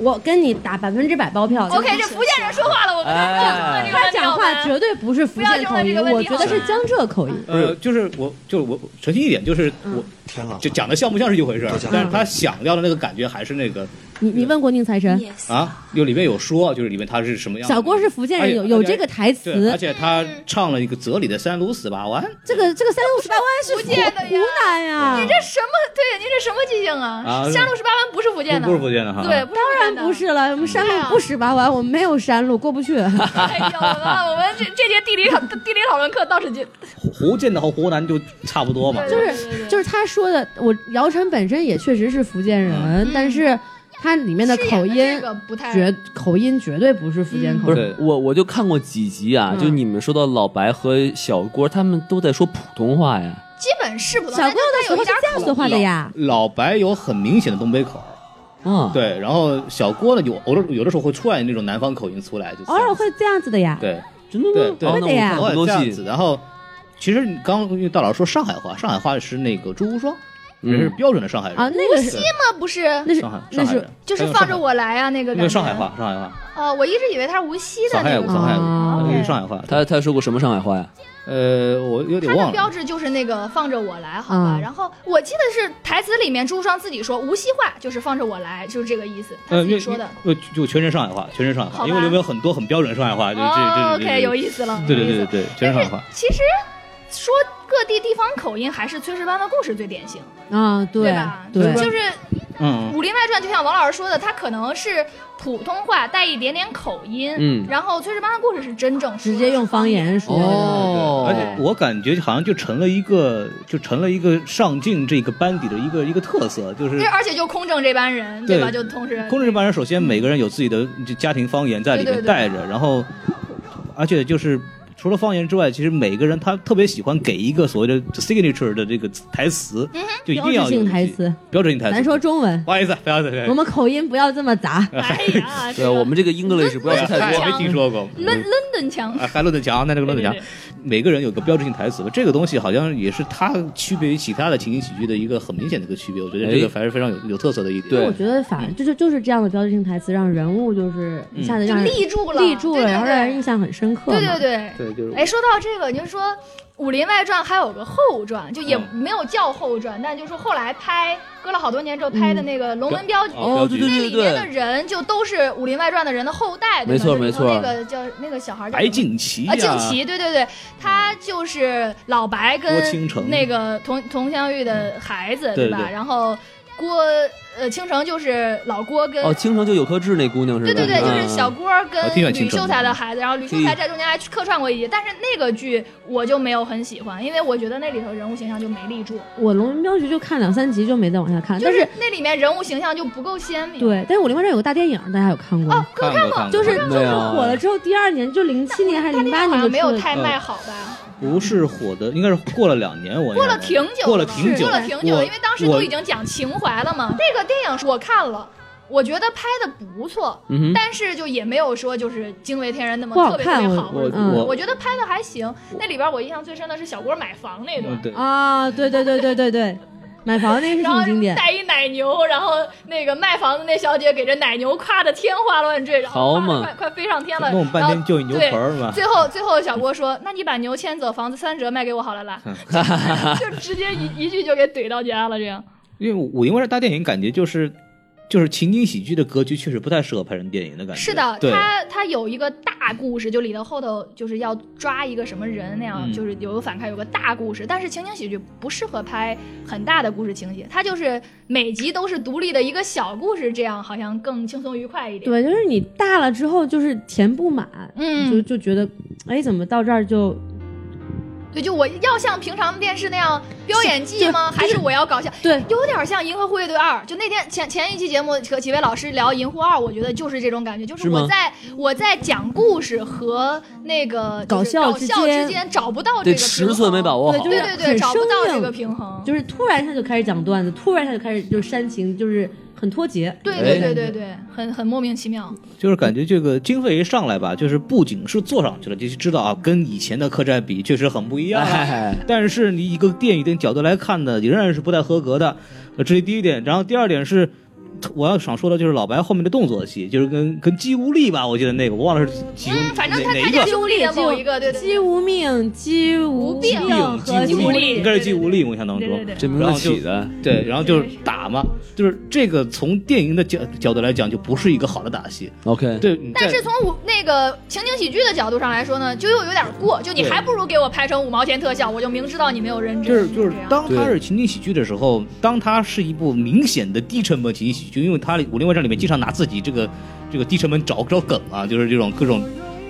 [SPEAKER 6] 我跟你打百分之百包票。
[SPEAKER 5] OK，这福建人说话了，我跟他讲
[SPEAKER 3] 哎
[SPEAKER 5] 了这个
[SPEAKER 6] 他讲话绝
[SPEAKER 5] 绝
[SPEAKER 6] 对不是福
[SPEAKER 5] 不要
[SPEAKER 6] 建
[SPEAKER 5] 用
[SPEAKER 6] 口
[SPEAKER 5] 了这
[SPEAKER 6] 音，
[SPEAKER 5] 个问
[SPEAKER 6] 我
[SPEAKER 5] 题
[SPEAKER 6] 觉得
[SPEAKER 5] 好
[SPEAKER 6] 是
[SPEAKER 5] 吗
[SPEAKER 6] 江浙口音。
[SPEAKER 3] 呃，就是我，就是我，我澄清一点，就是我，
[SPEAKER 4] 嗯
[SPEAKER 8] 天了
[SPEAKER 3] 就讲的像不像是一回事儿，但是他想要的那个感觉还是那个
[SPEAKER 6] 你你问过宁财神，
[SPEAKER 3] 啊，就里面有说，就是里面他是什么样的。
[SPEAKER 6] 小郭是福建人，有
[SPEAKER 3] 而且
[SPEAKER 6] 有这个台
[SPEAKER 3] 哎对，而
[SPEAKER 6] 词。
[SPEAKER 3] 且他唱了一个泽里的三鲁死吧湾，
[SPEAKER 6] 这个这个三六十八弯是
[SPEAKER 5] 福建的呀
[SPEAKER 6] 湖南呀
[SPEAKER 5] 你，这什么？对，你这什么记性啊
[SPEAKER 3] 啊？
[SPEAKER 5] 山路十八弯不是福建的，
[SPEAKER 3] 不是福建的哈
[SPEAKER 5] 对，当
[SPEAKER 6] 当然不。是了，我们山路
[SPEAKER 5] 对啊
[SPEAKER 6] 不十八弯，我们没有山路过 不 去。
[SPEAKER 5] 哎呀，我们我们这这节地理考地理讨论课到此结。
[SPEAKER 3] 福建的和湖南就差不多嘛。
[SPEAKER 5] 对
[SPEAKER 6] 就是就是他说的，我姚晨本身也确实是福建人
[SPEAKER 5] 嗯，
[SPEAKER 6] 但是他里面的
[SPEAKER 5] 饰演
[SPEAKER 6] 口音
[SPEAKER 5] 这个不太
[SPEAKER 6] 绝口音绝对不是福建口
[SPEAKER 4] 不
[SPEAKER 6] 音。
[SPEAKER 4] 是我，我就看过几集啊，
[SPEAKER 6] 嗯
[SPEAKER 4] 就你们说到老白和小郭，他们都在说普通话呀。
[SPEAKER 5] 基本是不到
[SPEAKER 6] 小
[SPEAKER 5] 但
[SPEAKER 6] 姑
[SPEAKER 5] 是他
[SPEAKER 6] 娘的
[SPEAKER 5] 有
[SPEAKER 6] 时候
[SPEAKER 5] 一
[SPEAKER 6] 是
[SPEAKER 5] 点
[SPEAKER 6] 这样说话的呀，
[SPEAKER 3] 老白有很明显的东北口儿，
[SPEAKER 4] 啊，，
[SPEAKER 3] 对，然后小郭呢有偶尔有的时候会出来那种南方口音出来，就
[SPEAKER 6] 偶尔会这样子的呀。
[SPEAKER 3] 对
[SPEAKER 4] 真的吗？
[SPEAKER 3] 对
[SPEAKER 4] 哦那
[SPEAKER 6] 对的
[SPEAKER 4] 我
[SPEAKER 6] 呀
[SPEAKER 4] 看
[SPEAKER 3] 偶
[SPEAKER 4] 过
[SPEAKER 3] 尔这
[SPEAKER 4] 很多
[SPEAKER 3] 样
[SPEAKER 4] 戏
[SPEAKER 3] 子。，然后其实你刚因为大佬说上海话，上海话是那个朱无双，人是标准的上海人
[SPEAKER 6] 啊，那个是
[SPEAKER 3] 对
[SPEAKER 5] 那不 是，
[SPEAKER 6] 那是
[SPEAKER 3] 上海
[SPEAKER 6] 那
[SPEAKER 3] 上海
[SPEAKER 6] 是
[SPEAKER 3] 人，
[SPEAKER 5] 就是
[SPEAKER 3] 他用哎上
[SPEAKER 5] 放着
[SPEAKER 3] 海
[SPEAKER 5] 我来啊那个感
[SPEAKER 3] 那
[SPEAKER 5] 觉。
[SPEAKER 3] 上海。话，上海话，
[SPEAKER 5] 哦，我一直以为他是无锡的
[SPEAKER 3] 上海
[SPEAKER 5] 那啊
[SPEAKER 3] 有
[SPEAKER 5] 个。
[SPEAKER 3] 上海
[SPEAKER 6] 哦
[SPEAKER 3] 有，
[SPEAKER 5] OK
[SPEAKER 3] 是上海话。他
[SPEAKER 4] 他他说过什么上海话呀？
[SPEAKER 3] 呃，我有点
[SPEAKER 5] 他的
[SPEAKER 3] 忘
[SPEAKER 5] 标
[SPEAKER 3] 了。
[SPEAKER 5] 志就是那个放着我来，好吧。
[SPEAKER 6] 嗯
[SPEAKER 5] 然后我记得是台词里面朱双自己说无锡话就是放着我来，就是这个意思，他
[SPEAKER 3] 呃，因
[SPEAKER 5] 自己
[SPEAKER 3] 为
[SPEAKER 5] 说的。
[SPEAKER 3] 呃，就全是上海话，全是上海
[SPEAKER 5] 好
[SPEAKER 3] 话，因为
[SPEAKER 5] 吧
[SPEAKER 3] 里面有很多很标准的上海话，就
[SPEAKER 5] 哦
[SPEAKER 3] 这这这
[SPEAKER 5] ，OK，有
[SPEAKER 3] 这，
[SPEAKER 5] 意思了。
[SPEAKER 3] 对对
[SPEAKER 5] 有意
[SPEAKER 3] 对
[SPEAKER 5] 思
[SPEAKER 3] 对
[SPEAKER 5] 了。
[SPEAKER 3] 对，全是上海话。
[SPEAKER 5] 其实说各地地方口音还是《炊事班的故事》最典型，
[SPEAKER 6] 啊，对
[SPEAKER 5] 吧？
[SPEAKER 6] 对，
[SPEAKER 5] 就是
[SPEAKER 3] 嗯，
[SPEAKER 5] 《武林外传》，就像王老师说的，它可能是普通话带一点点口音，
[SPEAKER 4] 嗯
[SPEAKER 5] 然后《炊事班的故事》是真正说
[SPEAKER 6] 直接用方言说的。
[SPEAKER 4] 哦
[SPEAKER 3] 而且我感觉好像就成了一个，就成了一个上镜这个班底的一个一个特色，就是
[SPEAKER 5] 对，而且就空政这班人，对吧？就
[SPEAKER 3] 对
[SPEAKER 5] 同时，
[SPEAKER 3] 公证这帮人，首先每个人有自己的就家庭方言在里
[SPEAKER 5] 对对
[SPEAKER 3] 面
[SPEAKER 5] 对
[SPEAKER 3] 带着，然后，而且就是除了方言之外，其实每个人他特别喜欢给一个所谓的 signature 的这个台词，就一定
[SPEAKER 6] 标
[SPEAKER 3] 要
[SPEAKER 6] 志性
[SPEAKER 3] 有
[SPEAKER 6] 台
[SPEAKER 3] 一些
[SPEAKER 6] 词，
[SPEAKER 3] 标志性台词。
[SPEAKER 6] 咱说中文，
[SPEAKER 3] 不好意思，不好意思，不好意思
[SPEAKER 6] 我们口音不要这么杂。
[SPEAKER 5] 哎呀，
[SPEAKER 4] 对，我们这个 English 不要说太
[SPEAKER 5] 哎
[SPEAKER 4] 多。
[SPEAKER 3] 我没听说过。
[SPEAKER 5] 伦伦敦腔，
[SPEAKER 3] 啊，还论的强，那这个论的强
[SPEAKER 5] 对对，
[SPEAKER 3] 每个人有个标志性台词吧，这个东西好像也是它区别于其他的情景喜剧的一个很明显的一个区别，我觉得这
[SPEAKER 4] 哎
[SPEAKER 3] 个还是非常有有特色的一点。
[SPEAKER 4] 对
[SPEAKER 6] 我觉得反而就是就是这样的标志性台词，让人物就是一下子
[SPEAKER 5] 就
[SPEAKER 6] 让人
[SPEAKER 5] 立住了，
[SPEAKER 6] 立住
[SPEAKER 5] 对
[SPEAKER 6] 了，然后让人
[SPEAKER 5] 对
[SPEAKER 6] 印象很深刻嘛。
[SPEAKER 5] 对，对对对。
[SPEAKER 3] 对，就是
[SPEAKER 5] 哎，说到这个，您说《武林外传》还有个后传，就也没有叫后传，但就是后来拍，隔了好多年之后拍的那个《龙门镖局》
[SPEAKER 4] 哦，对对
[SPEAKER 5] 那
[SPEAKER 4] 对
[SPEAKER 5] 里面的
[SPEAKER 4] 对，
[SPEAKER 5] 人就都是《武林外传》的人的后代，对
[SPEAKER 4] 没
[SPEAKER 5] 吗
[SPEAKER 4] 错
[SPEAKER 5] 就
[SPEAKER 4] 没
[SPEAKER 5] 里头
[SPEAKER 4] 错
[SPEAKER 5] 那个叫那个小孩叫
[SPEAKER 3] 白
[SPEAKER 5] 什么
[SPEAKER 3] 敬亭
[SPEAKER 5] 啊，
[SPEAKER 3] 呀，
[SPEAKER 5] 静琪，对对对，他就是老白
[SPEAKER 3] 郭清
[SPEAKER 5] 跟
[SPEAKER 3] 城
[SPEAKER 5] 那个佟佟湘玉的孩子，
[SPEAKER 3] 对
[SPEAKER 5] 吧？
[SPEAKER 3] 对对
[SPEAKER 5] 然后郭呃倾城就是老郭跟。
[SPEAKER 4] 哦，京城就有颗痣那姑娘是吧？
[SPEAKER 5] 对对对，就
[SPEAKER 4] 嗯
[SPEAKER 5] 是小郭跟
[SPEAKER 3] 我挺喜欢
[SPEAKER 5] 吕
[SPEAKER 3] 倾城
[SPEAKER 5] 秀
[SPEAKER 3] 的
[SPEAKER 5] 才的孩子，然后吕秀才在中间还去客串过一集，但是那个剧我就没有很喜欢，因为我觉得那里头人物形象就没立住，
[SPEAKER 6] 我《龙门镖局》就看两三集就没再往下看，
[SPEAKER 5] 就
[SPEAKER 6] 啊但是
[SPEAKER 5] 是那里面人物形象就不够鲜明。
[SPEAKER 6] 对，但是《武林外传》有个大电影，大家有看过
[SPEAKER 5] 哦
[SPEAKER 6] 吗？，
[SPEAKER 5] 各位
[SPEAKER 3] 看过看过，
[SPEAKER 6] 就是
[SPEAKER 4] 没有
[SPEAKER 6] 火了之后，第二年就零七年还是
[SPEAKER 5] 他
[SPEAKER 6] 零八
[SPEAKER 5] 那好
[SPEAKER 6] 年就
[SPEAKER 5] 像没有
[SPEAKER 6] 出了
[SPEAKER 3] 嗯
[SPEAKER 5] 太卖好吧？
[SPEAKER 3] 不是火的，应该是过了两年，我
[SPEAKER 5] 过了
[SPEAKER 3] 应该
[SPEAKER 5] 挺久了吧，
[SPEAKER 3] 过了挺久，
[SPEAKER 5] 过了挺久
[SPEAKER 3] 我
[SPEAKER 5] 了，因为当时
[SPEAKER 3] 我
[SPEAKER 5] 都已经讲情怀了嘛。这个电影我看了，我觉得拍的不错，
[SPEAKER 4] 嗯哼
[SPEAKER 5] 但是就也没有说就是惊为天人那么
[SPEAKER 6] 不好
[SPEAKER 5] 特别特别
[SPEAKER 6] 看我
[SPEAKER 5] 好。
[SPEAKER 3] 我
[SPEAKER 6] 嗯
[SPEAKER 3] 我
[SPEAKER 5] 我觉得拍的还行。那里边我印象最深的是小郭买房那段
[SPEAKER 3] 嗯，对，
[SPEAKER 6] 啊！对对对对对对，买房那个是
[SPEAKER 5] 然后
[SPEAKER 6] 挺 经典。
[SPEAKER 5] 带一奶牛，然后那个卖房的那小姐给这奶牛夸的天花乱坠，然后
[SPEAKER 4] 好
[SPEAKER 5] 夸得
[SPEAKER 4] 嘛
[SPEAKER 5] 快快飞上天了，
[SPEAKER 3] 弄半
[SPEAKER 5] 然后
[SPEAKER 3] 天就一牛
[SPEAKER 5] 对
[SPEAKER 3] 盆儿嘛
[SPEAKER 5] 最后最后小郭说：“那你把牛牵走，房子三折卖给我好 了啦。 就”就直接一一句就给怼到家了，这 样。
[SPEAKER 3] 因为我我因为是大电影，感觉就是就是情景喜剧的格局确实不太适合拍成电影的感觉。
[SPEAKER 5] 是的，
[SPEAKER 3] 对，
[SPEAKER 5] 他他有一个大故事，就里头后头就是要抓一个什么人那样，
[SPEAKER 3] 嗯
[SPEAKER 5] 就是有个反派有个大故事。但是情景喜剧不适合拍很大的故事情节，它就是每集都是独立的一个小故事，这样好像更轻松愉快一点。
[SPEAKER 6] 对，就是你大了之后就是填不满，
[SPEAKER 5] 嗯
[SPEAKER 6] 就就觉得，哎，怎么到这儿就
[SPEAKER 5] 对，就我要像平常电视那样飙演技吗？还是我要搞笑？
[SPEAKER 6] 对
[SPEAKER 5] 有点像《银河护卫队二》。就那天前前一期节目和几位老师聊《银护二》，我觉得就是这种感觉，就是
[SPEAKER 4] 是吗
[SPEAKER 5] 我在我在讲故事和那个
[SPEAKER 6] 搞
[SPEAKER 5] 笑
[SPEAKER 6] 笑
[SPEAKER 5] 搞之
[SPEAKER 6] 之间
[SPEAKER 5] 间找不到这
[SPEAKER 4] 对
[SPEAKER 5] 个
[SPEAKER 4] 尺
[SPEAKER 5] 平
[SPEAKER 4] 寸没
[SPEAKER 5] 衡
[SPEAKER 4] 把握
[SPEAKER 6] 对
[SPEAKER 4] 好
[SPEAKER 6] 就。
[SPEAKER 5] 对
[SPEAKER 6] 是
[SPEAKER 5] 对对，
[SPEAKER 6] 很
[SPEAKER 5] 找不到
[SPEAKER 6] 生
[SPEAKER 5] 这
[SPEAKER 6] 硬
[SPEAKER 5] 个平衡。
[SPEAKER 6] 就是突然一下就开始讲段子，突然一下就开始就是煽情，就是很脱节。
[SPEAKER 5] 对对
[SPEAKER 4] 哎
[SPEAKER 5] 对对对，很很莫名其妙。
[SPEAKER 3] 就是感觉这个经费一上来吧，就是不仅是做上去了，就是知道啊，跟以前的客栈比确实很不一样啊。
[SPEAKER 4] 哎，
[SPEAKER 3] 但是你一个电影的角度来看呢，仍然是不太合格的，呃这是第一点。然后第二点是，我要想说的就是老白后面的动作戏，就是跟跟姬无力吧，我记得那个我忘了是姬无、
[SPEAKER 5] 哎嗯反正
[SPEAKER 3] 哪
[SPEAKER 5] 他
[SPEAKER 3] 哪
[SPEAKER 5] 他
[SPEAKER 3] 一
[SPEAKER 5] 叫
[SPEAKER 3] 个
[SPEAKER 5] 兄弟的某一个，对对
[SPEAKER 6] 姬无命、姬无
[SPEAKER 5] 姬无病
[SPEAKER 6] 和
[SPEAKER 3] 姬
[SPEAKER 6] 姬
[SPEAKER 3] 无
[SPEAKER 6] 无
[SPEAKER 3] 力，
[SPEAKER 6] 力
[SPEAKER 3] 应该是姬无力，我印象当中。
[SPEAKER 6] 对对
[SPEAKER 4] 这
[SPEAKER 6] 对，
[SPEAKER 4] 名
[SPEAKER 3] 然
[SPEAKER 4] 字
[SPEAKER 3] 后就
[SPEAKER 4] 起的，
[SPEAKER 3] 对，然后就是打嘛，就是这个从电影的角角度来讲，就不是一个好的打戏。
[SPEAKER 4] ，OK，
[SPEAKER 3] 对，你
[SPEAKER 5] 但
[SPEAKER 3] 在
[SPEAKER 5] 是从舞那个情景喜剧的角度上来说呢，就又有点过，就你还不如给我拍成五毛钱特效，我就明知道你没有认真。啊
[SPEAKER 3] 就是就是
[SPEAKER 5] 这样
[SPEAKER 3] 当它
[SPEAKER 4] 对
[SPEAKER 3] 是情景喜剧的时候，当它是一部明显的低成本情景喜剧，因为它《武林外传》里面经常拿自己这个这个低成本找找梗啊，就是这种各种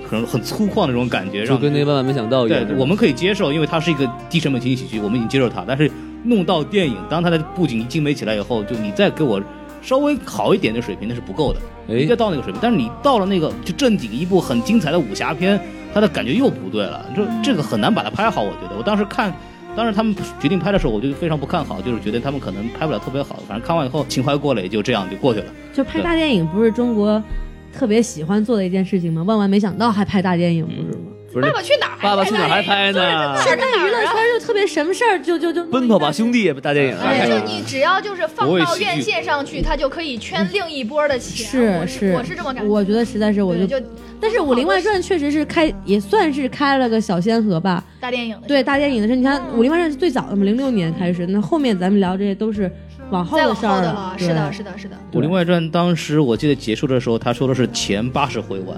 [SPEAKER 3] 可能很粗犷的这种感觉，
[SPEAKER 4] 就
[SPEAKER 3] 让
[SPEAKER 4] 跟那个万万没想到一样
[SPEAKER 3] 对，我们可以接受，因为它是一个低成本情景喜剧，我们已经接受它。但是弄到电影，当它的布景一精美起来以后，就你再给我稍微好一点的水平，那是不够的。应该
[SPEAKER 4] 哎，
[SPEAKER 3] 到那个水平，但是你到了那个就正经一部很精彩的武侠片，它的感觉又不对了，就这个很难把它拍好。我觉得我当时看，当时他们决定拍的时候，我就非常不看好，就是觉得他们可能拍不了特别好。反正看完以后情怀过了，也就这样就过去了。
[SPEAKER 6] 就拍大电影不是中国特别喜欢做的一件事情吗？万万没想到还拍大电影，不是吗？
[SPEAKER 4] 不是
[SPEAKER 5] 爸爸去哪儿？
[SPEAKER 4] 爸爸去哪儿还拍呢？
[SPEAKER 5] 是
[SPEAKER 6] 在娱乐圈就特别什么事儿就就就
[SPEAKER 4] 奔跑吧兄，弟大电影啊，
[SPEAKER 5] 对，
[SPEAKER 4] 看
[SPEAKER 5] 就
[SPEAKER 4] 看
[SPEAKER 5] 你只要就是放
[SPEAKER 3] 我也
[SPEAKER 5] 到
[SPEAKER 3] 喜剧
[SPEAKER 5] 院线上去，它就可以圈另一波的钱。我
[SPEAKER 6] 是
[SPEAKER 5] 是我是这么感觉。
[SPEAKER 6] 我觉得实在是我
[SPEAKER 5] 对
[SPEAKER 6] 就
[SPEAKER 5] 就
[SPEAKER 6] 但是《武林外传》确实是开，也算是开了个小先河吧。
[SPEAKER 5] 大电影的
[SPEAKER 6] 对大电影的事，你看《武林外传》是最早的嘛，零六年开始，那后面咱们聊这些都是往后
[SPEAKER 5] 再往
[SPEAKER 6] 事
[SPEAKER 5] 后
[SPEAKER 6] 儿
[SPEAKER 5] 的了，是的，是的，是的。
[SPEAKER 3] 《武林外传》当时我记得结束的时候，他说的是前八十回完，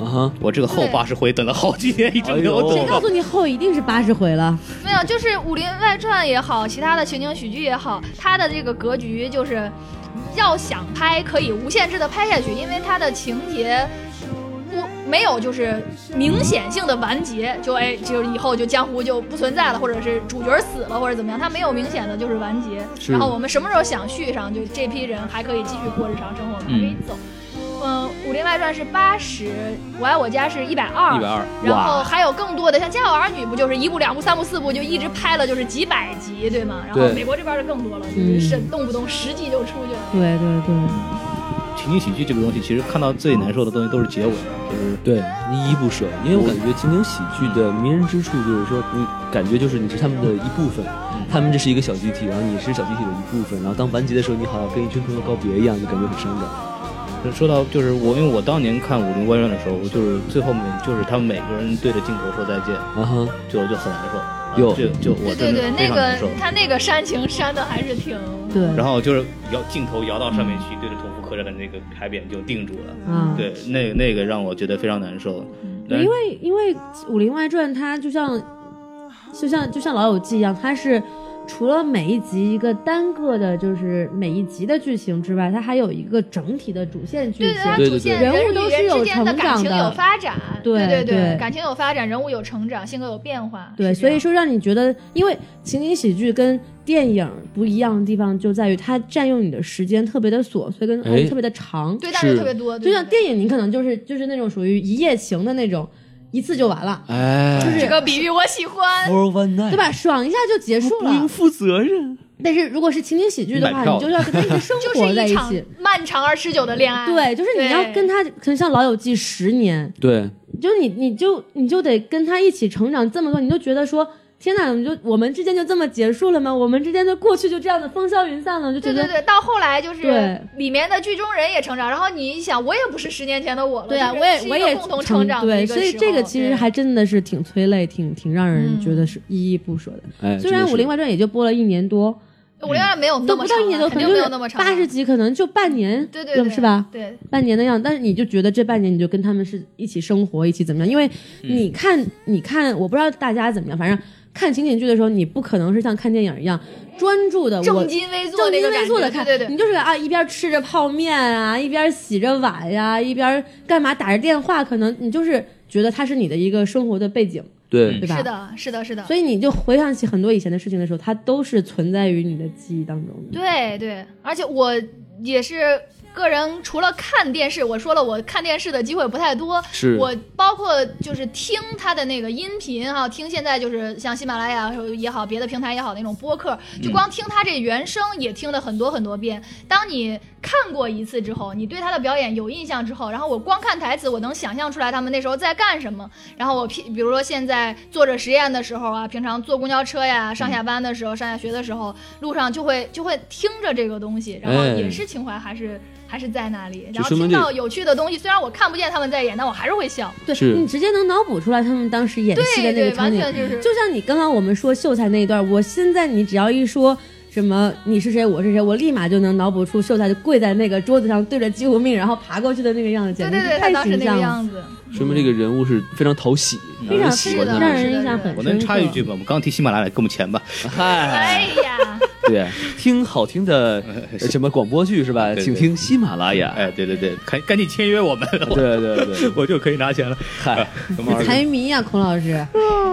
[SPEAKER 4] 啊哈，
[SPEAKER 3] 我这个后
[SPEAKER 5] 对
[SPEAKER 3] 八十回等了好几年，一直没有
[SPEAKER 4] 哎呦
[SPEAKER 3] 等
[SPEAKER 6] 告
[SPEAKER 3] 到。
[SPEAKER 6] 诉你后一定是八十回了，
[SPEAKER 5] 没有，就是《武林外传》也好，其他的情景喜剧也好，它的这个格局就是要想拍可以无限制的拍下去，因为它的情节不没有就是明显性的完结，就哎，就是以后就江湖就不存在了，或者是主角死了或者怎么样，它没有明显的就是完结。
[SPEAKER 4] 是
[SPEAKER 5] 然后我们什么时候想续上，就这批人还可以继续过日常生活，我们还可以走。嗯，《武林外传》是八十，《我爱我家》是一百二，
[SPEAKER 3] 120
[SPEAKER 5] 然后
[SPEAKER 3] 哇
[SPEAKER 5] 还有更多的，像《家有儿女》不就是一部、两部、三部、四部就一直拍了就是几百集，对吗？然后
[SPEAKER 4] 对
[SPEAKER 5] 美国这边的更多了，
[SPEAKER 6] 嗯
[SPEAKER 5] 就是动不动十集就出去了。
[SPEAKER 6] 对对对，
[SPEAKER 3] 情景喜剧这个东西，其实看到最难受的东西都是结尾，就是
[SPEAKER 4] 对，依依不舍，因为我感觉情景喜剧的迷人之处就是说，你感觉就是你是他们的一部分，他们这是一个小集体，然后你是小集体的一部分，然后当完结的时候，你好像跟一群朋友告别一样，就感觉很伤感。啊
[SPEAKER 3] 就说到就是我，因为我当年看《武林外传》的时候，就是最后面就是他们每个人对着镜头说再见，
[SPEAKER 4] 啊哈，
[SPEAKER 3] 就就很难受，
[SPEAKER 4] 哟
[SPEAKER 3] 就就我
[SPEAKER 5] 对
[SPEAKER 3] 真
[SPEAKER 5] 对，
[SPEAKER 3] 的非
[SPEAKER 5] 那
[SPEAKER 3] 常难
[SPEAKER 5] 个
[SPEAKER 3] 受。
[SPEAKER 5] 他那个煽情煽的还是挺，
[SPEAKER 6] 对，
[SPEAKER 3] 然后就是摇镜头摇到上面去，对着同福客栈的那个牌匾就定住了。
[SPEAKER 6] 啊，
[SPEAKER 3] 对，那那个让我觉得非常难受。但
[SPEAKER 6] 对，因为因为《武林外传》它就像就像就像《老友记》一样，它是除了每一集一个单个的，就是每一集的剧情之外，它还有一个整体的主线剧
[SPEAKER 5] 对
[SPEAKER 6] 情。
[SPEAKER 5] 它
[SPEAKER 4] 对
[SPEAKER 5] 主
[SPEAKER 4] 对
[SPEAKER 5] 线
[SPEAKER 6] 对人
[SPEAKER 5] 人
[SPEAKER 6] 物
[SPEAKER 5] 与
[SPEAKER 6] 都
[SPEAKER 5] 人
[SPEAKER 6] 是有
[SPEAKER 5] 之间的感
[SPEAKER 6] 成长
[SPEAKER 5] 情
[SPEAKER 6] 的
[SPEAKER 5] 有发展，
[SPEAKER 6] 对
[SPEAKER 5] 对
[SPEAKER 6] 对
[SPEAKER 5] 感情有发展，人物有成长，性格有变化。
[SPEAKER 6] 对，
[SPEAKER 5] 是这
[SPEAKER 6] 所以
[SPEAKER 5] 样
[SPEAKER 6] 说让你觉得，因为情景喜剧跟电影不一样的地方就在于它占用你的时间特别的琐碎，跟、
[SPEAKER 4] 哎
[SPEAKER 6] 特别的长。
[SPEAKER 5] 对，但是
[SPEAKER 4] 是
[SPEAKER 5] 特别多，
[SPEAKER 6] 就像
[SPEAKER 5] 对对对
[SPEAKER 6] 电影，你可能就是就是那种属于一夜情的那种，一次就完了，
[SPEAKER 4] 哎，
[SPEAKER 6] 就是
[SPEAKER 5] 这个比喻我喜欢
[SPEAKER 4] for one night，
[SPEAKER 6] 对吧？爽一下就结束
[SPEAKER 4] 不用
[SPEAKER 6] 了。
[SPEAKER 4] 负责任。
[SPEAKER 6] 但是如果是情景喜剧的
[SPEAKER 3] 买
[SPEAKER 6] 话，
[SPEAKER 3] 票
[SPEAKER 6] 你就要跟他一直生
[SPEAKER 5] 就是
[SPEAKER 6] 活在
[SPEAKER 5] 一
[SPEAKER 6] 一
[SPEAKER 5] 场
[SPEAKER 6] 起。
[SPEAKER 5] 漫长而持久的恋爱。
[SPEAKER 6] 对，就是你要跟他，可能像《老友记》十年，
[SPEAKER 4] 对，
[SPEAKER 6] 就是你你就你就得跟他一起成长这么多，你就觉得说。天哪！你就我们之间就这么结束了吗？我们之间的过去就这样的风消云散了，就觉
[SPEAKER 5] 对
[SPEAKER 6] 得
[SPEAKER 5] 对对，到后来就是
[SPEAKER 6] 对
[SPEAKER 5] 里面的剧中人也成长，然后你一想，我也不是十年前的我了，
[SPEAKER 6] 对啊，
[SPEAKER 5] 就是
[SPEAKER 6] 我
[SPEAKER 5] 是
[SPEAKER 6] 也
[SPEAKER 5] 一
[SPEAKER 6] 我
[SPEAKER 5] 个
[SPEAKER 6] 也
[SPEAKER 5] 共同成长的
[SPEAKER 6] 对，
[SPEAKER 5] 一个
[SPEAKER 6] 所以
[SPEAKER 5] 时
[SPEAKER 6] 这个
[SPEAKER 5] 候
[SPEAKER 6] 其实
[SPEAKER 5] 对嗯
[SPEAKER 6] 还真的是挺催泪，挺挺让人觉得是依依不舍的。
[SPEAKER 4] 哎，
[SPEAKER 6] 虽然
[SPEAKER 4] 真
[SPEAKER 6] 《
[SPEAKER 4] 的
[SPEAKER 6] 武林外传》也就播了一年多，
[SPEAKER 5] 我恋爱没有那
[SPEAKER 6] 都
[SPEAKER 5] 么
[SPEAKER 6] 不
[SPEAKER 5] 长
[SPEAKER 6] 到一年
[SPEAKER 5] 啊，
[SPEAKER 6] 多，
[SPEAKER 5] 肯
[SPEAKER 6] 可
[SPEAKER 5] 定
[SPEAKER 6] 能
[SPEAKER 5] 没
[SPEAKER 6] 就
[SPEAKER 5] 有
[SPEAKER 6] 是
[SPEAKER 5] 那么长啊，
[SPEAKER 6] 八十集，可能就半年，
[SPEAKER 5] 对对对，
[SPEAKER 6] 是吧？
[SPEAKER 5] 对，
[SPEAKER 6] 半年的样子，但是你就觉得这半年你就跟他们是一起生活，一起怎么样？因为你看，你看，我不知道大家怎么样，反正看情景剧的时候，你不可能是像看电影一样专注的，呃我
[SPEAKER 5] 正襟危坐
[SPEAKER 6] 正
[SPEAKER 5] 那
[SPEAKER 6] 襟
[SPEAKER 5] 个感
[SPEAKER 6] 危
[SPEAKER 5] 觉，
[SPEAKER 6] 坐的看，
[SPEAKER 5] 对对
[SPEAKER 6] 你
[SPEAKER 5] 对。
[SPEAKER 6] 就是啊，一边吃着泡面啊，一边洗着碗呀、一边干嘛打着电话，可能你就是觉得它是你的一个生活的背景，
[SPEAKER 4] 对
[SPEAKER 3] 嗯
[SPEAKER 6] 对吧？
[SPEAKER 5] 是。的，是的，是的，
[SPEAKER 6] 所以你就回想起很多以前的事情的时候，它都是存在于你的记忆当中的。
[SPEAKER 5] 对对，而且我也是个人除了看电视，我说了，我看电视的机会不太多。
[SPEAKER 4] 是
[SPEAKER 5] 我包括就是听他的那个音频哈、听现在就是像喜马拉雅也好，别的平台也好那种播客，就光听他这原声也听了很多很多遍。当你看过一次之后，你对他的表演有印象之后，然后我光看台词，我能想象出来他们那时候在干什么。然后我譬比如说现在做着实验的时候啊，平常坐公交车呀、上下班的时候、上下学的时候，路上就会就会听着这个东西，然后也是情怀还是。还是在那里，然后
[SPEAKER 4] 说明
[SPEAKER 5] 听
[SPEAKER 4] 这
[SPEAKER 5] 到有趣的东西，虽然我看不见他们在演，但我还是会笑。
[SPEAKER 6] 对
[SPEAKER 4] 是
[SPEAKER 6] 你直接能脑补出来他们当时演戏
[SPEAKER 5] 对
[SPEAKER 6] 的那
[SPEAKER 5] 对
[SPEAKER 6] 个，场
[SPEAKER 5] 完
[SPEAKER 6] 景，
[SPEAKER 5] 全就是
[SPEAKER 6] 就像你刚刚我们说秀才那一段，我现在你只要一说什么你是谁我是谁，我立马就能脑补出秀才就跪在那个桌子上对着激活命，然后爬过去的那个样子，
[SPEAKER 5] 对
[SPEAKER 6] 简直
[SPEAKER 5] 对
[SPEAKER 6] 是
[SPEAKER 5] 对，他
[SPEAKER 6] 太
[SPEAKER 5] 当时
[SPEAKER 6] 形
[SPEAKER 5] 那个
[SPEAKER 6] 象了。
[SPEAKER 5] 样子，
[SPEAKER 4] 说明这个人物是非常讨喜，让
[SPEAKER 6] 非
[SPEAKER 4] 人
[SPEAKER 6] 常
[SPEAKER 4] 喜欢
[SPEAKER 5] 是的
[SPEAKER 4] 他
[SPEAKER 6] 让
[SPEAKER 4] 的。
[SPEAKER 6] 人印象很深刻。
[SPEAKER 3] 我能插一句吗？我们刚提喜马拉雅，给我们钱吧。
[SPEAKER 4] 嗨，
[SPEAKER 5] 哎呀，
[SPEAKER 4] 对，听好听的 呃什么广播剧是吧？
[SPEAKER 3] 对对
[SPEAKER 4] 请听喜马拉雅。
[SPEAKER 3] 哎，对对对，赶赶紧签约我们，我
[SPEAKER 4] 对对对，
[SPEAKER 3] 我就可以拿钱了。啊
[SPEAKER 4] 嗨，
[SPEAKER 3] 我们二
[SPEAKER 6] 财迷啊，孔老师，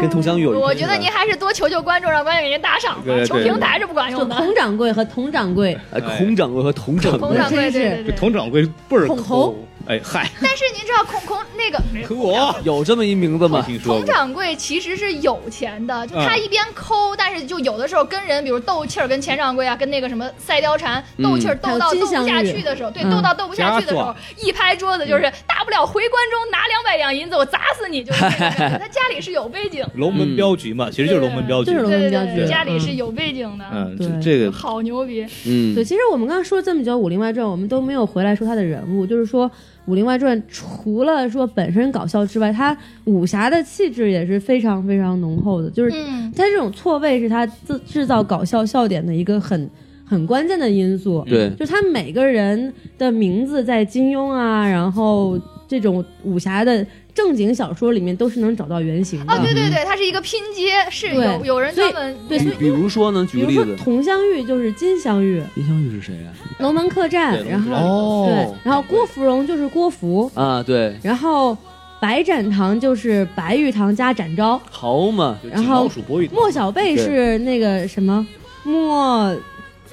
[SPEAKER 4] 跟佟湘玉有一拼
[SPEAKER 5] 我觉得
[SPEAKER 4] 是吧
[SPEAKER 5] 您还是多求求观众，让观众给您打赏
[SPEAKER 3] 对对
[SPEAKER 5] 吧，
[SPEAKER 3] 对
[SPEAKER 5] 求平台是不管
[SPEAKER 6] 就
[SPEAKER 5] 用的。
[SPEAKER 6] 孔掌柜和佟掌柜，
[SPEAKER 4] 哎，孔掌柜和佟掌
[SPEAKER 5] 孔掌
[SPEAKER 4] 柜，
[SPEAKER 5] 柜，
[SPEAKER 6] 真是
[SPEAKER 5] 对
[SPEAKER 3] 这
[SPEAKER 5] 对
[SPEAKER 3] 佟
[SPEAKER 5] 对。
[SPEAKER 3] 掌柜倍儿
[SPEAKER 6] 孔
[SPEAKER 3] 抠。哎嗨，
[SPEAKER 5] 但是您知道孔孔那个没有
[SPEAKER 3] 可我
[SPEAKER 4] 有这么一名字
[SPEAKER 3] 没
[SPEAKER 4] 吗？
[SPEAKER 3] 听说
[SPEAKER 5] 佟
[SPEAKER 3] 过。
[SPEAKER 5] 掌柜其实是有钱的，就他
[SPEAKER 3] 嗯
[SPEAKER 5] 一边抠，但是就有的时候跟人，比如斗气儿，跟钱掌柜啊，跟那个什么赛貂蝉斗气儿，
[SPEAKER 6] 还
[SPEAKER 5] 斗
[SPEAKER 6] 有
[SPEAKER 5] 到
[SPEAKER 6] 金
[SPEAKER 5] 斗不
[SPEAKER 6] 镶
[SPEAKER 5] 下
[SPEAKER 6] 玉
[SPEAKER 5] 去的时候，对，
[SPEAKER 6] 嗯
[SPEAKER 5] 斗到斗不下去的时
[SPEAKER 3] 加
[SPEAKER 5] 候
[SPEAKER 3] 索，
[SPEAKER 5] 一拍桌子就是大不了回关中拿两百两银子，我砸死你，就是那种感觉。他家里是有背 景，
[SPEAKER 3] 龙
[SPEAKER 4] 嗯
[SPEAKER 3] 门镖局嘛，其实就是龙门镖局
[SPEAKER 6] 就。是龙
[SPEAKER 5] 对对
[SPEAKER 6] 门镖
[SPEAKER 5] 对，
[SPEAKER 6] 局，
[SPEAKER 5] 对家里
[SPEAKER 6] 嗯
[SPEAKER 5] 是有背景的，
[SPEAKER 3] 嗯，
[SPEAKER 6] 对
[SPEAKER 3] 这这个
[SPEAKER 5] 好牛逼。
[SPEAKER 4] 嗯
[SPEAKER 6] 对，，其实我们刚刚说了这么久《武林外传》，我们都没有回来说它的人物，就是说《武林外传》除了说本身搞笑之外，它武侠的气质也是非常非常浓厚的，就是
[SPEAKER 5] 嗯，
[SPEAKER 6] 它这种错位是它制制造搞笑笑点的一个很很关键的因素。
[SPEAKER 4] 对
[SPEAKER 6] 就他每个人的名字在金庸啊，然后这种武侠的正经小说里面都是能找到原型的。
[SPEAKER 5] 哦，对对对，它是一个拼接，是
[SPEAKER 6] 对
[SPEAKER 5] 有有人
[SPEAKER 6] 所以
[SPEAKER 5] 专门
[SPEAKER 6] 对，所
[SPEAKER 4] 比
[SPEAKER 6] 以
[SPEAKER 4] 比如说呢，举
[SPEAKER 6] 比
[SPEAKER 4] 个
[SPEAKER 6] 如
[SPEAKER 4] 例
[SPEAKER 6] 说
[SPEAKER 4] 子，
[SPEAKER 6] 佟湘玉就是金湘玉，
[SPEAKER 4] 林湘玉是谁啊？
[SPEAKER 6] 《龙门客栈
[SPEAKER 3] 对》，
[SPEAKER 6] 然
[SPEAKER 3] 龙门客栈哦
[SPEAKER 6] 后。对，然后郭芙蓉就是郭芙，
[SPEAKER 4] 啊，对，
[SPEAKER 6] 然后白展堂就是白玉堂加展昭，
[SPEAKER 4] 好嘛，
[SPEAKER 3] 就
[SPEAKER 6] 然
[SPEAKER 3] 锦
[SPEAKER 6] 后
[SPEAKER 3] 老鼠博玉堂
[SPEAKER 6] 莫小贝是那个什么莫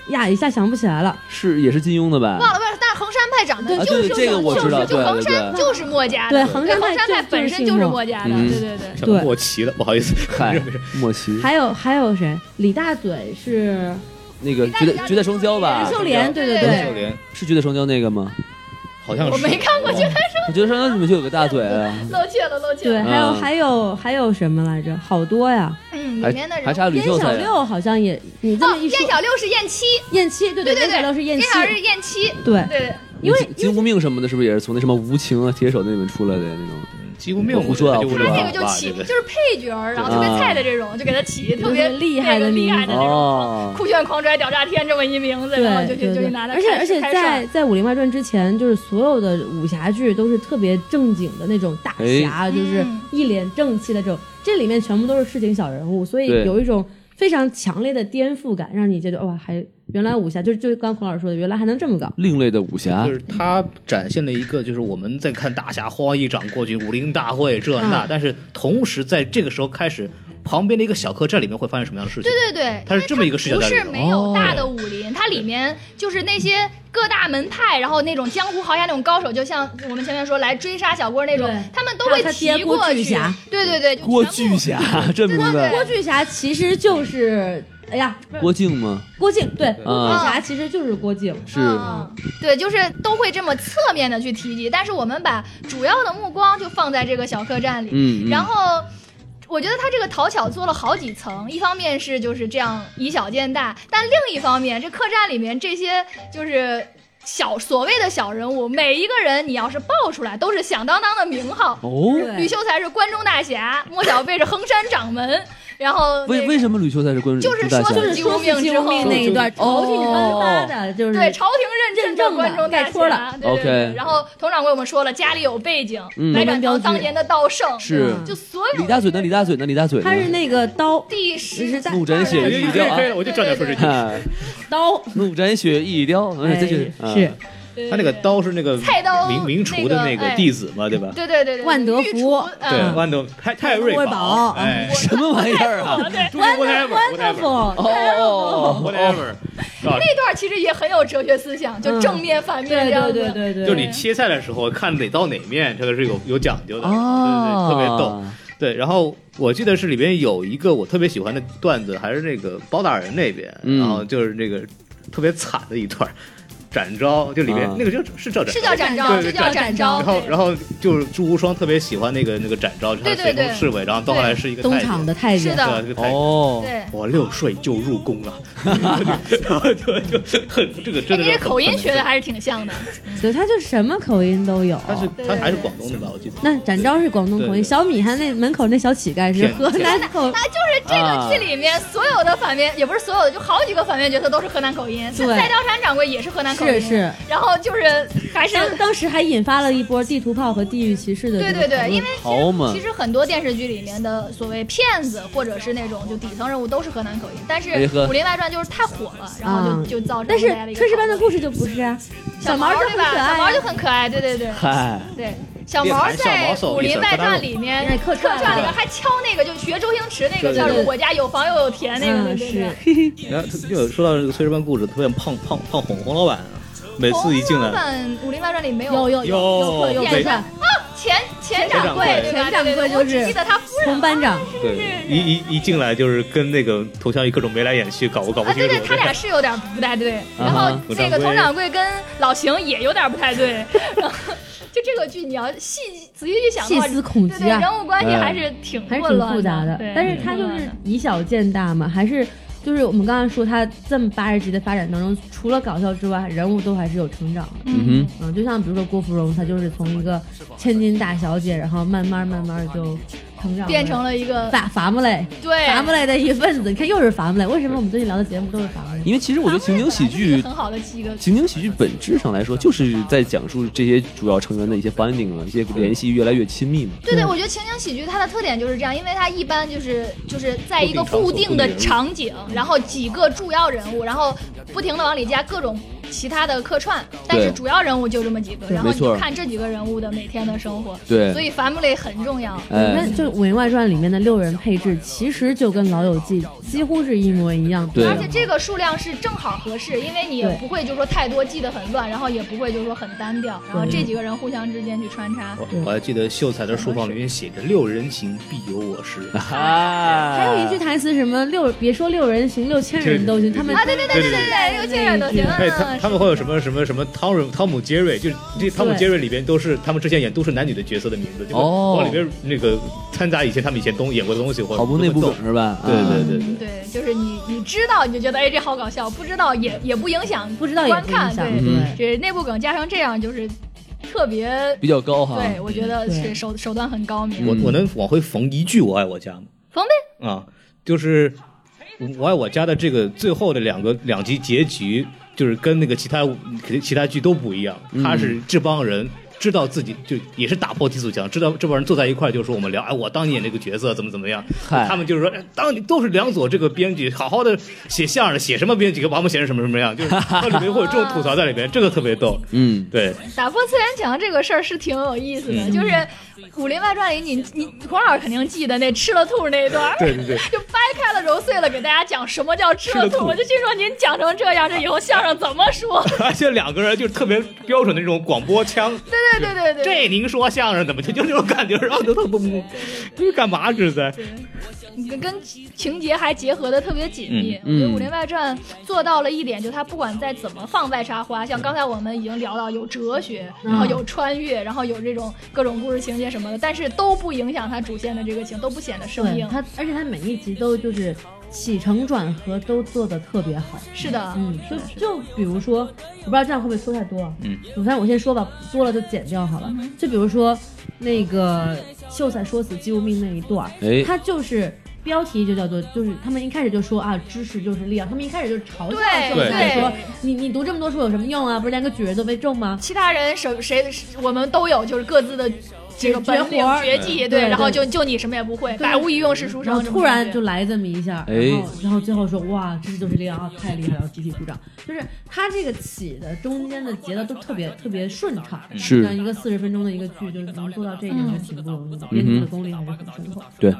[SPEAKER 6] 呀，一下想不起来了。
[SPEAKER 4] 是也是金庸的吧？
[SPEAKER 5] 忘了忘了，但是衡山派长的
[SPEAKER 6] 对
[SPEAKER 4] 啊，
[SPEAKER 5] 就
[SPEAKER 4] 对，
[SPEAKER 5] 是就
[SPEAKER 4] 这个我
[SPEAKER 5] 就
[SPEAKER 4] 知道，
[SPEAKER 5] 是就
[SPEAKER 4] 对
[SPEAKER 5] 衡
[SPEAKER 4] 对
[SPEAKER 5] 山
[SPEAKER 4] 对，
[SPEAKER 5] 就是墨家的，
[SPEAKER 6] 对
[SPEAKER 5] 衡
[SPEAKER 6] 衡山派
[SPEAKER 5] 派
[SPEAKER 6] 就
[SPEAKER 5] 本身就是
[SPEAKER 6] 就是
[SPEAKER 5] 墨家的，
[SPEAKER 4] 嗯
[SPEAKER 5] 对对对。
[SPEAKER 3] 想
[SPEAKER 6] 对
[SPEAKER 3] 过期了，不好意思。
[SPEAKER 4] 嗨， 莫奇，
[SPEAKER 6] 还有还有谁？李大嘴是
[SPEAKER 4] 那个绝代绝代双骄
[SPEAKER 5] 啊
[SPEAKER 4] 吧
[SPEAKER 6] 任？秀莲，对对
[SPEAKER 5] 对
[SPEAKER 3] 任
[SPEAKER 6] 对
[SPEAKER 3] 秀莲
[SPEAKER 4] 是绝代双骄那个吗？
[SPEAKER 3] 好像是
[SPEAKER 5] 我没看过，就
[SPEAKER 4] 绝代双骄里面就有个大嘴啊，
[SPEAKER 5] 露怯了，露怯
[SPEAKER 6] 对，
[SPEAKER 5] 了。
[SPEAKER 6] 还有
[SPEAKER 4] 嗯
[SPEAKER 6] 还有还还有什么来着？好多呀！
[SPEAKER 5] 嗯，
[SPEAKER 4] 还
[SPEAKER 5] 里面的人
[SPEAKER 4] 还差吕
[SPEAKER 6] 燕
[SPEAKER 4] 秀
[SPEAKER 6] 小
[SPEAKER 4] 才啊，
[SPEAKER 6] 六好像也，你这
[SPEAKER 5] 哦
[SPEAKER 6] 么，一
[SPEAKER 5] 燕
[SPEAKER 6] 说，
[SPEAKER 5] 小六是燕七，
[SPEAKER 6] 燕七对
[SPEAKER 5] 对对
[SPEAKER 6] 燕小
[SPEAKER 5] 对，
[SPEAKER 6] 六是燕七，
[SPEAKER 5] 小六是燕七，
[SPEAKER 6] 对，
[SPEAKER 5] 对对。
[SPEAKER 6] 因为
[SPEAKER 4] 金金无命什么的，是不是也是从那什么无情啊、铁手那里面出来的那种？
[SPEAKER 3] 几乎没有
[SPEAKER 4] 我胡说啊
[SPEAKER 3] 就
[SPEAKER 4] 胡说
[SPEAKER 3] 是
[SPEAKER 4] 啊
[SPEAKER 5] 他
[SPEAKER 4] 这
[SPEAKER 5] 这
[SPEAKER 4] 个
[SPEAKER 5] 个就起
[SPEAKER 3] 这个
[SPEAKER 5] 就是配角儿，然后特别菜的这种，就给他起特别
[SPEAKER 6] 就是厉害的
[SPEAKER 5] 那个厉害的那种，
[SPEAKER 4] 哦，
[SPEAKER 5] 酷炫狂拽屌炸天这么一名字，
[SPEAKER 6] 对
[SPEAKER 5] 然后就去
[SPEAKER 6] 对
[SPEAKER 5] 就去
[SPEAKER 6] 对
[SPEAKER 5] 拿他
[SPEAKER 6] 而且
[SPEAKER 5] 开
[SPEAKER 6] 而且
[SPEAKER 5] 开涮
[SPEAKER 6] 在在《武林外传》之前，就是所有的武侠剧都是特别正经的那种大
[SPEAKER 4] 哎
[SPEAKER 6] 侠，就是
[SPEAKER 5] 嗯
[SPEAKER 6] 一脸正气的这种，这里面全部都是市井小人物，所以
[SPEAKER 4] 对
[SPEAKER 6] 有一种非常强烈的颠覆感，让你觉得哇，还原来武侠就是就是刚孔老师说的，原来还能这么搞。
[SPEAKER 4] 另类的武侠
[SPEAKER 3] 就，是它展现了一个，就是我们在看大侠花一掌过去，武林大会这那，
[SPEAKER 6] 嗯
[SPEAKER 3] 但是同时在这个时候开始，旁边的一个小客栈里面会发生什么样的事情？
[SPEAKER 5] 对对对，
[SPEAKER 3] 它是这么一个视角
[SPEAKER 5] 不
[SPEAKER 3] 在里
[SPEAKER 5] 是
[SPEAKER 3] 头
[SPEAKER 5] 没有
[SPEAKER 3] 哦
[SPEAKER 5] 大的武林，它里面就是那些各大门派，然后那种江湖豪侠那种高手，就像我们前面说来追杀小郭那种
[SPEAKER 6] 对，
[SPEAKER 5] 他们都会
[SPEAKER 6] 他他爹
[SPEAKER 5] 提
[SPEAKER 6] 郭
[SPEAKER 5] 过
[SPEAKER 6] 巨
[SPEAKER 5] 去
[SPEAKER 6] 侠。
[SPEAKER 5] 对对对，就
[SPEAKER 4] 郭
[SPEAKER 5] 全部
[SPEAKER 4] 巨侠这名字，
[SPEAKER 6] 郭巨侠其实就是，哎呀，
[SPEAKER 4] 郭靖吗？
[SPEAKER 6] 郭靖，对，郭
[SPEAKER 4] 啊
[SPEAKER 6] 巨侠其实就是郭靖，
[SPEAKER 4] 是，
[SPEAKER 5] 嗯，对，就是都会这么侧面的去提及，但是我们把主要的目光就放在这个小客栈里，
[SPEAKER 4] 嗯，嗯
[SPEAKER 5] 然后。我觉得他这个讨巧做了好几层，一方面是就是这样以小见大，但另一方面，这客栈里面这些就是小所谓的小人物，每一个人你要是报出来，都是响当当的名号。
[SPEAKER 4] 哦，
[SPEAKER 5] 吕
[SPEAKER 6] 对，
[SPEAKER 5] 秀才是关中大侠，莫小贝是衡山掌门，然后那
[SPEAKER 4] 为
[SPEAKER 5] 个
[SPEAKER 4] 为什么吕秀才是关
[SPEAKER 5] 就是
[SPEAKER 4] 朱大侠
[SPEAKER 5] 说
[SPEAKER 6] 就是说
[SPEAKER 5] 救
[SPEAKER 6] 起
[SPEAKER 5] 命
[SPEAKER 6] 救
[SPEAKER 5] 之后
[SPEAKER 6] 命那一段，
[SPEAKER 4] 哦
[SPEAKER 6] 朝廷颁发的，就是
[SPEAKER 5] 对朝廷认
[SPEAKER 6] 认
[SPEAKER 5] 证
[SPEAKER 6] 证
[SPEAKER 5] 的
[SPEAKER 6] 的
[SPEAKER 5] 关中大
[SPEAKER 6] 盖戳
[SPEAKER 5] 侠
[SPEAKER 6] 了
[SPEAKER 5] 对对对
[SPEAKER 4] OK
[SPEAKER 5] 然后佟掌柜我们说了，家里有背景，
[SPEAKER 4] 嗯
[SPEAKER 5] 白展堂当年的道圣，
[SPEAKER 4] 是
[SPEAKER 5] 嗯就所有
[SPEAKER 4] 李大嘴呢？李大嘴呢？李大嘴
[SPEAKER 6] 他是
[SPEAKER 4] 呢？
[SPEAKER 6] 那个刀，
[SPEAKER 5] 第十
[SPEAKER 6] 是在
[SPEAKER 4] 怒斩血
[SPEAKER 3] 可以
[SPEAKER 4] 玉
[SPEAKER 3] 可以
[SPEAKER 4] 雕啊
[SPEAKER 3] 可以，了，我就知道你要说这句。
[SPEAKER 4] 哎
[SPEAKER 6] 刀，
[SPEAKER 4] 怒斩血一雕，哎，这就是
[SPEAKER 6] 哎是
[SPEAKER 4] 啊，
[SPEAKER 5] 对
[SPEAKER 3] 他那个
[SPEAKER 5] 对
[SPEAKER 3] 刀是那个
[SPEAKER 5] 菜刀
[SPEAKER 3] 名名厨的
[SPEAKER 5] 那
[SPEAKER 3] 那
[SPEAKER 5] 个
[SPEAKER 3] 个
[SPEAKER 5] 哎
[SPEAKER 3] 弟子嘛，对吧？
[SPEAKER 5] 对对对对，
[SPEAKER 6] 万德
[SPEAKER 5] 御
[SPEAKER 6] 福
[SPEAKER 5] 厨嗯
[SPEAKER 3] 对，豌豆泰泰瑞
[SPEAKER 6] 瑞
[SPEAKER 3] 宝
[SPEAKER 6] 宝，
[SPEAKER 3] 哎，
[SPEAKER 4] 什么玩意儿啊？
[SPEAKER 3] 中间 whatever，whatever，whatever，
[SPEAKER 6] wonderful，
[SPEAKER 4] 哦，
[SPEAKER 3] 啊
[SPEAKER 5] 那段其实也很有哲学思想，就
[SPEAKER 6] 嗯
[SPEAKER 5] 正面反面这
[SPEAKER 6] 对
[SPEAKER 5] 样
[SPEAKER 6] 对
[SPEAKER 5] 子。
[SPEAKER 6] 对对对，
[SPEAKER 3] 就是你切菜的时候看哪到哪面，这个是有有讲究的，
[SPEAKER 4] 哦
[SPEAKER 3] 对对对，特别逗。对，然后我记得是里边有一个我特别喜欢的段子，还是那个包大人那边，
[SPEAKER 4] 嗯
[SPEAKER 3] 然后就是那个特别惨的一段，展昭就里边、
[SPEAKER 4] 啊
[SPEAKER 3] 那个叫是叫展
[SPEAKER 5] 是叫展昭，
[SPEAKER 3] 对对
[SPEAKER 5] 这叫展昭。
[SPEAKER 3] 然后然
[SPEAKER 5] 后
[SPEAKER 3] 后就是朱无双特别喜欢那个那个展昭，就是他随
[SPEAKER 5] 对对对
[SPEAKER 3] 从侍卫，然后到后来是一个
[SPEAKER 6] 东
[SPEAKER 3] 太监
[SPEAKER 6] 厂的太
[SPEAKER 5] 是
[SPEAKER 6] 监，
[SPEAKER 5] 的，
[SPEAKER 3] 对，哦。
[SPEAKER 4] 哦，
[SPEAKER 5] 对。
[SPEAKER 3] 我六岁就入宫 了， 就就很这个
[SPEAKER 5] 哎，
[SPEAKER 3] 真的是
[SPEAKER 5] 你这
[SPEAKER 3] 很
[SPEAKER 5] 口音
[SPEAKER 3] 很
[SPEAKER 5] 学的还是挺像的，
[SPEAKER 6] 对，他就什么口音都有。
[SPEAKER 3] 他是
[SPEAKER 5] 对
[SPEAKER 3] 他
[SPEAKER 5] 对
[SPEAKER 3] 还是
[SPEAKER 5] 对
[SPEAKER 3] 广东的吧？我记得。
[SPEAKER 6] 那展昭是广东口
[SPEAKER 3] 对对
[SPEAKER 6] 音，小米还那门口那小乞丐是
[SPEAKER 3] 骗
[SPEAKER 6] 河南口，
[SPEAKER 5] 那就是这个剧里面所有的反面，也不是所有的，就好几个反面角色都是河南口音。
[SPEAKER 6] 对
[SPEAKER 5] 菜刀山掌柜也是河南口音，
[SPEAKER 6] 是是。
[SPEAKER 5] 然后就是还是
[SPEAKER 6] 当当时还引发了一波地图炮和地域歧视的
[SPEAKER 5] 对
[SPEAKER 6] 这
[SPEAKER 5] 对
[SPEAKER 6] 个讨
[SPEAKER 5] 对，
[SPEAKER 6] 论
[SPEAKER 5] 因为
[SPEAKER 4] 好嘛
[SPEAKER 5] 其实很多电视剧里面的所谓骗子或者是那种就底层人物都是河南口音，但是
[SPEAKER 4] 哎呵
[SPEAKER 5] 《武林外传》就是太火了，然后
[SPEAKER 6] 啊
[SPEAKER 5] 就就造成
[SPEAKER 6] 但是
[SPEAKER 5] 大家的一
[SPEAKER 6] 《
[SPEAKER 5] 个
[SPEAKER 6] 炊事班的
[SPEAKER 5] 讨论
[SPEAKER 6] 故事》就不是啊，
[SPEAKER 5] 小
[SPEAKER 6] 毛
[SPEAKER 5] 毛
[SPEAKER 6] 就很
[SPEAKER 5] 对
[SPEAKER 6] 可
[SPEAKER 5] 吧？小毛
[SPEAKER 6] 爱
[SPEAKER 5] 就
[SPEAKER 6] 啊，
[SPEAKER 5] 很可爱，对对对
[SPEAKER 4] 嗨，
[SPEAKER 5] 对。小毛在《武林外传》里面
[SPEAKER 6] 猎
[SPEAKER 5] 客
[SPEAKER 6] 砍小毛手
[SPEAKER 5] 串里面还敲那个，就学周星驰那
[SPEAKER 3] 对
[SPEAKER 5] 个
[SPEAKER 3] 对
[SPEAKER 5] 叫
[SPEAKER 3] 对
[SPEAKER 5] “我家有房又有田”啊那个，对
[SPEAKER 6] 嗯
[SPEAKER 5] 对
[SPEAKER 6] 是
[SPEAKER 5] 对。
[SPEAKER 3] 然后他就说到这个炊事班故事，特别胖胖胖哄洪老板啊，每次一进
[SPEAKER 5] 洪老
[SPEAKER 3] 来，
[SPEAKER 5] 板《武林外传》里没
[SPEAKER 6] 有有
[SPEAKER 3] 有
[SPEAKER 6] 有
[SPEAKER 3] 有
[SPEAKER 6] 客
[SPEAKER 3] 没
[SPEAKER 6] 串，
[SPEAKER 5] 钱钱掌柜对吧？
[SPEAKER 6] 钱掌柜
[SPEAKER 5] 对对对
[SPEAKER 6] 就是
[SPEAKER 5] 我只记得他夫人
[SPEAKER 6] 红班长，
[SPEAKER 3] 对，一一一进来就是跟那个佟湘玉各种眉来眼去，搞不搞不
[SPEAKER 5] 啊，
[SPEAKER 3] 清
[SPEAKER 5] 对
[SPEAKER 3] 楚。
[SPEAKER 5] 对，他俩是有点不太对。然后
[SPEAKER 4] 啊
[SPEAKER 5] 那
[SPEAKER 3] 佟掌
[SPEAKER 5] 个
[SPEAKER 3] 柜
[SPEAKER 5] 佟掌柜跟老邢也有点不太对。然后就这个剧，你要细仔细去想的
[SPEAKER 6] 细
[SPEAKER 5] 话，
[SPEAKER 6] 思恐
[SPEAKER 5] 对
[SPEAKER 6] 极
[SPEAKER 5] 对，
[SPEAKER 6] 啊，
[SPEAKER 5] 人物关
[SPEAKER 4] 嗯
[SPEAKER 5] 系还是挺
[SPEAKER 6] 还是
[SPEAKER 5] 混
[SPEAKER 6] 挺
[SPEAKER 5] 乱
[SPEAKER 6] 复杂的
[SPEAKER 5] 的。对。
[SPEAKER 6] 但是他就是以小见大嘛，还是就是我们刚刚说他这么八十集的发展当中，除了搞笑之外，人物都还是有成长的。
[SPEAKER 4] 嗯哼，
[SPEAKER 6] 嗯，就像比如说郭芙蓉，她就是从一个千金大小姐，然后慢慢慢慢就成长，
[SPEAKER 5] 变成了一个
[SPEAKER 6] 伐伐木类。
[SPEAKER 5] 对
[SPEAKER 6] 伐木类的一份子，你看又是伐木类，为什么我们最近聊的节目都是伐木类？
[SPEAKER 4] 因为其实我觉得情景喜剧
[SPEAKER 5] 很好的一个
[SPEAKER 4] 情景喜剧本质上来说，就是在讲述这些主要成员的一些 bonding 啊，一些联系越来越亲密嘛。
[SPEAKER 5] 对对，我觉得情景喜剧它的特点就是这样，因为它一般就是就是在一个固定的场景，然后几个主要人物，然后不停的往里加各种其他的客串，但是
[SPEAKER 4] 对
[SPEAKER 5] 主要人物就这么几个，然后
[SPEAKER 4] 没
[SPEAKER 5] 你
[SPEAKER 4] 错
[SPEAKER 5] 就看这几个人物的每天的生活。
[SPEAKER 4] 对
[SPEAKER 5] 所以 family 很重要。
[SPEAKER 6] 你
[SPEAKER 4] 哎
[SPEAKER 6] 看，，就是《武林外传》里面的六人配置，其实就跟《老友记》几乎是一模一样。
[SPEAKER 4] 对
[SPEAKER 5] 而且这个数量是正好合适，因为你也不会就说太多记得很乱，然后也不会就说很单调，然后这几个人互相之间去穿插。
[SPEAKER 3] 我我还记得秀才的书房里面写着“六人行必有我师
[SPEAKER 4] 啊，
[SPEAKER 6] 还有一句台词什么六，别说六人行，六千人都行。他们
[SPEAKER 5] 啊，对对对对对对，又这人都行”，。
[SPEAKER 3] 哎，他
[SPEAKER 5] 嗯
[SPEAKER 3] 他们会有什么什么什么汤姆汤姆杰瑞，就是这汤姆杰瑞里边都是他们之前演都市男女的角色的名字，就会
[SPEAKER 4] 哦
[SPEAKER 3] 往里边那个掺杂以前他们以前东演过的东西，或者
[SPEAKER 4] 跑步内部梗是吧？
[SPEAKER 3] 对对
[SPEAKER 4] 啊
[SPEAKER 3] 对对。
[SPEAKER 5] 对，就是你你知道你就觉得哎这好搞笑，不知道也也不影响
[SPEAKER 6] 不知道也
[SPEAKER 5] 观
[SPEAKER 6] 不
[SPEAKER 5] 看
[SPEAKER 6] 影，响，
[SPEAKER 5] 对，
[SPEAKER 4] 嗯
[SPEAKER 5] 这内部梗加上这样就是特别，
[SPEAKER 4] 比较高哈。
[SPEAKER 5] 对我觉得是
[SPEAKER 6] 对
[SPEAKER 5] 手手段很高明。
[SPEAKER 3] 我
[SPEAKER 4] 嗯
[SPEAKER 3] 我能往回缝一句“我爱我家”吗？
[SPEAKER 5] 冯贝
[SPEAKER 3] 啊，就是《我爱我家》的这个最后的两个两集结局，就是跟那个其他其他剧都不一样，他是这帮人。知道自己就也是打破低俗墙，知道这帮人坐在一块儿就说我们聊，哎，我当年演这个角色怎么怎么样，
[SPEAKER 4] 嗨
[SPEAKER 3] 他们就是说，哎当你都是梁左这个编剧，好好的写相声的，写什么编剧，给把我们写成什么什么样，就是它里面会有这种吐槽在里面，这个特别逗，
[SPEAKER 4] 嗯，
[SPEAKER 3] 对，
[SPEAKER 5] 打破次元墙这个事儿是挺有意思的，就是《武林外传》里你你孔老师肯定记得那吃了兔那一段，
[SPEAKER 3] 对对对，
[SPEAKER 5] 就掰开了揉碎了给大家讲什么叫吃
[SPEAKER 3] 吃了
[SPEAKER 5] 了兔，
[SPEAKER 3] 兔
[SPEAKER 5] 我就心说您讲成这样，这以后相声怎么说？
[SPEAKER 3] 而且两个人就是特别标准的那种广播腔，
[SPEAKER 5] 对对对对对，
[SPEAKER 3] 这您说相声怎么就就这种感觉，然后就都不不，这是干嘛这是在？
[SPEAKER 5] 你跟跟情节还结合的特别紧密。
[SPEAKER 4] 嗯
[SPEAKER 5] 我觉
[SPEAKER 4] 嗯
[SPEAKER 5] 得《武林外传》做到了一点，就它不管再怎么放外插花，像刚才我们已经聊到有哲学，然后
[SPEAKER 7] 嗯
[SPEAKER 5] 有穿越，然后有这种各种故事情节什么的，但是都不影响它主线的这个情，都不显得生
[SPEAKER 6] 对
[SPEAKER 5] 硬。
[SPEAKER 6] 他，而且他每一集都就是起承转合都做的特别好。
[SPEAKER 5] 是的，
[SPEAKER 6] 嗯，就就比如说，我不知道这样会不会说太多啊。嗯，我看我先说吧，多了就剪掉好
[SPEAKER 5] 嗯
[SPEAKER 6] 了。就比如说那个秀才说死姬无命那一段儿，
[SPEAKER 4] 哎
[SPEAKER 6] 他就是。标题就叫做，就是他们一开始就说啊，知识就是力量。他们一开始就嘲笑
[SPEAKER 5] 对
[SPEAKER 6] 秀才
[SPEAKER 5] 对
[SPEAKER 6] 说，你你读这么多书有什么用啊？不是连个举人都没中吗？
[SPEAKER 5] 其他人谁谁我们都有，就是各自的。这个本领
[SPEAKER 7] 绝活儿
[SPEAKER 5] 绝技，
[SPEAKER 7] 对
[SPEAKER 5] 对，
[SPEAKER 7] 对
[SPEAKER 5] 然后就就你什么也不会，百无一用是书
[SPEAKER 7] 然
[SPEAKER 5] 生
[SPEAKER 7] 后
[SPEAKER 5] 这
[SPEAKER 7] 突
[SPEAKER 5] 种感觉。
[SPEAKER 7] 然就来这么一下，然后
[SPEAKER 4] 哎
[SPEAKER 7] 然后最后说哇，这就是力量啊，太厉害了，集体鼓掌。就是他这个起的中间的节奏都特别特别顺畅，
[SPEAKER 4] 是
[SPEAKER 7] 像一个四十分钟的一个剧，就是能做到这一
[SPEAKER 5] 嗯
[SPEAKER 7] 点还挺不容易的，编剧的功力还是很深厚。
[SPEAKER 4] 对，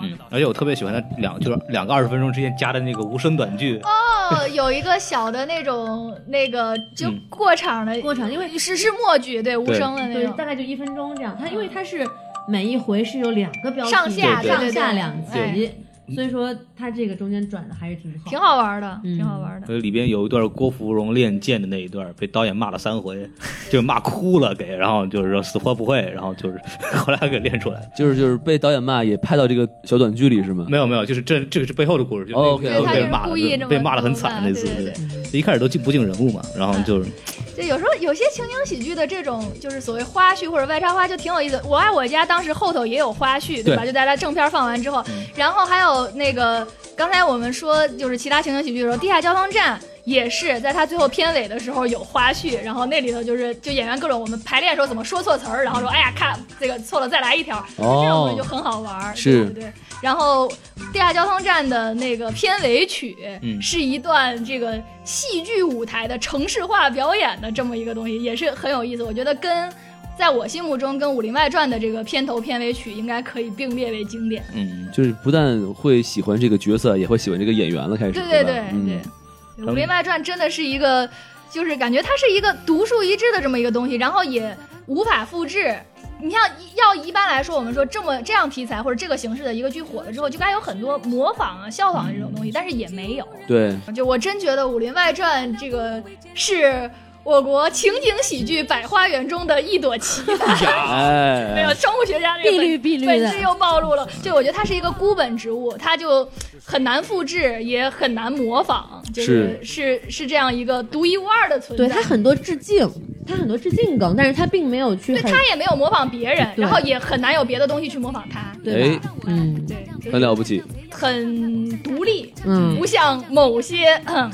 [SPEAKER 3] 嗯，而且我特别喜欢他两就是两个二十分钟之间加的那个无声短句，
[SPEAKER 5] 哦，有一个小的那种那个就
[SPEAKER 3] 嗯
[SPEAKER 5] 过场的
[SPEAKER 7] 过场因为
[SPEAKER 5] 是是默剧，对无
[SPEAKER 3] 对
[SPEAKER 5] 声的那
[SPEAKER 7] 对，
[SPEAKER 5] 种
[SPEAKER 7] 大。概就一分钟这样。它因为它是每一回是有两个标题，
[SPEAKER 5] 上
[SPEAKER 3] 下对对
[SPEAKER 7] 上
[SPEAKER 5] 对
[SPEAKER 7] 下
[SPEAKER 5] 对
[SPEAKER 7] 两集，所以说它这个中间转的还是挺好，
[SPEAKER 5] 挺。好玩的，
[SPEAKER 7] 嗯
[SPEAKER 5] 挺好玩的。
[SPEAKER 3] 呃，里边有一段郭芙蓉练剑的那一段，被导演骂了三回，就骂哭了给，然后就是说死活不会，然后就是 后来给练出来。
[SPEAKER 4] 就是就是被导演骂也拍到这个小短剧里是吗？
[SPEAKER 3] 没有没有，就是这这个是背后的故事，就
[SPEAKER 4] 哦
[SPEAKER 3] 那
[SPEAKER 4] 对
[SPEAKER 3] 个
[SPEAKER 4] 他
[SPEAKER 3] 被
[SPEAKER 4] 是
[SPEAKER 3] 骂了
[SPEAKER 5] 故意这么
[SPEAKER 3] 被骂的很惨
[SPEAKER 5] 弄
[SPEAKER 3] 那
[SPEAKER 5] 的
[SPEAKER 3] 次，
[SPEAKER 5] 对对啊
[SPEAKER 3] 一开始都敬不敬人物嘛，然后就是
[SPEAKER 5] 就有时候有些情景喜剧的这种，就是所谓花絮或者外插花，就挺有意思。我爱我家当时后头也有花絮，对吧？
[SPEAKER 3] 对
[SPEAKER 5] 就大家正片放完之后，然后还有那个刚才我们说就是其他情景喜剧的时候，地下交通站。也是在他最后片尾的时候有花絮，然后那里头就是就演员各种我们排练的时候怎么说错词儿，然后说哎呀看这个错了再来一条，这种东西就很好玩儿，
[SPEAKER 4] 是
[SPEAKER 5] 对对对。然后地下交通站的那个片尾曲，
[SPEAKER 3] 嗯
[SPEAKER 5] 是一段这个戏剧舞台的城市化表演的这么一个东西，也是很有意思。我觉得跟在我心目中跟《武林外传》的这个片头片尾曲应该可以并列为经典。
[SPEAKER 3] 嗯，
[SPEAKER 4] 就是不但会喜欢这个角色，也会喜欢这个演员了。开始，
[SPEAKER 5] 对对
[SPEAKER 4] 吧
[SPEAKER 5] 对
[SPEAKER 4] 嗯
[SPEAKER 5] 对，《武林外传》真的是一个，就是感觉它是一个独树一帜的这么一个东西，然后也无法复制。你像要一般来说，我们说这么这样题材或者这个形式的一个剧火了之后，就该有很多模仿啊、效仿啊这种东
[SPEAKER 4] 嗯
[SPEAKER 5] 西，但是也没有。
[SPEAKER 4] 对，
[SPEAKER 5] 就我真觉得《武林外传》这个是我国情景喜剧百花园中的一朵奇葩。
[SPEAKER 4] 哎，
[SPEAKER 5] 没有
[SPEAKER 3] 嗯
[SPEAKER 5] 生物学家这个
[SPEAKER 7] 碧绿
[SPEAKER 5] 本
[SPEAKER 7] 碧绿的
[SPEAKER 5] 本质又暴露了。就我觉得它是一个孤本植物，它就很难复制，也很难模仿，就是是是这样一个独一无二的存在。
[SPEAKER 7] 对它很多致敬，它很多致敬梗，但是它并没有去
[SPEAKER 5] 对
[SPEAKER 7] 很
[SPEAKER 5] 它也没有模仿别人，
[SPEAKER 7] 对
[SPEAKER 5] 然后也很难有别的东西去模仿它。
[SPEAKER 7] 对
[SPEAKER 4] 哎
[SPEAKER 7] 吧？嗯
[SPEAKER 5] 对，就是
[SPEAKER 4] 很了不起，
[SPEAKER 5] 很独立，
[SPEAKER 7] 嗯
[SPEAKER 5] 不像某些。嗯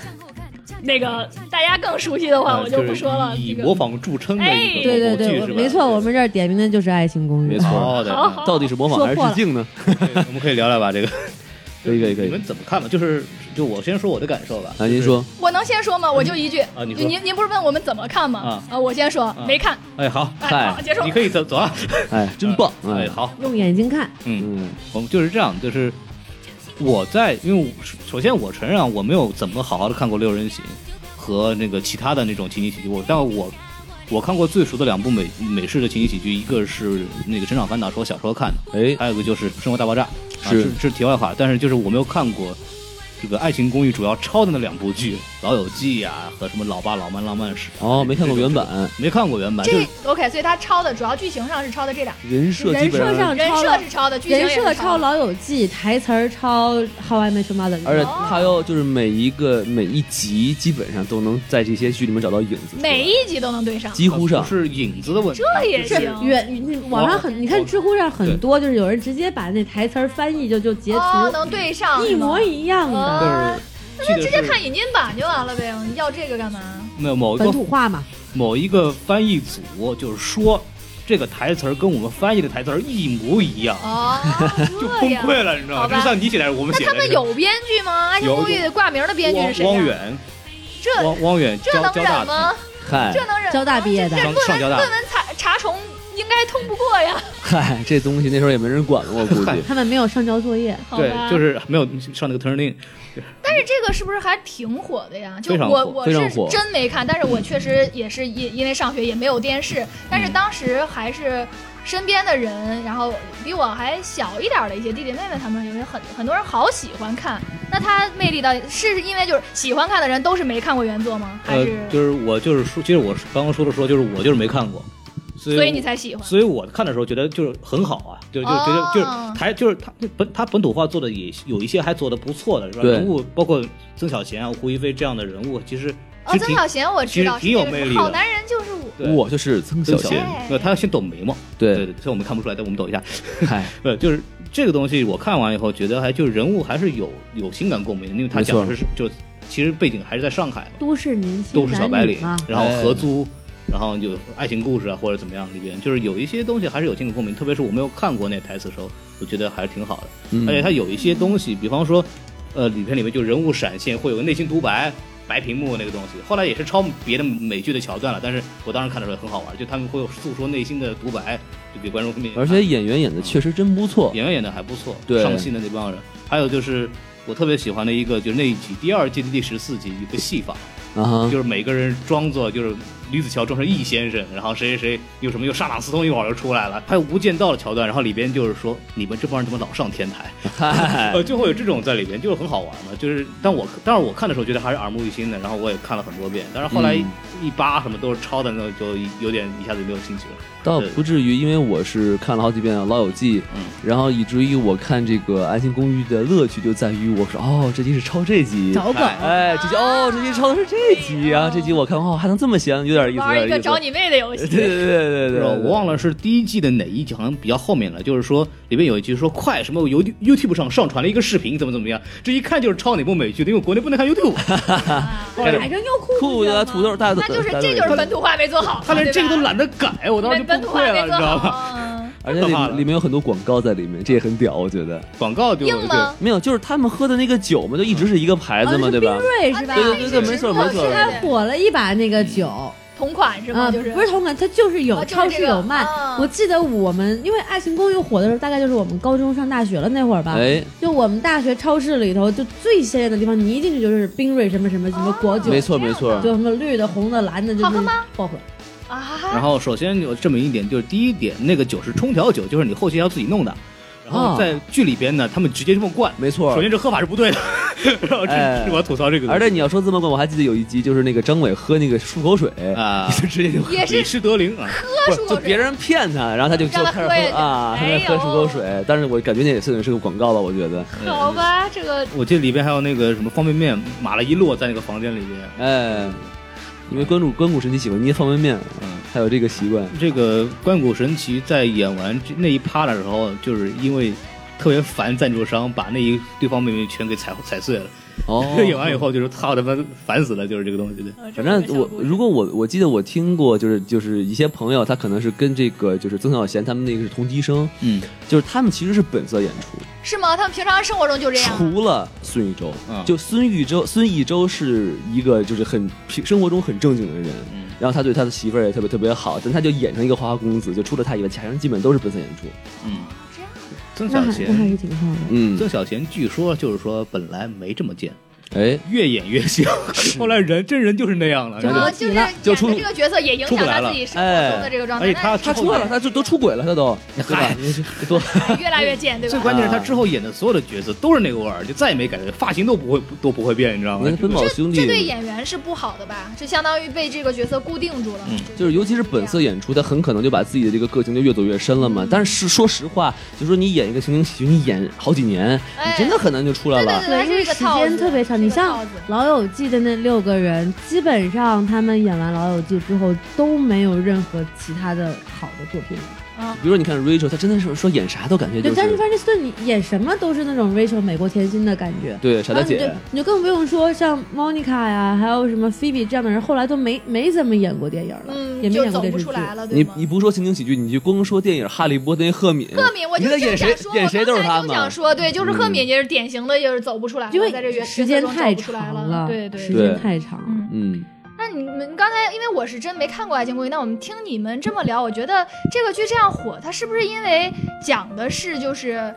[SPEAKER 5] 那个大家更熟悉的话，
[SPEAKER 3] 呃
[SPEAKER 5] 啊我就不说了。
[SPEAKER 3] 是以
[SPEAKER 5] 这个哎
[SPEAKER 3] 模仿著称的一
[SPEAKER 7] 对
[SPEAKER 3] 个
[SPEAKER 7] 对
[SPEAKER 3] 某剧
[SPEAKER 7] 对，
[SPEAKER 3] 是吧？
[SPEAKER 7] 没错，我们这儿点名的就是《爱情公寓
[SPEAKER 4] 没》。错。
[SPEAKER 3] 哦，对，
[SPEAKER 5] 好
[SPEAKER 4] 到底是模仿还是致 敬呢？
[SPEAKER 3] 对我们可以聊聊吧，这个
[SPEAKER 4] 可以可以可
[SPEAKER 3] 你
[SPEAKER 4] 以
[SPEAKER 3] 们。怎么看吧？就是就我先说我的感受吧。
[SPEAKER 4] 啊，您说，
[SPEAKER 5] 我能先说吗？我就一句
[SPEAKER 3] 啊你说
[SPEAKER 5] 就您您不是问我们怎么看吗？
[SPEAKER 3] 啊
[SPEAKER 5] 我先说，没看。
[SPEAKER 3] 哎，好，
[SPEAKER 5] 哎，
[SPEAKER 4] 嗨
[SPEAKER 5] 好，结束
[SPEAKER 3] 你。可以走走啊，
[SPEAKER 4] 哎，真棒！
[SPEAKER 3] 哎，
[SPEAKER 4] 哎，
[SPEAKER 3] 好，
[SPEAKER 7] 用眼睛看，
[SPEAKER 3] 嗯，
[SPEAKER 4] 嗯，
[SPEAKER 3] 我们就是这样，就是我在，因为我首先我承认啊，我没有怎么好好的看过六人行和那个其他的那种情景喜剧，我但我我看过最熟的两部美美式的情景喜剧，一个是那个《成长烦恼》，是我小时候看的，
[SPEAKER 4] 哎，
[SPEAKER 3] 还有一个就是《生活大爆炸》，啊、
[SPEAKER 4] 是
[SPEAKER 3] 是是题外话，但是就是我没有看过这个《爱情公寓》，主要抄的那两部剧，《老友记》呀和什么《老爸老妈浪漫史》啊，
[SPEAKER 4] 哦，没看过原版，
[SPEAKER 3] 没看过原版，啊就是
[SPEAKER 5] 这 OK，所以他抄的主要剧情上是抄的这俩，
[SPEAKER 4] 人设基
[SPEAKER 7] 人
[SPEAKER 4] 本
[SPEAKER 7] 设上
[SPEAKER 5] 人
[SPEAKER 7] 抄
[SPEAKER 5] 设
[SPEAKER 7] 了，
[SPEAKER 5] 是抄的，剧情也
[SPEAKER 7] 人
[SPEAKER 5] 是
[SPEAKER 7] 设抄
[SPEAKER 5] 抄
[SPEAKER 7] 《
[SPEAKER 5] 的。
[SPEAKER 7] 老友记》，台词儿抄《How I Met Your Mother》，
[SPEAKER 4] 而且他又就是每一个每一集基本上都能在这些剧里面找到影子，
[SPEAKER 5] 每一集都能对上，
[SPEAKER 4] 几乎上
[SPEAKER 3] 不啊是影子的问题，
[SPEAKER 5] 这也
[SPEAKER 7] 是
[SPEAKER 5] 行。
[SPEAKER 7] 远那网上
[SPEAKER 4] 哦
[SPEAKER 7] 很，你看知乎上很多，就是有人直接把那台词儿翻译就就截
[SPEAKER 5] 哦，
[SPEAKER 7] 图，
[SPEAKER 5] 能对上，
[SPEAKER 7] 一模
[SPEAKER 5] 一
[SPEAKER 7] 一样的
[SPEAKER 5] 啊
[SPEAKER 3] 但是。记得
[SPEAKER 5] 直接
[SPEAKER 3] 是
[SPEAKER 5] 看引进版就完了呗，你要这个干嘛？
[SPEAKER 3] 那某一
[SPEAKER 7] 本
[SPEAKER 3] 个
[SPEAKER 7] 土化嘛。
[SPEAKER 3] 某一个翻译组，就是说这个台词儿跟我们翻译的台词儿一模一样，
[SPEAKER 5] 哦，
[SPEAKER 3] 就
[SPEAKER 5] 这
[SPEAKER 3] 崩
[SPEAKER 5] 样。
[SPEAKER 3] 溃了，你知道
[SPEAKER 5] 好
[SPEAKER 3] 吗？
[SPEAKER 5] 吧
[SPEAKER 3] 就像你写的还是我们
[SPEAKER 5] 那
[SPEAKER 3] 写的，
[SPEAKER 5] 他们有编剧吗？《爱情
[SPEAKER 3] 有
[SPEAKER 5] 公寓》挂名的编剧是
[SPEAKER 3] 汪
[SPEAKER 5] 谁
[SPEAKER 3] 汪
[SPEAKER 5] 呀？
[SPEAKER 3] 远，
[SPEAKER 5] 这
[SPEAKER 3] 汪汪远
[SPEAKER 5] 这
[SPEAKER 3] 交
[SPEAKER 5] 能
[SPEAKER 3] 交大的，
[SPEAKER 5] 忍吗？
[SPEAKER 4] 嗨
[SPEAKER 5] 这能忍吗？
[SPEAKER 7] 交大毕业的。
[SPEAKER 5] 这这
[SPEAKER 3] 上上交
[SPEAKER 5] 论
[SPEAKER 3] 大
[SPEAKER 5] 文论文查查重应该通不过呀。
[SPEAKER 4] 嗨，这东西那时候也没人管我估计
[SPEAKER 7] 他们没有上交作业，
[SPEAKER 5] 好吧
[SPEAKER 3] 对，就是没有上那个 Turning，
[SPEAKER 5] 但是这个是不是还挺火的呀？就
[SPEAKER 3] 非常
[SPEAKER 5] 我
[SPEAKER 3] 火
[SPEAKER 5] 我
[SPEAKER 4] 非常
[SPEAKER 5] 是
[SPEAKER 4] 火
[SPEAKER 5] 真没看，但是我确实也是因因为上学也没有电视，但
[SPEAKER 3] 嗯
[SPEAKER 5] 是当时还是身边的人，然后比我还小一点的一些弟弟妹妹他们，有些很很多人好喜欢看。那它魅力到底是因为就是喜欢看的人都是没看过原作吗？还
[SPEAKER 3] 呃
[SPEAKER 5] 是、，
[SPEAKER 3] 就是我就是说，其实我刚刚说的说，就是我就是没看过，所以
[SPEAKER 5] 所以你才喜欢？
[SPEAKER 3] 所以我看的时候觉得就是很好啊，就就觉得
[SPEAKER 5] 哦
[SPEAKER 3] 就是台就是他本他本土化做的也有一些还做的不错的，是吧？
[SPEAKER 4] 对
[SPEAKER 3] 人物包括曾小贤啊、胡一菲这样的人物，其实其
[SPEAKER 5] 哦，
[SPEAKER 3] 实
[SPEAKER 5] 曾
[SPEAKER 3] 挺
[SPEAKER 5] 小贤我知道，
[SPEAKER 3] 其实挺有
[SPEAKER 5] 是这个
[SPEAKER 3] 魅力的
[SPEAKER 5] 好男人就是我。
[SPEAKER 3] 对
[SPEAKER 4] 我就是曾小
[SPEAKER 3] 曾
[SPEAKER 4] 贤，
[SPEAKER 5] 贤
[SPEAKER 3] 对，呃他先抖眉毛，对
[SPEAKER 4] 对，
[SPEAKER 3] 对，虽然我们看不出来，但我们抖一下，
[SPEAKER 4] 嗨，
[SPEAKER 3] 对，就是这个东西我看完以后觉得还就是人物还是有有情感共鸣的，因为他
[SPEAKER 4] 没错
[SPEAKER 3] 讲的是就其实背景还是在上海嘛，
[SPEAKER 7] 都市年轻
[SPEAKER 3] 都是小白
[SPEAKER 7] 男女
[SPEAKER 3] 领
[SPEAKER 7] 嘛，
[SPEAKER 3] 然后合租。然后有爱情故事啊或者怎么样里边，就是有一些东西还是有情感共鸣，特别是我没有看过那台词的时候，我觉得还是挺好的。
[SPEAKER 4] 嗯
[SPEAKER 3] 而且它有一些东西，比方说，呃，里片里面就人物闪现会有个内心独白。白屏幕那个东西，后来也是抄别的美剧的桥段了，但是我当时看的时候也很好玩，就他们会有诉说内心的独白，就给观众面。
[SPEAKER 4] 而且演员演的确实真不错，
[SPEAKER 3] 演员演的还不错，
[SPEAKER 4] 对
[SPEAKER 3] 上戏的那帮人。还有就是我特别喜欢的一个，就是那一集第二季的第十四集有个戏法，
[SPEAKER 4] 啊哈，
[SPEAKER 3] 就是每个人装作就是吕子乔装成易先生，然后谁谁谁有什么又上朗斯通一会儿就出来了，还有《无间道》的桥段，然后里边就是说你们这帮人怎么老上天台，
[SPEAKER 4] 嗨
[SPEAKER 3] 呃，就会有这种在里边，就是很好玩嘛。就是，但我但是我看的时候觉得还是耳目一新的，然后我也看了很多遍，但是后来
[SPEAKER 4] 嗯
[SPEAKER 3] 一扒什么都是抄的那种，就有点一下子没有兴趣了。
[SPEAKER 4] 倒不至于，因为我是看了好几遍《老友记》，
[SPEAKER 3] 嗯
[SPEAKER 4] 然后以至于我看这个《爱情公寓》的乐趣就在于我说哦，这集是抄这集，
[SPEAKER 6] 找梗。
[SPEAKER 4] 哎，这集
[SPEAKER 5] 啊
[SPEAKER 4] 哦，这集抄的是这集啊，这集我看哦还能这么闲，有点意思，
[SPEAKER 5] 哎玩一
[SPEAKER 4] 有
[SPEAKER 5] 个
[SPEAKER 4] 点意思
[SPEAKER 5] 找你妹的游
[SPEAKER 4] 对
[SPEAKER 5] 戏。
[SPEAKER 4] 对对对对
[SPEAKER 3] 是
[SPEAKER 4] 对，
[SPEAKER 3] 吧我忘了是第一季的哪一集，好像比较后面了。就是说里面有一句说快什么 You YouTube 上上传了一个视频，怎么怎么样，这一看就是抄哪部美剧的，因为国内不能看 YouTube。
[SPEAKER 6] 改成优酷
[SPEAKER 4] 酷的土豆大
[SPEAKER 5] 啊那就是这就是本土化没做好嘛，
[SPEAKER 3] 他连这个都
[SPEAKER 5] 对吧
[SPEAKER 3] 懒得改，我当时
[SPEAKER 5] 本
[SPEAKER 3] 就崩
[SPEAKER 5] 本土化
[SPEAKER 3] 溃
[SPEAKER 5] 没
[SPEAKER 3] 了，你
[SPEAKER 5] 做
[SPEAKER 3] 知道
[SPEAKER 5] 好
[SPEAKER 3] 吧？
[SPEAKER 5] 啊。
[SPEAKER 4] 而且里
[SPEAKER 3] 太可怕了
[SPEAKER 4] 面里面有很多广告在里面，这也很屌，我觉得。
[SPEAKER 3] 广告就
[SPEAKER 5] 硬吗
[SPEAKER 4] 没有，就是他们喝的那个酒嘛，就一直是一个牌
[SPEAKER 5] 啊
[SPEAKER 7] 哦
[SPEAKER 4] 子嘛，对吧？
[SPEAKER 6] 瑞是吧？
[SPEAKER 4] 对对对对，没错没错
[SPEAKER 5] 对。
[SPEAKER 6] 还火了一把那个酒，
[SPEAKER 5] 同款是
[SPEAKER 6] 啊，
[SPEAKER 5] 吗？就是
[SPEAKER 6] 不是同款，它就是有、
[SPEAKER 5] 哦就是
[SPEAKER 6] 超
[SPEAKER 5] 这
[SPEAKER 6] 市
[SPEAKER 5] 个
[SPEAKER 6] 有卖。
[SPEAKER 5] 啊
[SPEAKER 6] 我记得我们因为《爱情公寓》火的时候，大概就是我们高中上大学了那会
[SPEAKER 5] 啊
[SPEAKER 6] 儿吧。
[SPEAKER 4] 哎，
[SPEAKER 6] 就我们大学超市里头，就最鲜艳的地方，你一进去就是冰锐什么什么什么果酒，
[SPEAKER 4] 没错没错
[SPEAKER 6] 就什么绿的、红的、蓝的，就
[SPEAKER 5] 哦好
[SPEAKER 6] 是
[SPEAKER 5] 喝吗
[SPEAKER 6] 爆火。
[SPEAKER 5] 啊，
[SPEAKER 3] 然后首先有这么一点，就是第一点，那个酒是冲调酒，就是你后期要自己弄的。然
[SPEAKER 4] 哦
[SPEAKER 3] 后在剧里边呢，他们直接这么灌。
[SPEAKER 4] 没错
[SPEAKER 3] 首。先这喝法是不对的， 然后这
[SPEAKER 4] 哎
[SPEAKER 3] 这我要吐槽这个东
[SPEAKER 4] 而
[SPEAKER 3] 西。
[SPEAKER 4] 且你要说这么问，我还记得有一集就是那个张伟喝那个漱口水，
[SPEAKER 3] 啊
[SPEAKER 4] 你就直接就
[SPEAKER 5] 也
[SPEAKER 3] 李
[SPEAKER 5] 是
[SPEAKER 3] 施德林啊，
[SPEAKER 4] 不
[SPEAKER 5] 喝
[SPEAKER 4] 是
[SPEAKER 5] 漱
[SPEAKER 4] 就
[SPEAKER 5] 口
[SPEAKER 4] 别
[SPEAKER 5] 水。
[SPEAKER 4] 人骗他，然后他就就
[SPEAKER 5] 让他
[SPEAKER 4] 开始
[SPEAKER 5] 喝下去
[SPEAKER 4] 喝啊，他
[SPEAKER 5] 哎
[SPEAKER 4] 在
[SPEAKER 5] 呦
[SPEAKER 4] 喝漱口水，但是我感觉那也是是个广告吧，我觉得，
[SPEAKER 5] 好吧，这个
[SPEAKER 3] 我记得里边还有那个什么方便面码了一摞在那个房间里边。
[SPEAKER 4] 哎，因为关注关谷神奇喜欢捏方便面，
[SPEAKER 3] 嗯
[SPEAKER 4] 还有这个习惯，
[SPEAKER 3] 这个关谷神奇在演完这那一趴的时候，就是因为特别烦赞助商，把那一对方妹妹全给踩踩碎了。
[SPEAKER 4] 哦
[SPEAKER 3] 演完以后就是操他妈烦死了，就是这个东西。对
[SPEAKER 4] 反正我如果我我记得我听过，就是就是一些朋友，他可能是跟这个就是曾小贤他们那个是同级生，
[SPEAKER 3] 嗯，
[SPEAKER 4] 就是他们其实是本色演出，
[SPEAKER 5] 是吗？他们平常生活中就这样啊。
[SPEAKER 4] 除了孙艺洲
[SPEAKER 3] 嗯，
[SPEAKER 4] 就孙艺洲孙艺洲是一个就是很平生活中很正经的人，然后他对他的媳妇儿也特别特别好，但他就演成一个花花公子，就除了他以外，其他人基本都是本色演出，
[SPEAKER 3] 嗯，
[SPEAKER 5] 这样
[SPEAKER 3] 曾
[SPEAKER 7] 那
[SPEAKER 3] 小
[SPEAKER 7] 还那还
[SPEAKER 3] 贤，
[SPEAKER 7] 是挺好的。
[SPEAKER 4] 嗯，
[SPEAKER 3] 曾小贤据说就是说本来没这么 贱，
[SPEAKER 4] 哎，
[SPEAKER 3] 越演越像，后来人真人就是那样了。然
[SPEAKER 5] 啊，
[SPEAKER 3] 后
[SPEAKER 5] 就是演
[SPEAKER 4] 了就出
[SPEAKER 5] 的这个角色也影响他自己生活中的这个状态，
[SPEAKER 3] 而且他
[SPEAKER 5] 那
[SPEAKER 4] 哎他出来了，他就都出轨了，他都，对吧？多
[SPEAKER 5] 越来越贱，对
[SPEAKER 3] 最
[SPEAKER 5] 吧？
[SPEAKER 3] 关键是他之后演的所有的角色都是那个味儿，就再也没改变，发型都不会都不会变，你知道
[SPEAKER 4] 你看
[SPEAKER 3] 吗？
[SPEAKER 4] 奔跑兄
[SPEAKER 5] 这对
[SPEAKER 4] 弟。
[SPEAKER 5] 演员是不好的吧？这相当于被这个角色固定住了，
[SPEAKER 4] 嗯就是尤其是本色演出，他很可能就把自己的这个个性就越走越深了嘛。但是说实话，就说你演一个情景喜剧，你演好几年，
[SPEAKER 5] 哎
[SPEAKER 4] 你真的很难就出来了。
[SPEAKER 5] 对它
[SPEAKER 7] 对，
[SPEAKER 5] 是
[SPEAKER 7] 因为
[SPEAKER 5] 一个
[SPEAKER 7] 时
[SPEAKER 5] 套
[SPEAKER 7] 间
[SPEAKER 5] 子
[SPEAKER 7] 特别长。你
[SPEAKER 5] 是个
[SPEAKER 7] 像
[SPEAKER 5] 套
[SPEAKER 7] 《
[SPEAKER 5] 子
[SPEAKER 7] 老友记》的那六个人，基本上他们演完《老友记》之后都没有任何其他的好的作品。
[SPEAKER 4] 比如说，你看 Rachel，她真的是说演啥都感觉
[SPEAKER 7] 对
[SPEAKER 4] 就，
[SPEAKER 7] 但是
[SPEAKER 4] 是
[SPEAKER 7] 反正顿你演什么都是那种 Rachel 美国甜心的感觉。
[SPEAKER 4] 对傻大
[SPEAKER 7] 然
[SPEAKER 6] 啊
[SPEAKER 7] 后你
[SPEAKER 5] 嗯
[SPEAKER 7] 就
[SPEAKER 4] 姐，
[SPEAKER 7] 你就更不用说像 Monica 呀，还有什么 Phoebe 这样的人，后来都没没怎么演过电影了，也
[SPEAKER 5] 嗯，
[SPEAKER 7] 没
[SPEAKER 5] 就
[SPEAKER 7] 演过
[SPEAKER 5] 走
[SPEAKER 7] 电
[SPEAKER 5] 不
[SPEAKER 7] 视剧
[SPEAKER 5] 出。来了，对
[SPEAKER 4] 你
[SPEAKER 5] 吗？
[SPEAKER 4] 你不说情景喜剧，你就光说电影《哈利波特》那赫敏，
[SPEAKER 5] 赫敏，我
[SPEAKER 4] 你
[SPEAKER 5] 就
[SPEAKER 4] 在
[SPEAKER 5] 是
[SPEAKER 4] 演谁
[SPEAKER 5] 想说，
[SPEAKER 4] 演谁都是他
[SPEAKER 5] 我刚才就
[SPEAKER 4] 嘛
[SPEAKER 5] 想。说，对，就是赫
[SPEAKER 4] 嗯
[SPEAKER 5] 敏也是典型的，也是走不出来了，
[SPEAKER 7] 因为
[SPEAKER 5] 在这角
[SPEAKER 7] 时间
[SPEAKER 5] 角色中
[SPEAKER 7] 太
[SPEAKER 5] 走不出来
[SPEAKER 7] 长
[SPEAKER 5] 了，对对
[SPEAKER 7] 时
[SPEAKER 5] 对。
[SPEAKER 7] 间
[SPEAKER 4] 对
[SPEAKER 7] 太长了。
[SPEAKER 4] 嗯，
[SPEAKER 5] 那你们刚才，因为我是真没看过《爱情公寓》，那我们听你们这么聊，我觉得这个剧这样火，它是不是因为讲的是就是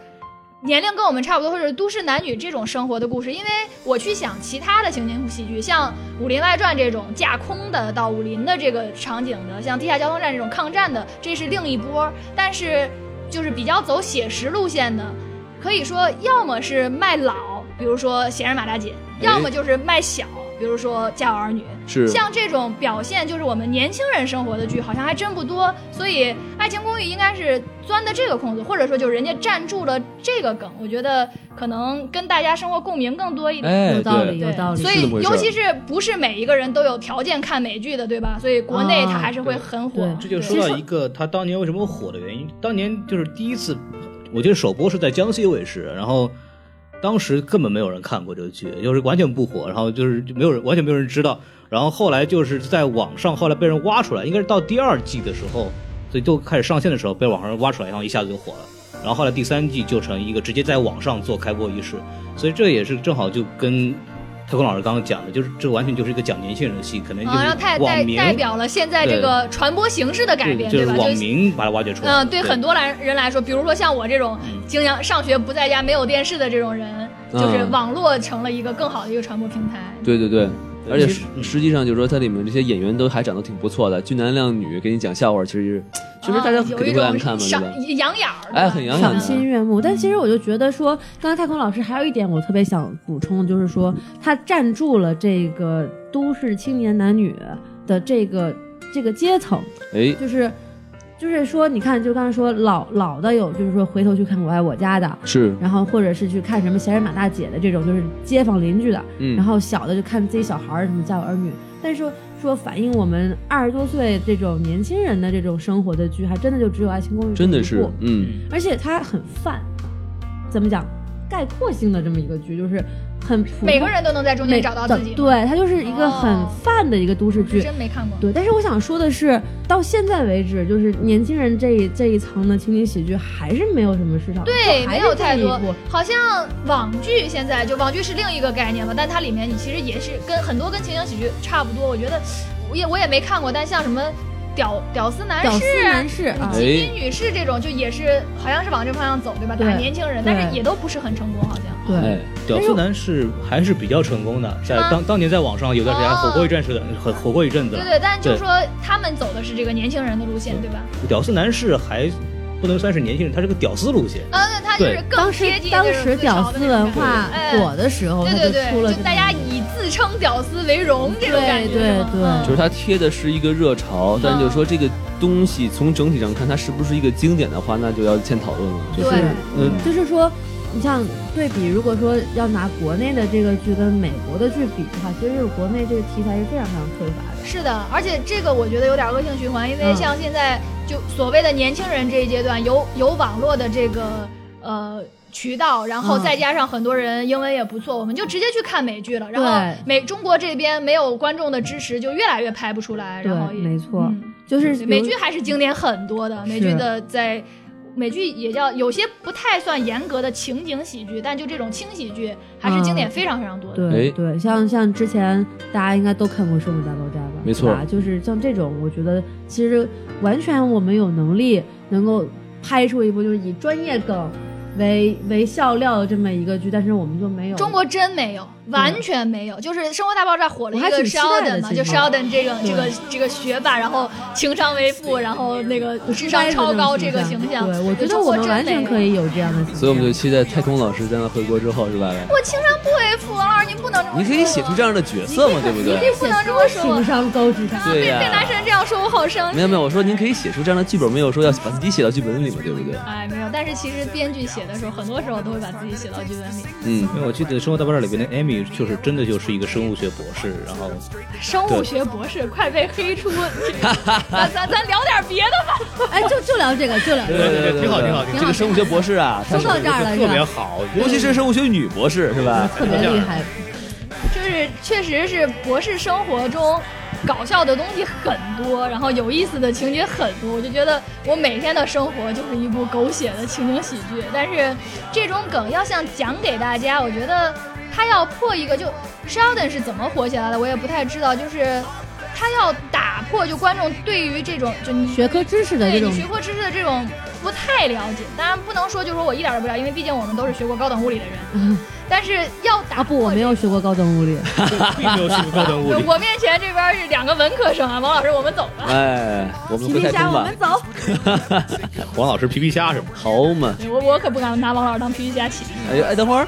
[SPEAKER 5] 年龄跟我们差不多，或者都市男女这种生活的故事？因为我去想其他的情景喜剧，像《武林外传》这种架空的到武林的这个场景的，像《地下交通站》这种抗战的，这是另一波。但是就是比较走写实路线的，可以说要么是卖老，比如说《闲人马大姐》，要么就是卖小，比如说《家有儿女》。
[SPEAKER 4] 是
[SPEAKER 5] 像这种表现就是我们年轻人生活的剧，好像还真不多。所以《爱情公寓》应该是钻的这个空子，或者说就是人家站住了这个梗，我觉得可能跟大家生活共鸣更多一点。
[SPEAKER 4] 哎
[SPEAKER 7] 有道理，
[SPEAKER 4] 对，
[SPEAKER 7] 有道理。
[SPEAKER 5] 所
[SPEAKER 4] 是这
[SPEAKER 5] 以
[SPEAKER 4] 么回，事儿
[SPEAKER 5] 尤其是不是每一个人都有条件看美剧的，对吧？所以国内它
[SPEAKER 7] 啊
[SPEAKER 5] 还是会很火。
[SPEAKER 7] 对
[SPEAKER 3] 这就说到一个他当年为什么火的原因。当年就是第一次，我记得首播是在江西卫视，然后当时根本没有人看过这个剧，就是完全不火，然后就是就没有人完全没有人知道。然后后来就是在网上，后来被人挖出来，应该是到第二季的时候，所以就开始上线的时候被网上挖出来，然后一下子就火了。然后后来第三季就成一个直接在网上做开播仪式，所以这也是正好就跟太空老师刚刚讲的，就是这完全就是一个讲年轻人的戏，可能就
[SPEAKER 5] 啊，让太
[SPEAKER 3] 是
[SPEAKER 5] 代
[SPEAKER 3] 网民
[SPEAKER 5] 代表了现在这个传播形式的改
[SPEAKER 3] 对
[SPEAKER 5] 变，
[SPEAKER 3] 就是
[SPEAKER 5] 吧？
[SPEAKER 3] 网
[SPEAKER 5] 就
[SPEAKER 3] 民把它挖掘出来。
[SPEAKER 5] 嗯，对很多来人来说，比如说像我这种
[SPEAKER 4] 嗯
[SPEAKER 5] 经常上学不在家、没有电视的这种人，就是
[SPEAKER 4] 嗯
[SPEAKER 5] 网络成了一个更好的一个传播平台。
[SPEAKER 4] 对对对，而且
[SPEAKER 3] 其
[SPEAKER 4] 实
[SPEAKER 3] 实嗯
[SPEAKER 4] 实际上就是说，它里面这些演员都还长得挺不错的，俊男靓女，给你讲笑话，其实确实大家
[SPEAKER 5] 啊
[SPEAKER 4] 肯
[SPEAKER 5] 有
[SPEAKER 4] 定会
[SPEAKER 5] 一种
[SPEAKER 4] 爱看嘛，对
[SPEAKER 5] 赏
[SPEAKER 4] 吧？
[SPEAKER 5] 养眼儿，
[SPEAKER 4] 哎很养眼
[SPEAKER 5] 的
[SPEAKER 4] 的
[SPEAKER 6] 赏心悦目。但其实我就觉得说，刚才太空老师还有一点我特别想补充，就是说他站住了这个都市青年男女的这个这个阶层，
[SPEAKER 4] 哎，
[SPEAKER 6] 就是。就是说，你看，就刚才说老老的有，就是说回头去看《我爱我家》的，
[SPEAKER 4] 是，
[SPEAKER 6] 然后或者是去看什么闲人马大姐的这种，就是街坊邻居的，
[SPEAKER 4] 嗯，
[SPEAKER 6] 然后小的就看自己小孩儿什么家有儿女，但是说说反映我们二十多岁这种年轻人的这种生活的剧，还真的就只有《爱情公寓》
[SPEAKER 4] 真
[SPEAKER 6] 这
[SPEAKER 4] 的
[SPEAKER 6] 一
[SPEAKER 4] 是
[SPEAKER 6] 部，
[SPEAKER 4] 嗯，
[SPEAKER 6] 而且它很泛，怎么讲，概括性的这么一个剧，就是很普通
[SPEAKER 5] 每个人都能在中间
[SPEAKER 6] 每
[SPEAKER 5] 找到自己。
[SPEAKER 6] 对，它就是一个很
[SPEAKER 5] 哦
[SPEAKER 6] 泛的一个都市剧，
[SPEAKER 5] 真没看过。
[SPEAKER 6] 对，但是我想说的是，到现在为止，就是年轻人这一这一层的情景喜剧还是没有什么市场，
[SPEAKER 5] 对，
[SPEAKER 6] 就还
[SPEAKER 5] 没
[SPEAKER 6] 是
[SPEAKER 5] 有太
[SPEAKER 6] 这一
[SPEAKER 5] 多
[SPEAKER 6] 部。
[SPEAKER 5] 好像网剧现在就网剧是另一个概念嘛，但它里面你其实也是跟很多跟情景喜剧差不多。我觉得我也我也没看过，但像什么屌屌丝男
[SPEAKER 6] 屌丝
[SPEAKER 5] 士啊
[SPEAKER 6] 男。士啊
[SPEAKER 4] 哎，
[SPEAKER 5] 基因女士这种就也是好像是往这方向走，对吧？打
[SPEAKER 6] 对
[SPEAKER 5] 年轻人，
[SPEAKER 6] 对
[SPEAKER 5] 但是也都不是很成功，好像。
[SPEAKER 6] 对。
[SPEAKER 4] 哎，
[SPEAKER 3] 屌丝男是还是比较成功的，在
[SPEAKER 5] 啊哦
[SPEAKER 3] 当当年在网上有段时间还火过一阵子的，很火过一阵子
[SPEAKER 5] 对。对，但就
[SPEAKER 3] 对
[SPEAKER 5] 是说他们走的是这个年轻人的路线，对吧？
[SPEAKER 3] 屌丝男是还不能算是年轻人，他是个屌丝路线。
[SPEAKER 5] 啊，对，他就是
[SPEAKER 3] 对
[SPEAKER 5] 更
[SPEAKER 6] 当时
[SPEAKER 5] 贴近
[SPEAKER 6] 当
[SPEAKER 5] 就是
[SPEAKER 6] 时
[SPEAKER 5] 最
[SPEAKER 6] 屌
[SPEAKER 5] 潮的
[SPEAKER 6] 丝
[SPEAKER 5] 那种
[SPEAKER 6] 文
[SPEAKER 5] 感觉
[SPEAKER 6] 化
[SPEAKER 5] 哎
[SPEAKER 6] 火的时候，他
[SPEAKER 5] 对对
[SPEAKER 6] 出了
[SPEAKER 5] 对，
[SPEAKER 6] 这
[SPEAKER 5] 就
[SPEAKER 6] 么
[SPEAKER 5] 大家以自称屌丝为荣这种感觉，
[SPEAKER 6] 对
[SPEAKER 5] 是吗
[SPEAKER 6] 对
[SPEAKER 5] 嗯
[SPEAKER 4] 就是它贴的是一个热潮，但就是说这个东西从整体上看，它是不是一个经典的话，那就要欠讨论了。就是
[SPEAKER 5] 对
[SPEAKER 3] 嗯，
[SPEAKER 6] 就是说，你像对比，如果说要拿国内的这个剧跟美国的剧比的话，其实是国内这个题材是非常非常匮乏的。
[SPEAKER 5] 是的，而且这个我觉得有点恶性循环，因为
[SPEAKER 6] 嗯
[SPEAKER 5] 像现在就所谓的年轻人这一阶段，有有网络的这个呃渠道，然后
[SPEAKER 6] 嗯
[SPEAKER 5] 再加上很多人英文也不错，我们就直接去看美剧了。然后
[SPEAKER 6] 对
[SPEAKER 5] 美中国这边没有观众的支持，就越来越拍不出来。然后
[SPEAKER 6] 对，
[SPEAKER 5] 也
[SPEAKER 6] 没错，
[SPEAKER 5] 嗯
[SPEAKER 6] 就是
[SPEAKER 5] 对
[SPEAKER 6] 比
[SPEAKER 5] 美
[SPEAKER 6] 如
[SPEAKER 5] 剧还是经典很多的，美剧
[SPEAKER 6] 是
[SPEAKER 5] 的在。美剧也叫有些不太算严格的情景喜剧，但就这种轻喜剧还是经典
[SPEAKER 6] 嗯
[SPEAKER 5] 非常非常多的。
[SPEAKER 6] 对
[SPEAKER 4] 哎
[SPEAKER 6] 对，像像之前大家应该都看过《生活大爆炸》吧？
[SPEAKER 4] 没错
[SPEAKER 6] 对吧就是像这种，我觉得其实完全我们有能力能够拍出一部就是以专业梗为为笑料的这么一个剧，但是我们就没有
[SPEAKER 5] 中国真没有，完全没有。就是《生活大爆炸》火了一
[SPEAKER 6] 我还
[SPEAKER 5] 个
[SPEAKER 6] 挺期待
[SPEAKER 5] Sheldon
[SPEAKER 6] 的
[SPEAKER 5] 嘛，
[SPEAKER 6] 其
[SPEAKER 5] 就
[SPEAKER 6] 实
[SPEAKER 5] Sheldon 这个
[SPEAKER 6] 对
[SPEAKER 5] 这个这个学霸，然后情商为负，然后那个智商超高这个形象。
[SPEAKER 6] 对，我觉得
[SPEAKER 5] 中
[SPEAKER 6] 我
[SPEAKER 5] 国
[SPEAKER 6] 们
[SPEAKER 5] 真
[SPEAKER 6] 完
[SPEAKER 5] 没
[SPEAKER 6] 全
[SPEAKER 5] 有
[SPEAKER 6] 可。以有这样的形象。
[SPEAKER 4] 所以我们就期待太空老师在他回国之后，是吧？
[SPEAKER 5] 我情商不为负，王老师您不能这么说。
[SPEAKER 4] 你可以写出这样的角色嘛，对不对？
[SPEAKER 5] 不能这么说
[SPEAKER 6] 情商高智商。
[SPEAKER 4] 对
[SPEAKER 5] 被
[SPEAKER 4] 呀
[SPEAKER 5] 被男神这样说，我好伤心。
[SPEAKER 4] 没有没有，我说您可以写出这样的剧本，没有说要把自己写到剧本里嘛，对不对？
[SPEAKER 5] 哎，没有，但是其实编剧写的时候，很多时候都会把自己写到剧 本里。
[SPEAKER 4] 嗯，
[SPEAKER 3] 因为我记得《生活大爆炸》里边的 Amy 就是真的就是一个生物学博士，然后
[SPEAKER 5] 生物学博士，快被黑出！这个咱咱咱聊点别的吧。
[SPEAKER 6] 哎，就就聊这个，就聊这个。
[SPEAKER 3] 对挺好挺好挺好
[SPEAKER 4] 这个生物学博士啊，他
[SPEAKER 6] 说
[SPEAKER 4] 是
[SPEAKER 6] 到这儿了，
[SPEAKER 3] 特别
[SPEAKER 6] 是吧
[SPEAKER 3] 好，
[SPEAKER 4] 尤其是生物学女博士是吧？
[SPEAKER 6] 特别厉害。
[SPEAKER 5] 就是确实是博士生活中搞笑的东西很多，然后有意思的情节很多，我就觉得我每天的生活就是一部狗血的情景喜剧。但是这种梗要想讲给大家，我觉得他要破一个就 Sheldon 是怎么火起来的，我也不太知道，就是。他要打破就观众对于这种就你
[SPEAKER 6] 学科知识的这
[SPEAKER 5] 对
[SPEAKER 6] 种
[SPEAKER 5] 你学过知识的这种不太了解，当然不能说就说我一点儿都不了解，因为毕竟我们都是学过高等物理的人。但是要打
[SPEAKER 6] 嗯啊不，我没有学过高等物理，
[SPEAKER 3] 并没有学过高 等物
[SPEAKER 5] 就
[SPEAKER 3] 理。
[SPEAKER 5] 我面前这边是两个文科生啊，王老师，我们走吧。
[SPEAKER 4] 哎，我们
[SPEAKER 6] 皮
[SPEAKER 4] 回
[SPEAKER 6] 皮
[SPEAKER 4] 太
[SPEAKER 6] 虾，
[SPEAKER 4] 空
[SPEAKER 6] 我
[SPEAKER 4] 吧
[SPEAKER 6] 们，走。
[SPEAKER 3] 王老师皮皮虾什么？
[SPEAKER 4] 好嘛。
[SPEAKER 5] 我我可不敢拿王老师当皮皮虾起。
[SPEAKER 4] 哎哎，等会儿，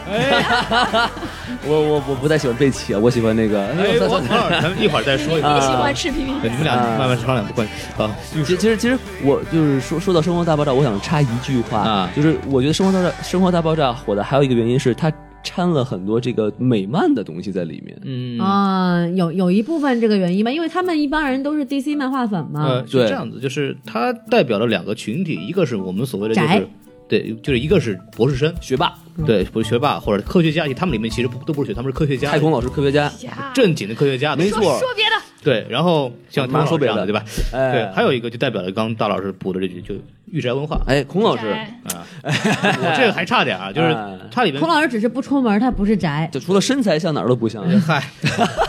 [SPEAKER 4] 我我我不太喜欢贝奇啊，我喜欢那个。
[SPEAKER 3] 哎，
[SPEAKER 4] 我
[SPEAKER 3] 王王老师，咱们一会儿再说一
[SPEAKER 5] 你
[SPEAKER 3] 下。
[SPEAKER 5] 喜欢吃皮皮
[SPEAKER 3] 对
[SPEAKER 5] 虾？
[SPEAKER 3] 你们俩
[SPEAKER 4] 啊
[SPEAKER 3] 慢慢商量不关啊，
[SPEAKER 4] 其其实其实我就是说说到《生活大爆炸》，我想插一句话，
[SPEAKER 3] 啊
[SPEAKER 4] 就是我觉得《生活大爆炸》《生活大爆炸》火的还有一个原因是它掺了很多这个美漫的东西在里面。
[SPEAKER 5] 哦
[SPEAKER 3] 嗯
[SPEAKER 6] 啊、有有一部分这个原因吧，因为他们一帮人都是 DC 漫画粉嘛。
[SPEAKER 3] 呃，是
[SPEAKER 4] 对
[SPEAKER 3] 这样子，就是它代表了两个群体，一个是我们所谓的就是
[SPEAKER 6] 宅嗯
[SPEAKER 3] 对，就是一个是博士生，
[SPEAKER 4] 学霸，
[SPEAKER 3] 对，不是学霸或者科学家，他们里面其实不都不是学，他们是科学家，
[SPEAKER 4] 太空老师科学家，
[SPEAKER 5] 呀
[SPEAKER 3] 正经的科学家，没
[SPEAKER 5] 说说别的，
[SPEAKER 3] 对，然后像
[SPEAKER 4] 马
[SPEAKER 3] 马
[SPEAKER 4] 上说
[SPEAKER 3] 说
[SPEAKER 4] 别
[SPEAKER 3] 这
[SPEAKER 4] 的
[SPEAKER 3] 样的，对吧？
[SPEAKER 4] 哎
[SPEAKER 3] 对，还有一个就代表了刚刚大老师补的这句，就御宅文 化。
[SPEAKER 4] 哎，孔老师，
[SPEAKER 5] 哎
[SPEAKER 3] 啊，我这个还差点啊，就是
[SPEAKER 4] 哎
[SPEAKER 3] 它里面
[SPEAKER 6] 孔老师只是不出门，他不是宅。
[SPEAKER 4] 就除了身材像哪儿都不像，
[SPEAKER 3] 嗨，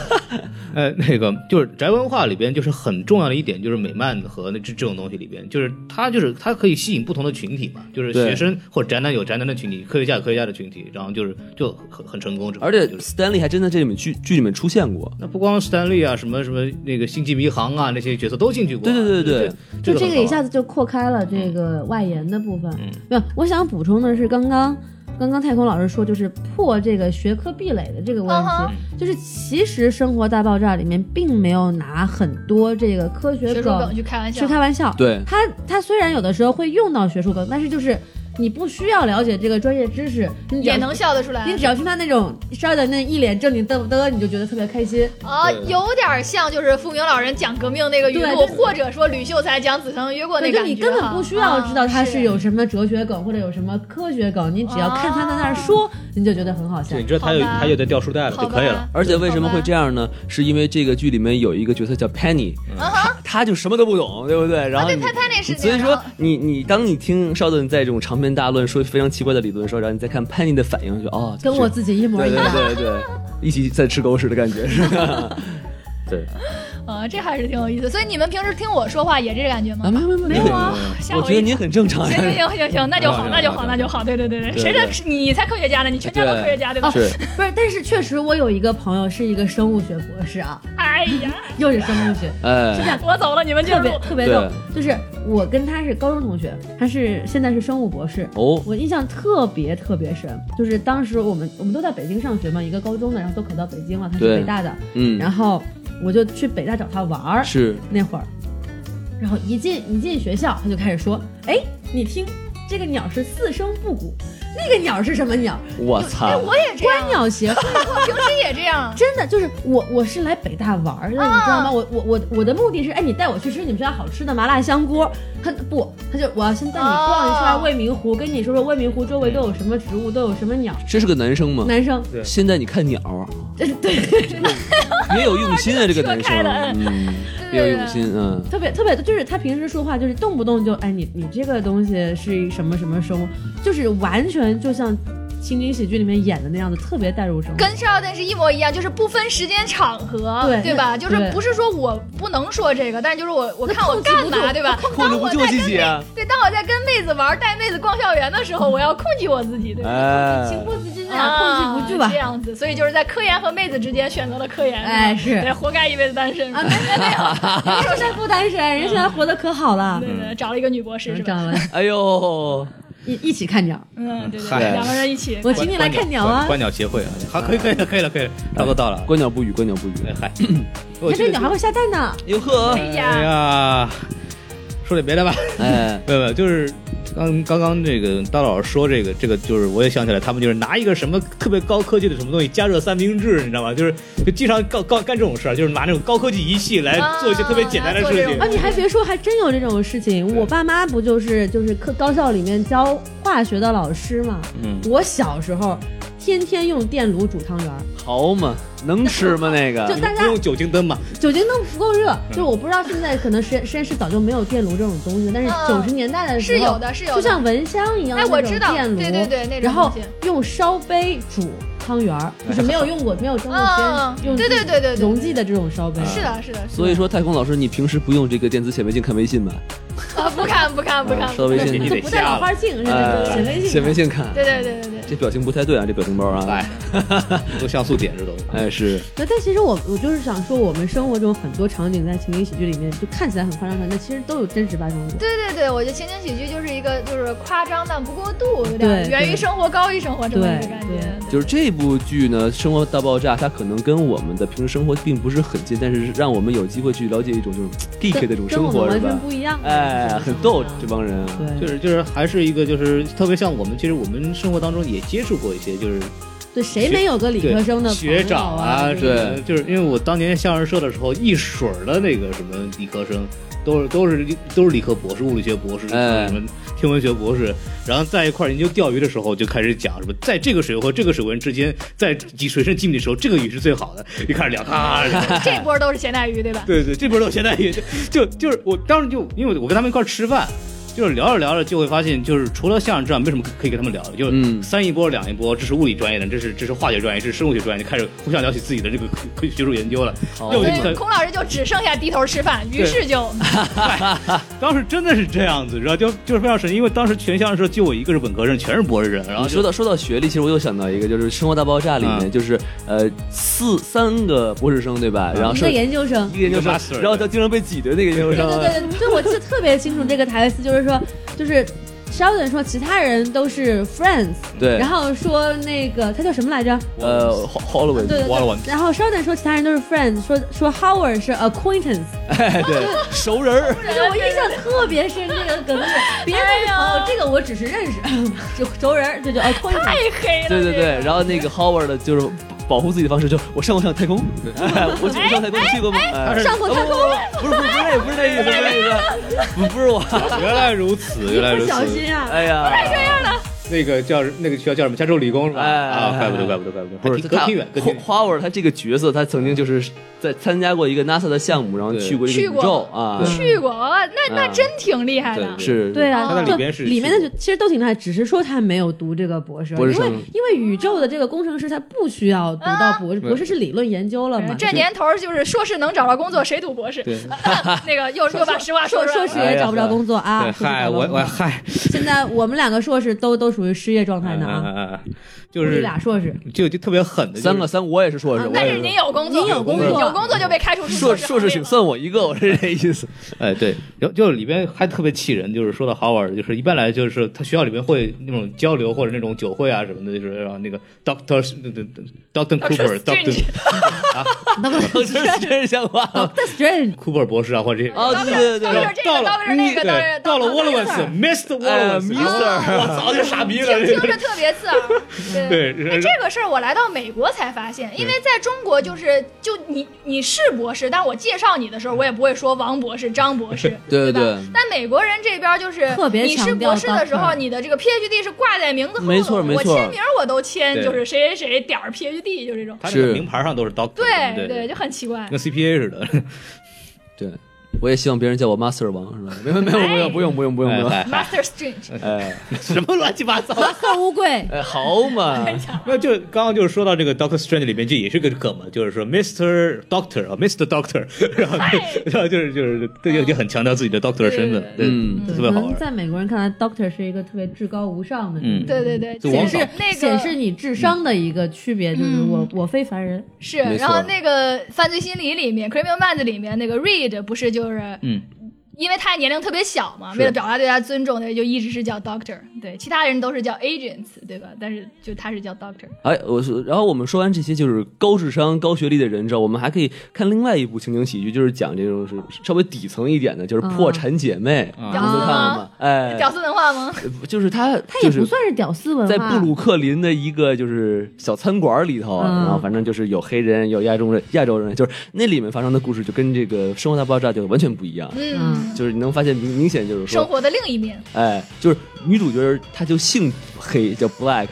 [SPEAKER 3] 呃，那个就是宅文化里边就是很重要的一点，就是美漫和那这这种东西里边，就是它就是它可以吸引不同的群体嘛，就是
[SPEAKER 4] 对
[SPEAKER 3] 学生或者宅男有宅男的群体，科学家有科学家的群体，然后就是就很很成功。这个
[SPEAKER 4] 而且
[SPEAKER 3] 就是
[SPEAKER 4] Stanley 还真在这里面剧剧里面出现过，
[SPEAKER 3] 那不光斯坦利啊，什么什么那个星际迷航啊那些角色都进去过啊、
[SPEAKER 4] 对对对对
[SPEAKER 3] 这这
[SPEAKER 6] 就这
[SPEAKER 3] 个
[SPEAKER 6] 个
[SPEAKER 3] 很好啊嗯
[SPEAKER 6] 一
[SPEAKER 3] 玩
[SPEAKER 6] 下子就扩开了这个外延的部分。没有，我想补充的是，刚刚刚刚太空老师说，就是破这个学科壁垒的这个问题，
[SPEAKER 5] 嗯
[SPEAKER 6] 就是其实《生活大爆炸》里面并没有拿很多这个科学
[SPEAKER 5] 学术
[SPEAKER 6] 梗
[SPEAKER 5] 梗去开玩笑
[SPEAKER 6] 去，开玩笑。
[SPEAKER 4] 对
[SPEAKER 6] 他他虽然有的时候会用到学术梗，但是就是你不需要了解这个专业知识，你只要
[SPEAKER 5] 也能笑得出来
[SPEAKER 6] 你。只要听他那种稍的那一脸正经嘚不嘚，你就觉得特别开心。
[SPEAKER 5] 啊，有点像就是傅明老人讲革命那个语录，
[SPEAKER 6] 对
[SPEAKER 5] 或者说吕秀才讲子承越过那
[SPEAKER 6] 对，
[SPEAKER 5] 感
[SPEAKER 6] 就
[SPEAKER 5] 觉哈。
[SPEAKER 6] 你根本不需要知道他
[SPEAKER 5] 啊
[SPEAKER 6] 是哦有什么哲学梗或者有什么科学梗，你只要看他在那儿说，你就觉得很好笑
[SPEAKER 3] 对，。你知道他有
[SPEAKER 5] 好吧
[SPEAKER 3] 他有在掉书袋了
[SPEAKER 5] 好
[SPEAKER 3] 就
[SPEAKER 5] 吧
[SPEAKER 3] 可以了。
[SPEAKER 4] 而且为什么会
[SPEAKER 5] 好吧
[SPEAKER 4] 这样呢？是因为这个剧里面有一个角色叫 Penny，、他
[SPEAKER 5] 嗯
[SPEAKER 4] 他就什么都不懂，对不对？然后
[SPEAKER 5] 啊对
[SPEAKER 4] 你、
[SPEAKER 5] 他他那是啊
[SPEAKER 4] 所以
[SPEAKER 5] 那
[SPEAKER 4] 说
[SPEAKER 5] 样
[SPEAKER 4] 你你当你听邵顿在这种长篇大论说非常奇怪的理论的时候，然后你再看 Penny 的反应，就哦，
[SPEAKER 6] 跟
[SPEAKER 4] 是
[SPEAKER 6] 我自己一模
[SPEAKER 4] 对
[SPEAKER 6] 一样。
[SPEAKER 4] 对对对，一起在吃狗屎的感觉是 吧？对，
[SPEAKER 5] 啊，这还是挺有意思。所以你们平时听我说话也这感觉吗？
[SPEAKER 4] 没有没
[SPEAKER 5] 没有啊，吓
[SPEAKER 4] 嗯我
[SPEAKER 5] 我
[SPEAKER 4] 觉得
[SPEAKER 5] 一
[SPEAKER 4] 您
[SPEAKER 5] 跳。
[SPEAKER 4] 很正常啊
[SPEAKER 5] 行
[SPEAKER 4] 呀。
[SPEAKER 5] 行行行行，那就好，
[SPEAKER 3] 没有
[SPEAKER 5] 那就好，
[SPEAKER 3] 没有
[SPEAKER 5] 那就好。对对对对，
[SPEAKER 4] 对
[SPEAKER 5] 谁的你才科学家呢？你全家都科学家对吧？
[SPEAKER 4] 是
[SPEAKER 6] 哦不是，但是确实我有一个朋友是一个生物学博士啊，
[SPEAKER 5] 哎呀，
[SPEAKER 6] 又是生物 学，
[SPEAKER 4] 哎，
[SPEAKER 5] 我走了，你们接
[SPEAKER 6] 特
[SPEAKER 5] 着
[SPEAKER 6] 别
[SPEAKER 5] 录。
[SPEAKER 6] 特别
[SPEAKER 4] 对
[SPEAKER 6] 逗。就是我跟他是高中同学，他是现在是生物博士。
[SPEAKER 4] 哦，
[SPEAKER 6] 我印象特别特别深，就是当时我们我们都在北京上学嘛，一个高中的，然后都考到北京了，他是
[SPEAKER 4] 对
[SPEAKER 6] 北大的，
[SPEAKER 4] 嗯，
[SPEAKER 6] 然后我就去北大找他玩儿，
[SPEAKER 4] 是
[SPEAKER 6] 那会儿，然后一进一进学校，他就开始说：“哎，你听，这个鸟是四声不鼓，那个鸟是什么鸟？
[SPEAKER 4] 我
[SPEAKER 5] 哎，
[SPEAKER 4] 操，
[SPEAKER 5] 我也这
[SPEAKER 6] 观
[SPEAKER 5] 样，
[SPEAKER 6] 鸟协 会。”。
[SPEAKER 5] 我平时也这样
[SPEAKER 6] 真的就是我，我是来北大玩儿的，你知道
[SPEAKER 5] 嗯
[SPEAKER 6] 吗？我我我我的目的是，哎，你带我去吃你们学校好吃的麻辣香锅。他不，他就我要先带你逛一
[SPEAKER 5] 哦
[SPEAKER 6] 圈未名湖，跟你说说未名湖周围都有什么植物，都有什么鸟。
[SPEAKER 4] 这是个男生吗？
[SPEAKER 6] 男生，
[SPEAKER 4] 现在你看鸟，
[SPEAKER 6] 对，
[SPEAKER 4] 别有用心啊，这个男生
[SPEAKER 5] 开了，
[SPEAKER 4] 嗯，别有用心，嗯。
[SPEAKER 6] 特别特别，就是他平时说话就是动不动就哎，你你这个东西是什么什么生物，就是完全就像情景喜剧里面演的那样子，特别代入生活。
[SPEAKER 5] 跟邵丹是一模一样，就是不分时间场合，
[SPEAKER 6] 对
[SPEAKER 5] 吧？
[SPEAKER 6] 那
[SPEAKER 5] 就是
[SPEAKER 6] 对
[SPEAKER 5] 不是说我不能说这个，但是就是我我看我
[SPEAKER 6] 控制
[SPEAKER 5] 干
[SPEAKER 6] 不
[SPEAKER 5] 嘛，
[SPEAKER 6] 住
[SPEAKER 5] 对吧？
[SPEAKER 4] 控制
[SPEAKER 5] 当
[SPEAKER 4] 不
[SPEAKER 5] 我
[SPEAKER 4] 住
[SPEAKER 5] 在
[SPEAKER 4] 自
[SPEAKER 5] 跟
[SPEAKER 4] 己啊
[SPEAKER 5] 妹，对，当我在跟妹子玩、带妹子逛校园的时候，我要控制我自己，对吧？
[SPEAKER 4] 哎，
[SPEAKER 6] 情不自禁
[SPEAKER 5] 啊
[SPEAKER 6] 啊，控制不住啊
[SPEAKER 5] 这。样子，所以就是在科研和妹子之间选择了科研，
[SPEAKER 6] 哎
[SPEAKER 5] 吧
[SPEAKER 6] 是
[SPEAKER 5] 对，活该一辈子单身，
[SPEAKER 6] 啊，没没没有，人生不单身，人现在活得可好了。
[SPEAKER 5] 对对，找了一个女博士是吧？
[SPEAKER 6] 长了，
[SPEAKER 4] 哎呦，
[SPEAKER 6] 一一起看鸟，
[SPEAKER 5] 嗯，对对，
[SPEAKER 3] 嗨
[SPEAKER 5] 两个人一起，
[SPEAKER 6] 我请你来看鸟啊。
[SPEAKER 3] 观鸟协会啊，好，可以可以了，可以了，可以了，差不多到了。
[SPEAKER 4] 观哎鸟不语，观鸟不语。
[SPEAKER 3] 哎嗨，我
[SPEAKER 6] 看
[SPEAKER 3] 记
[SPEAKER 6] 这
[SPEAKER 3] 得
[SPEAKER 6] 鸟还会下蛋呢。
[SPEAKER 4] 哟呵，
[SPEAKER 5] 哎
[SPEAKER 6] 啊
[SPEAKER 3] 哎
[SPEAKER 5] 呀，
[SPEAKER 3] 呀，说点别的吧。
[SPEAKER 4] 哎，
[SPEAKER 3] 没有没有，就是刚刚刚这个刀老师说这个这个，就是我也想起来，他们就是拿一个什么特别高科技的什么东西加热三明治，你知道吗？就是就经常干干干这种事儿，就是拿那种高科技仪器来
[SPEAKER 5] 啊
[SPEAKER 3] 做一些特别简单的
[SPEAKER 5] 做
[SPEAKER 3] 事
[SPEAKER 5] 这
[SPEAKER 3] 情
[SPEAKER 5] 种
[SPEAKER 6] 啊，。你还别说，还真有这种事情。我爸妈不就是就是科高校里面教化学的老师嘛？
[SPEAKER 3] 嗯
[SPEAKER 6] 我小时候天天用电炉煮汤圆儿，
[SPEAKER 4] 好嘛，能吃吗那个
[SPEAKER 6] 就？大
[SPEAKER 3] 不
[SPEAKER 6] 家
[SPEAKER 3] 用酒精灯嘛，
[SPEAKER 6] 酒精灯不够热，
[SPEAKER 4] 嗯
[SPEAKER 6] 就是我不知道现在可能实验实验室早就没有电炉这种东西，但是
[SPEAKER 5] 嗯
[SPEAKER 6] 九十年代的
[SPEAKER 5] 是
[SPEAKER 6] 时候
[SPEAKER 5] 有，的，是有的，
[SPEAKER 6] 就像蚊香一样
[SPEAKER 5] 哎，
[SPEAKER 6] 那
[SPEAKER 5] 我
[SPEAKER 6] 种
[SPEAKER 5] 知道，
[SPEAKER 6] 电炉，
[SPEAKER 5] 对对对，那种
[SPEAKER 6] 然后
[SPEAKER 5] 东西
[SPEAKER 6] 用烧杯煮汤圆儿，
[SPEAKER 4] 嗯
[SPEAKER 6] 就是没有用过没有装过
[SPEAKER 5] 嗯，
[SPEAKER 6] 实验
[SPEAKER 5] 嗯
[SPEAKER 6] 用
[SPEAKER 5] 对对对对，对
[SPEAKER 6] 溶剂的这种烧杯，
[SPEAKER 4] 啊
[SPEAKER 5] 是的，是的，是的
[SPEAKER 4] 所以说，太空老师，你平时不用这个电子显微镜看微信吧？
[SPEAKER 5] 啊，不看不看不看，
[SPEAKER 4] 稍
[SPEAKER 5] 不
[SPEAKER 4] 微
[SPEAKER 5] 看
[SPEAKER 4] 信
[SPEAKER 3] 你
[SPEAKER 6] 就
[SPEAKER 3] 得
[SPEAKER 6] 不带
[SPEAKER 3] 瞎
[SPEAKER 6] 老
[SPEAKER 3] 了。
[SPEAKER 6] 花镜是吧？
[SPEAKER 4] 哎
[SPEAKER 6] 显微镜啊
[SPEAKER 4] 显微镜看，
[SPEAKER 5] 对对对对对。
[SPEAKER 4] 这表情不太对啊，这表情包啊，
[SPEAKER 3] 哎，都像素点这东西。
[SPEAKER 4] 哎是，
[SPEAKER 6] 那但其实我我就是想说，我们生活中很多场景在情景喜剧里面就看起来很夸张，但其实都有真实发生过。
[SPEAKER 5] 对对对，我觉得情景喜剧就是一个就是夸张但不过度，有
[SPEAKER 6] 对
[SPEAKER 5] 点源于
[SPEAKER 6] 对
[SPEAKER 5] 生活高于生活这么一个感
[SPEAKER 6] 对
[SPEAKER 5] 觉。
[SPEAKER 4] 就是这部剧呢，《生活大爆炸》，它可能跟我们的平时生活并不是很近，但是让我们有机会去了解一种这种 geek 的这种
[SPEAKER 6] 跟
[SPEAKER 4] 生
[SPEAKER 6] 我们
[SPEAKER 4] 活，是
[SPEAKER 6] 完
[SPEAKER 4] 吧
[SPEAKER 6] 全？不一样。
[SPEAKER 4] 哎，很逗这帮人啊，
[SPEAKER 6] 对
[SPEAKER 3] 就是就是还是一个就是特别像我们，其实我们生活当中也接触过一些就是
[SPEAKER 7] 就谁没有个理科生的朋友
[SPEAKER 3] 学长
[SPEAKER 7] 啊？
[SPEAKER 3] 什么的，就是因为我当年相声社的时候，一水儿的那个什么理科生，都是都是都是理科博士、物理学博士、
[SPEAKER 4] 哎
[SPEAKER 3] 什么天文学博士，然后在一块儿研究钓鱼的时候，就开始讲什么在这个水和这个水文之间，在几水深几米的时候，这个鱼是最好的，一开始 聊咔。
[SPEAKER 5] 这波都是咸带鱼 对 吧？
[SPEAKER 3] 对对，这波都现在也就就就是我当时就因为我跟他们一块儿吃饭，就是聊着聊着就会发现，就是除了相声之外没什么可以跟他们聊的，就是
[SPEAKER 4] 嗯
[SPEAKER 3] 三一波两一波，这是物理专业的，这是这是化学专业，这是生物学专业，就开始互相聊起自己的这个科学术研究了。
[SPEAKER 4] 哦
[SPEAKER 3] 要不
[SPEAKER 5] 所
[SPEAKER 3] 就
[SPEAKER 5] 以孔老师就只剩下低头吃饭，于是就
[SPEAKER 3] 当时真的是这样子，然后就就是非常神奇，因为当时全相声社就我一个是本科生，全是博士生，然后
[SPEAKER 4] 你
[SPEAKER 3] 就
[SPEAKER 4] 说到说到学历，其实我又想到一个，就是《生活大爆炸》里面，
[SPEAKER 3] 嗯
[SPEAKER 4] 就是呃四三个博士生对吧？然后
[SPEAKER 7] 一
[SPEAKER 4] 剩
[SPEAKER 7] 个研究生。
[SPEAKER 4] 一个研究
[SPEAKER 3] 一个
[SPEAKER 4] 生
[SPEAKER 3] master，
[SPEAKER 4] 然后他经常被挤兑那个研究
[SPEAKER 7] 对
[SPEAKER 4] 生，
[SPEAKER 3] 啊
[SPEAKER 7] 对对对，对我记得特别清楚这个台词，就是说，就是。Sheldon 说其他人都是 friends，
[SPEAKER 4] 对
[SPEAKER 7] 然后说那个他叫什么来着？
[SPEAKER 4] 呃 Holloway，
[SPEAKER 7] 对对
[SPEAKER 3] 忘了忘
[SPEAKER 7] 对，然后 Sheldon 说其他人都是 friends，说说 Howard 是 acquaintance，
[SPEAKER 4] 哎对，熟人儿，
[SPEAKER 7] 就是我印象特别深这个梗，别人都是朋友，这个我只是认识， 就熟人儿，这就 acquaintance。
[SPEAKER 5] 太黑了。
[SPEAKER 4] 对对
[SPEAKER 5] 这个
[SPEAKER 4] 对，然后那个 Howard 就是保护自己的方式，就是我上过上太空，哎我去过上太空，你去过吗？哎
[SPEAKER 7] 上过太空
[SPEAKER 4] 不是不是不是不是那意思，不是那意思，不不是我，
[SPEAKER 3] 原来如此，原来
[SPEAKER 7] 不
[SPEAKER 3] 如
[SPEAKER 7] 小
[SPEAKER 3] 此。
[SPEAKER 7] 心啊！
[SPEAKER 4] 哎呀，
[SPEAKER 3] 那个叫那个学校叫什么？加州理工是吧？
[SPEAKER 4] 哎哎
[SPEAKER 3] 啊，怪
[SPEAKER 4] 哎
[SPEAKER 3] 不得
[SPEAKER 4] 哎
[SPEAKER 3] 怪不得怪不得，
[SPEAKER 4] 不是
[SPEAKER 3] 还挺隔
[SPEAKER 4] 他
[SPEAKER 3] 挺远，隔挺远。
[SPEAKER 4] 花花儿他这个角色，他曾经就是在参加过一个 NASA 的项目，然后
[SPEAKER 3] 对
[SPEAKER 4] 去过一个
[SPEAKER 5] 去
[SPEAKER 4] 宇
[SPEAKER 5] 过
[SPEAKER 4] 宙啊，
[SPEAKER 5] 去过，那那
[SPEAKER 4] 嗯
[SPEAKER 5] 真挺厉害的。
[SPEAKER 4] 是，
[SPEAKER 7] 对啊，
[SPEAKER 5] 它在
[SPEAKER 3] 里
[SPEAKER 7] 就
[SPEAKER 3] 边是
[SPEAKER 7] 里面
[SPEAKER 3] 是
[SPEAKER 7] 的就其实都挺厉害，只是说他没有读这个博士，
[SPEAKER 4] 博士
[SPEAKER 7] 因为
[SPEAKER 4] 生
[SPEAKER 7] 因为宇宙的这个工程师他不需要读到博士，博士是理论研究了嘛。
[SPEAKER 5] 啊呃这年头儿就是硕士能找到工作，谁读博士？ 那个又又把实话
[SPEAKER 7] 硕
[SPEAKER 5] 说出来
[SPEAKER 7] 硕
[SPEAKER 5] 了。
[SPEAKER 7] 士也找不着工作啊！
[SPEAKER 3] 对
[SPEAKER 7] 硕士找
[SPEAKER 3] 哎嗨，
[SPEAKER 7] 不着
[SPEAKER 3] 我
[SPEAKER 7] 工
[SPEAKER 3] 我
[SPEAKER 7] 作
[SPEAKER 3] 嗨，
[SPEAKER 7] 现在我们两个硕士都都属于失业状态呢啊，
[SPEAKER 3] 啊，
[SPEAKER 7] 我
[SPEAKER 3] 就
[SPEAKER 7] 们
[SPEAKER 3] 是
[SPEAKER 7] 俩硕士，
[SPEAKER 3] 就就特别狠的、就是
[SPEAKER 4] 三个三，我也是硕士，我
[SPEAKER 5] 但
[SPEAKER 4] 也
[SPEAKER 5] 是您有工作，
[SPEAKER 7] 您有工
[SPEAKER 3] 作
[SPEAKER 5] 有工作就被开除出
[SPEAKER 4] 硕
[SPEAKER 5] 士
[SPEAKER 4] 硕士，
[SPEAKER 5] 行
[SPEAKER 4] 请
[SPEAKER 5] 列
[SPEAKER 4] 算我一个，我是这意思。
[SPEAKER 3] 哎，对，然后就是里边还特别气人，就是说到好玩，就是一般来就是他学校里面会那种交流或者那种酒会啊什么的，就是然后那个 Doctor Doctor Cooper Doctor
[SPEAKER 7] 那不
[SPEAKER 4] 我真真是像话吗？
[SPEAKER 7] 但 strange，
[SPEAKER 3] Cooper 博士啊，或者这
[SPEAKER 4] 啊，对对对
[SPEAKER 5] 当
[SPEAKER 4] 对
[SPEAKER 5] 时，这
[SPEAKER 3] 到
[SPEAKER 5] 个，
[SPEAKER 3] 了嗯
[SPEAKER 5] 当时那个，当
[SPEAKER 3] 对
[SPEAKER 5] 时
[SPEAKER 3] 到了
[SPEAKER 5] 沃
[SPEAKER 3] Wallace
[SPEAKER 5] 斯，
[SPEAKER 3] Mr.
[SPEAKER 4] 呃
[SPEAKER 3] Wallace，
[SPEAKER 4] ，Mister，
[SPEAKER 3] 我早就傻逼了，
[SPEAKER 5] 听听着特别刺耳。
[SPEAKER 3] 对，
[SPEAKER 5] 对哎
[SPEAKER 3] 然后
[SPEAKER 5] 这个事儿我来到美国才发现，因为在中国就是就你你是博士，但我介绍你的时候，我也不会说王博士、张博士，
[SPEAKER 4] 对对
[SPEAKER 5] 吧
[SPEAKER 4] 对
[SPEAKER 5] 但美国人这边就是
[SPEAKER 7] 特别
[SPEAKER 5] 你是
[SPEAKER 7] 强调
[SPEAKER 5] 博士的时候，
[SPEAKER 7] doctor
[SPEAKER 5] 你的这个 PhD 是挂在名字后头的，
[SPEAKER 4] 没错没错
[SPEAKER 5] 我签名我都签
[SPEAKER 3] 对
[SPEAKER 5] 就是谁谁谁点儿 PhD 就这种，
[SPEAKER 3] 他那个
[SPEAKER 4] 是
[SPEAKER 3] 名牌上都是 Doctor，
[SPEAKER 5] 对
[SPEAKER 3] 对
[SPEAKER 5] 就很奇怪。
[SPEAKER 3] 跟 CPA 似的，
[SPEAKER 4] 对，我也希望别人叫我 Master 王，是吧？没有没有没有，不用不用不用不用，
[SPEAKER 3] 哎嗨，
[SPEAKER 5] Master Strange，
[SPEAKER 4] 哎
[SPEAKER 3] 什么乱七八糟。
[SPEAKER 7] 特乌龟，
[SPEAKER 4] 哎，好嘛，
[SPEAKER 3] 那就刚刚就是说到这个 Doctor Strange 里面，这也是个梗嘛，就是说 Mr. Doctor 啊，Mr. Doctor，然后然后就是就是对，就就很强调自己的 Doctor 的身份，对，
[SPEAKER 4] 嗯
[SPEAKER 3] 特别
[SPEAKER 7] 可
[SPEAKER 3] 好
[SPEAKER 7] 能
[SPEAKER 3] 玩。
[SPEAKER 7] 在美国人看来，doctor 是一个特别至高无上的，
[SPEAKER 3] 嗯
[SPEAKER 5] 对对对，
[SPEAKER 3] 就
[SPEAKER 5] 显
[SPEAKER 3] 王
[SPEAKER 5] 示
[SPEAKER 3] 导
[SPEAKER 5] 那个
[SPEAKER 7] 显示你智商的一个区别，就是
[SPEAKER 5] 嗯
[SPEAKER 7] 我我非凡人，
[SPEAKER 5] 是，
[SPEAKER 4] 没错
[SPEAKER 5] 然后那个《犯罪心理》里面，《Criminal Minds》里面那个 Reed 不是就是，
[SPEAKER 3] 嗯，
[SPEAKER 5] 因为他年龄特别小嘛，
[SPEAKER 3] 是
[SPEAKER 5] 为了表达对他尊重，他就一直是叫 Doctor，对，其他人都是叫 Agents，对吧？但是就他是叫 Doctor，
[SPEAKER 4] 哎，我说，然后我们说完这些就是高智商、高学历的人之后，我们还可以看另外一部情景喜剧，就是讲这种是稍微底层一点的，
[SPEAKER 7] 嗯
[SPEAKER 4] 就是《破产姐妹》，
[SPEAKER 3] 啊
[SPEAKER 4] 公司看了吗？
[SPEAKER 5] 屌
[SPEAKER 4] 哎，
[SPEAKER 5] 丝文化吗？
[SPEAKER 4] 就是他，
[SPEAKER 7] 他也
[SPEAKER 4] 就
[SPEAKER 7] 不
[SPEAKER 4] 是
[SPEAKER 7] 算啊是屌丝文化，
[SPEAKER 4] 在布鲁克林的一个就是小餐馆里头，啊
[SPEAKER 7] 嗯
[SPEAKER 4] 然后反正就是有黑人、有亚洲人、亚洲人，就是那里面发生的故事就跟这个《生活大爆炸》就完全不一样，
[SPEAKER 5] 嗯，
[SPEAKER 4] 就是你能发现明明显就是说
[SPEAKER 5] 生活的另一面，
[SPEAKER 4] 哎，就是女主角儿她就姓黑，叫 Black，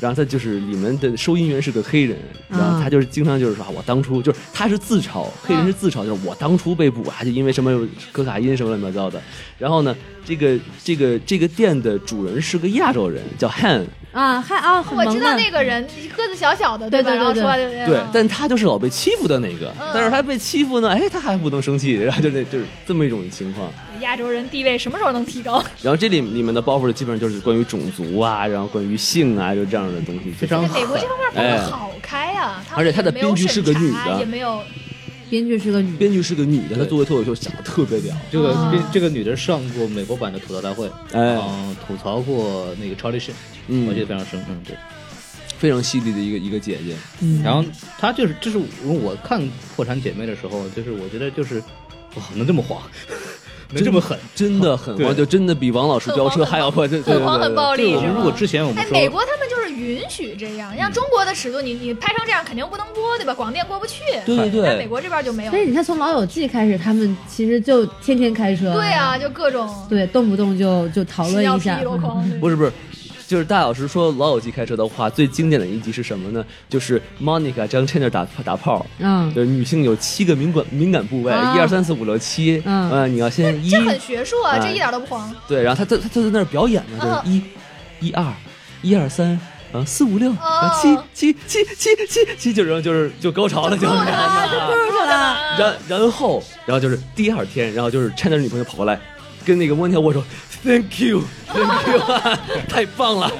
[SPEAKER 4] 然后她就是里面的收银员是个黑人，然后她就是经常就是说，啊我当初就是她是自嘲，黑人是自嘲，就是我当初被捕啊，就因为什么可卡因什么乱七八糟的。然后呢，这个这个这个店的主人是个亚洲人，叫 Han，
[SPEAKER 7] 啊，还啊，很
[SPEAKER 5] 我
[SPEAKER 7] 萌
[SPEAKER 5] 知道
[SPEAKER 7] 的
[SPEAKER 5] 那个人个子小小的，
[SPEAKER 7] 嗯对
[SPEAKER 5] 吧？
[SPEAKER 7] 对对
[SPEAKER 5] 然后说话就哎
[SPEAKER 4] 对，但他就是老被欺负的那个，但是他被欺负呢，哎，他还不能生气， 然后就那就是这么一种情况。
[SPEAKER 5] 亚洲人地位什么时候能提 高？
[SPEAKER 4] 然后这里里面的包袱基本上就是关于种族啊，然后关于性啊，就这样的东西，非
[SPEAKER 3] 常
[SPEAKER 5] 对美国这方面放
[SPEAKER 4] 哎
[SPEAKER 5] 的好开啊，他
[SPEAKER 4] 而且他的
[SPEAKER 5] 也没有
[SPEAKER 4] 编剧是个
[SPEAKER 5] 审
[SPEAKER 4] 女
[SPEAKER 5] 查
[SPEAKER 4] 的
[SPEAKER 5] 也没有
[SPEAKER 7] 编剧是个女，
[SPEAKER 4] 编剧是个女的，她作为脱口秀讲的特别屌。
[SPEAKER 3] 这个
[SPEAKER 5] 啊
[SPEAKER 3] 这这个女的上过美国版的吐槽大会，
[SPEAKER 4] 哎
[SPEAKER 3] 然后吐槽过那个 Charlie Sheen，
[SPEAKER 4] 嗯
[SPEAKER 3] 我记得非常深，嗯，对。
[SPEAKER 4] 非常犀利的一个一个姐姐。
[SPEAKER 3] 然后她就是，这是我看《破产姐妹》的时候，就是我觉得就是，哇，能这么黄，能这么狠，
[SPEAKER 4] 真的很
[SPEAKER 3] 对
[SPEAKER 4] 黄，就真的比王老师飙车还要快。对对
[SPEAKER 5] 很黄
[SPEAKER 4] 对
[SPEAKER 5] 很
[SPEAKER 4] 对
[SPEAKER 5] 暴
[SPEAKER 3] 就
[SPEAKER 5] 力，
[SPEAKER 3] 我
[SPEAKER 5] 是
[SPEAKER 3] 们如果
[SPEAKER 5] 吗？
[SPEAKER 3] 之前我们
[SPEAKER 5] 哎，
[SPEAKER 3] 说
[SPEAKER 5] 美国他们就是允许这样。
[SPEAKER 4] 嗯
[SPEAKER 5] 像中国的尺度，你你拍成这样肯定不能播，对吧？广电过不去。
[SPEAKER 4] 对对
[SPEAKER 5] 但美
[SPEAKER 4] 对，
[SPEAKER 5] 国这边就没有
[SPEAKER 6] 但。是你看，从《老友记》开始，他们其实就天天开车，
[SPEAKER 5] 对啊，就各种
[SPEAKER 6] 对，动不动就就讨
[SPEAKER 5] 屎
[SPEAKER 6] 论
[SPEAKER 5] 尿
[SPEAKER 6] 一
[SPEAKER 5] 屁
[SPEAKER 6] 下，
[SPEAKER 5] 箩筐。对
[SPEAKER 4] 不是不是。就是大老师说《老友记》开车的话，最经典的一集是什么呢？就是 Monica 将 Chandler 打打炮，
[SPEAKER 6] 嗯，
[SPEAKER 4] 就是女性有七个敏感敏感部位，
[SPEAKER 6] 啊
[SPEAKER 4] 一二三四五六七，
[SPEAKER 6] 嗯
[SPEAKER 4] 呃你要先一
[SPEAKER 5] 这，很学术啊，
[SPEAKER 4] 哎
[SPEAKER 5] 这一点都不黄。
[SPEAKER 4] 对，然后他在他他在那儿表演呢，就是一，一二，一二三，啊四五六，啊七七七七七七，就这种就是就高潮了，就。
[SPEAKER 6] 就是啦，
[SPEAKER 4] 然然后，然后就是第二天，然后就是 Chandler 女朋友跑过来，跟那个莫妮卡握手，Thank you，Thank you，太 棒了，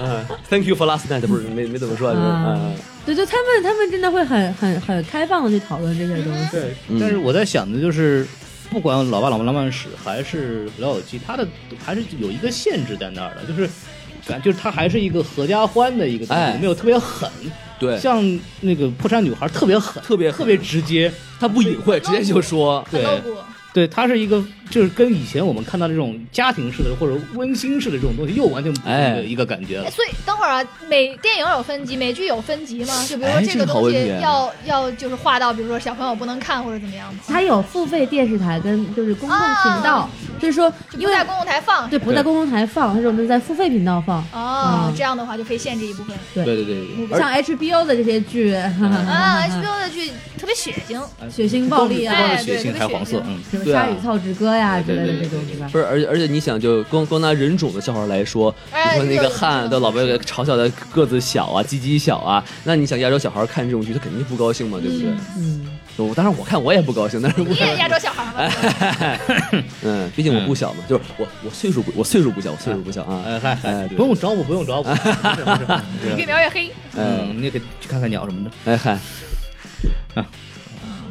[SPEAKER 4] 嗯，Thank you for last night，不是没没怎么说，就是嗯，
[SPEAKER 6] 对，就他们他们真的会很很很开放的去讨论这些东西，
[SPEAKER 3] 对，
[SPEAKER 4] 嗯
[SPEAKER 3] 但是我在想的就是，不管《老爸老妈浪漫史》还是《老友记》，它的还是有一个限制在那儿的，就是感就是它还是一个合家欢的一个东西，
[SPEAKER 4] 哎
[SPEAKER 3] 没有特别狠。
[SPEAKER 4] 对，
[SPEAKER 3] 像那个破产女孩特别狠，
[SPEAKER 4] 特别狠
[SPEAKER 3] 特别直接。
[SPEAKER 4] 他不隐晦，直接就说，
[SPEAKER 5] 很
[SPEAKER 3] 对
[SPEAKER 5] 露骨，
[SPEAKER 3] 对，它是一个就是跟以前我们看到这种家庭式的或者温馨式的这种东西又完全不同
[SPEAKER 4] 哎
[SPEAKER 3] 的一个感觉了。
[SPEAKER 5] 哎所以等会儿啊，美电影有分级，美剧有分级吗？就比如说
[SPEAKER 4] 哎
[SPEAKER 5] 个
[SPEAKER 4] 这个好
[SPEAKER 5] 东
[SPEAKER 4] 问
[SPEAKER 5] 西
[SPEAKER 4] 题啊
[SPEAKER 5] 要要就是划到，比如说小朋友不能看或者怎么样吗？
[SPEAKER 6] 它有付费电视台跟就是公共频道
[SPEAKER 5] 啊，
[SPEAKER 6] 就是说
[SPEAKER 5] 就
[SPEAKER 6] 因
[SPEAKER 5] 不
[SPEAKER 6] 为
[SPEAKER 5] 在公共台放。
[SPEAKER 6] 对不在公共台放，它是我们在付费频道放，
[SPEAKER 5] 哦
[SPEAKER 6] 嗯，
[SPEAKER 5] 这样的话就可以限制一部分。
[SPEAKER 3] 对对对对，
[SPEAKER 6] 像 HBO 的这些剧，哈
[SPEAKER 4] 嗯
[SPEAKER 6] 哈
[SPEAKER 5] 啊
[SPEAKER 6] 哈哈
[SPEAKER 5] ，HBO 的剧特别血腥，
[SPEAKER 6] 血腥暴力
[SPEAKER 3] 光
[SPEAKER 6] 啊
[SPEAKER 3] 是，血
[SPEAKER 5] 对
[SPEAKER 3] 腥还有黄色
[SPEAKER 5] 特，别
[SPEAKER 3] 嗯，
[SPEAKER 6] 什么《
[SPEAKER 4] 对啊
[SPEAKER 6] 夏雨草之歌》呀之
[SPEAKER 4] 对
[SPEAKER 6] 类
[SPEAKER 4] 对
[SPEAKER 6] 的
[SPEAKER 4] 对
[SPEAKER 6] 这种是吧？
[SPEAKER 4] 不是，而且而且你想，就光光拿人种的笑话来说，你
[SPEAKER 5] 哎
[SPEAKER 4] 说那
[SPEAKER 5] 这
[SPEAKER 4] 个
[SPEAKER 5] 个
[SPEAKER 4] 汉的老被嘲笑的个子小啊，鸡鸡小啊，那你想亚洲小孩看这种剧，他肯定不高兴嘛，对不对？
[SPEAKER 6] 嗯，
[SPEAKER 4] 我当然我看我也不高兴，但是我
[SPEAKER 5] 你也亚洲小孩吗？
[SPEAKER 4] 嗯，毕竟我不小嘛，就是我我岁数不我岁数不小，我岁数不小啊，
[SPEAKER 3] 哎嗨
[SPEAKER 4] 哎
[SPEAKER 3] 嗨，
[SPEAKER 4] 对
[SPEAKER 3] 不用找我，不用找我，不是不是不是 不
[SPEAKER 5] 越
[SPEAKER 3] 是
[SPEAKER 5] 描越黑。
[SPEAKER 4] 哎
[SPEAKER 3] 嗯，你也可以去看看鸟什么的。
[SPEAKER 4] 哎嗨，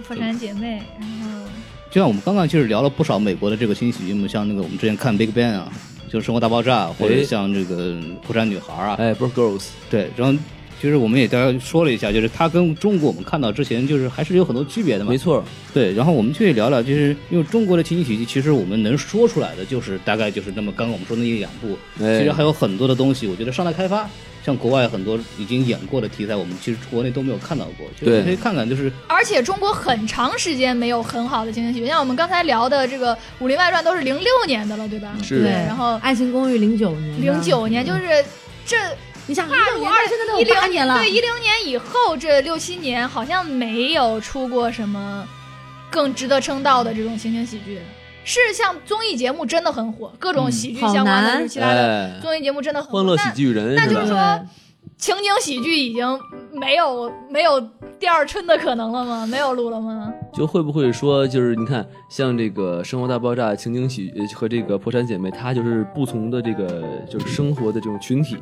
[SPEAKER 5] 破产嗯姐妹，然后
[SPEAKER 3] 就像我们刚刚其实聊了不少美国的这个新喜剧嘛，像那个我们之前看《Big Bang》啊，就是《生活大爆炸》，或者像这个《破产女孩》啊，
[SPEAKER 4] 哎，不是 girls，
[SPEAKER 3] 对，然后就是我们也大家说了一下，就是它跟中国我们看到之前就是还是有很多区别的嘛
[SPEAKER 4] 没，错，
[SPEAKER 3] 对，然后我们去聊聊，就是因为中国的情景喜剧，其实我们能说出来的就是大概就是那么刚刚我们说的那一两部，
[SPEAKER 4] 哎
[SPEAKER 3] 其实还有很多的东西，我觉得尚待开发。像国外很多已经演过的题材，我们其实国内都没有看到过，就是
[SPEAKER 4] 对
[SPEAKER 3] 可以看看，就是
[SPEAKER 5] 而且中国很长时间没有很好的情景喜剧，像我们刚才聊的这个《武林外传》都是零六年的了，对吧？
[SPEAKER 4] 是的，
[SPEAKER 6] 对。然后《爱情公寓》零九年，
[SPEAKER 5] 零九年就是这
[SPEAKER 6] 你想
[SPEAKER 5] 二
[SPEAKER 6] 二
[SPEAKER 5] 十
[SPEAKER 6] 五
[SPEAKER 5] 年
[SPEAKER 6] 二现在都
[SPEAKER 5] 一
[SPEAKER 6] 有八
[SPEAKER 5] 零
[SPEAKER 6] 年了，
[SPEAKER 5] 对一零年以后这六七年好像没有出过什么更值得称道的这种情景喜剧，是像综艺节目真的很火，各种喜剧相关
[SPEAKER 6] 好
[SPEAKER 5] 的
[SPEAKER 6] 难
[SPEAKER 5] 就是其他的
[SPEAKER 4] 哎，
[SPEAKER 5] 综艺节目真的很火。
[SPEAKER 4] 欢乐喜剧人
[SPEAKER 5] 那
[SPEAKER 4] 是
[SPEAKER 5] 那就是
[SPEAKER 4] 吧？
[SPEAKER 5] 说情景喜剧已经没有没有第二春的可能了吗？没有路了吗？
[SPEAKER 4] 就会不会说，就是你看，像这个《生活大爆炸》情景喜呃和这个《破产姐妹》，它就是不同的这个就是生活的这种群体，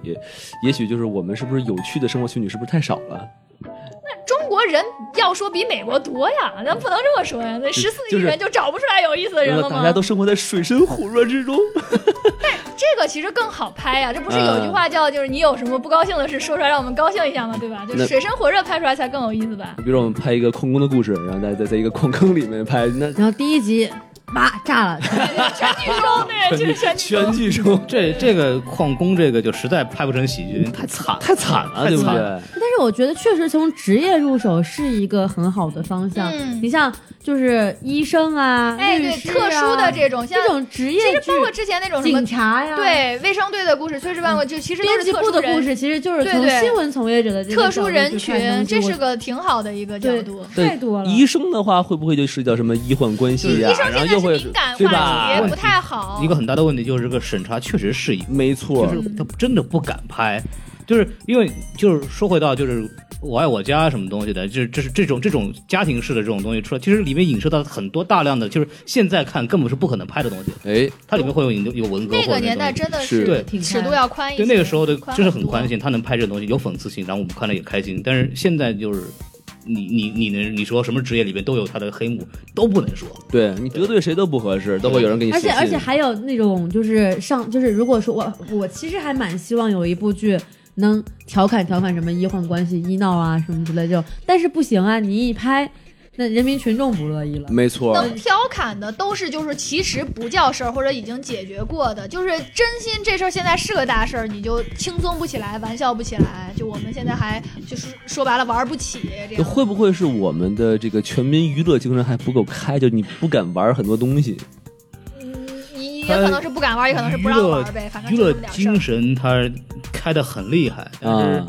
[SPEAKER 4] 也许就是我们是不是有趣的生活群体是不是太少了？
[SPEAKER 5] 中国人要说比美国多呀，咱不能这么说呀。那十四亿
[SPEAKER 4] 就是
[SPEAKER 5] 人就找不出来有意思的人
[SPEAKER 4] 然
[SPEAKER 5] 了
[SPEAKER 4] 后
[SPEAKER 5] 吗？
[SPEAKER 4] 大家都生活在水深火热之中。
[SPEAKER 5] 这个其实更好拍呀、这不是有句话叫就是你有什么不高兴的事说出来让我们高兴一下吗？对吧？就是
[SPEAKER 4] 那
[SPEAKER 5] 水深火热拍出来才更有意 思吧。
[SPEAKER 4] 比如我们拍一个矿工的故事，然后大家在在一个矿坑里面拍，那
[SPEAKER 6] 然后第一集叭炸 了，
[SPEAKER 5] 全剧终哎对，就是全剧
[SPEAKER 4] 全
[SPEAKER 5] 终。
[SPEAKER 4] 剧终，
[SPEAKER 3] 这哎这个矿工这个就实在拍不成喜剧，太惨
[SPEAKER 4] 太惨了，啊对不对？
[SPEAKER 6] 但是我觉得确实从职业入手是一个很好的方向。
[SPEAKER 5] 嗯
[SPEAKER 6] 你像就是医生啊，
[SPEAKER 5] 哎，
[SPEAKER 6] 律
[SPEAKER 5] 对，
[SPEAKER 6] 师啊
[SPEAKER 5] 特殊的这种像
[SPEAKER 6] 这种职
[SPEAKER 5] 其
[SPEAKER 6] 业
[SPEAKER 5] 实
[SPEAKER 6] 剧
[SPEAKER 5] 包，括之前那种什么
[SPEAKER 6] 警察呀，，
[SPEAKER 5] 对卫生队的故事、炊事班的
[SPEAKER 6] 嗯
[SPEAKER 5] 故事，就其实都
[SPEAKER 6] 编
[SPEAKER 5] 是
[SPEAKER 6] 辑
[SPEAKER 5] 特
[SPEAKER 6] 部
[SPEAKER 5] 殊
[SPEAKER 6] 的故
[SPEAKER 5] 人、
[SPEAKER 6] 事其实就是从
[SPEAKER 5] 对对
[SPEAKER 6] 新闻从业者的这个
[SPEAKER 5] 特殊人
[SPEAKER 6] 角度去看
[SPEAKER 5] 群，
[SPEAKER 6] 东西
[SPEAKER 5] 这是
[SPEAKER 6] 我
[SPEAKER 5] 个挺好的一个角
[SPEAKER 6] 对
[SPEAKER 5] 度。
[SPEAKER 4] 对
[SPEAKER 6] 太多了。
[SPEAKER 4] 医生的话，会不会就涉及到什么医患关系呀、
[SPEAKER 5] 医生
[SPEAKER 4] 啊然后
[SPEAKER 5] 现
[SPEAKER 4] 又
[SPEAKER 5] 在
[SPEAKER 4] 会
[SPEAKER 5] 是敏感
[SPEAKER 4] 对
[SPEAKER 5] 话
[SPEAKER 4] 吧
[SPEAKER 5] 题，？不太好。
[SPEAKER 3] 一个很大的问题就是这个审查确实是一个，
[SPEAKER 4] 没错，
[SPEAKER 3] 就是
[SPEAKER 5] 嗯
[SPEAKER 3] 他真的不敢拍，就是因为就是说回到就是我爱我家什么东西的，就是这是这种这种家庭式的这种东西出来，其实里面影射到很多大量的就是现在看根本是不可能拍的东西，
[SPEAKER 4] 哎，
[SPEAKER 3] 它里面会有有有文革
[SPEAKER 5] 那
[SPEAKER 3] 或者
[SPEAKER 5] 个年代
[SPEAKER 3] 东西
[SPEAKER 5] 真的
[SPEAKER 4] 是
[SPEAKER 3] 对
[SPEAKER 6] 挺
[SPEAKER 5] 尺
[SPEAKER 6] 宽
[SPEAKER 5] 度要宽一些，
[SPEAKER 3] 对那个时候的
[SPEAKER 5] 宽
[SPEAKER 3] 真是很
[SPEAKER 5] 多
[SPEAKER 3] 宽心，他能拍这个东西有讽刺性，然后我们看了也开心。但是现在就是你你你能你说什么职业里面都有他的黑幕，都不能说。
[SPEAKER 4] 对你得罪谁都不合适，都会有人给你
[SPEAKER 6] 而
[SPEAKER 4] 写
[SPEAKER 6] 且
[SPEAKER 4] 信。
[SPEAKER 6] 而且还有那种就是上就是如果说我我其实还蛮希望有一部剧能调侃调侃什么医患关系、医闹啊什么之类这种，但是不行啊，你一拍那人民群众不乐意了。
[SPEAKER 4] 没错，
[SPEAKER 5] 能调侃的都是就是其实不叫事儿或者已经解决过的，就是真心这事儿现在是个大事儿，你就轻松不起来，玩笑不起来。就我们现在还就是说白了玩不起这
[SPEAKER 4] 就
[SPEAKER 5] 样。
[SPEAKER 4] 会不会是我们的这个全民娱乐精神还不够开？就你不敢玩很多东西，
[SPEAKER 5] 嗯你也可能是不敢玩，也可能是不让玩呗，反正
[SPEAKER 3] 娱
[SPEAKER 5] 就
[SPEAKER 3] 乐
[SPEAKER 5] 这么点事
[SPEAKER 3] 精
[SPEAKER 5] 儿。
[SPEAKER 3] 神它开的很厉害，但是
[SPEAKER 4] 啊？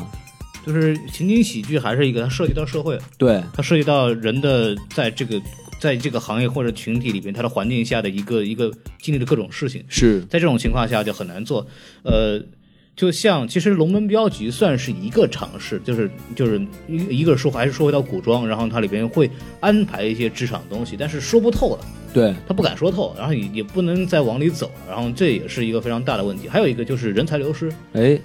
[SPEAKER 3] 就是情景喜剧还是一个它涉及到社会，
[SPEAKER 4] 对，
[SPEAKER 3] 它涉及到人的在这个在这个行业或者群体里边，它的环境下的一个一个经历的各种事情。
[SPEAKER 4] 是
[SPEAKER 3] 在这种情况下就很难做。呃，就像其实龙门镖局算是一个尝试，就是就是一一个说还是说回到古装，然后它里边会安排一些职场东西，但是说不透了，
[SPEAKER 4] 对，
[SPEAKER 3] 他不敢说透，然后也也不能再往里走，然后这也是一个非常大的问题。还有一个就是人才流失，
[SPEAKER 4] 哎，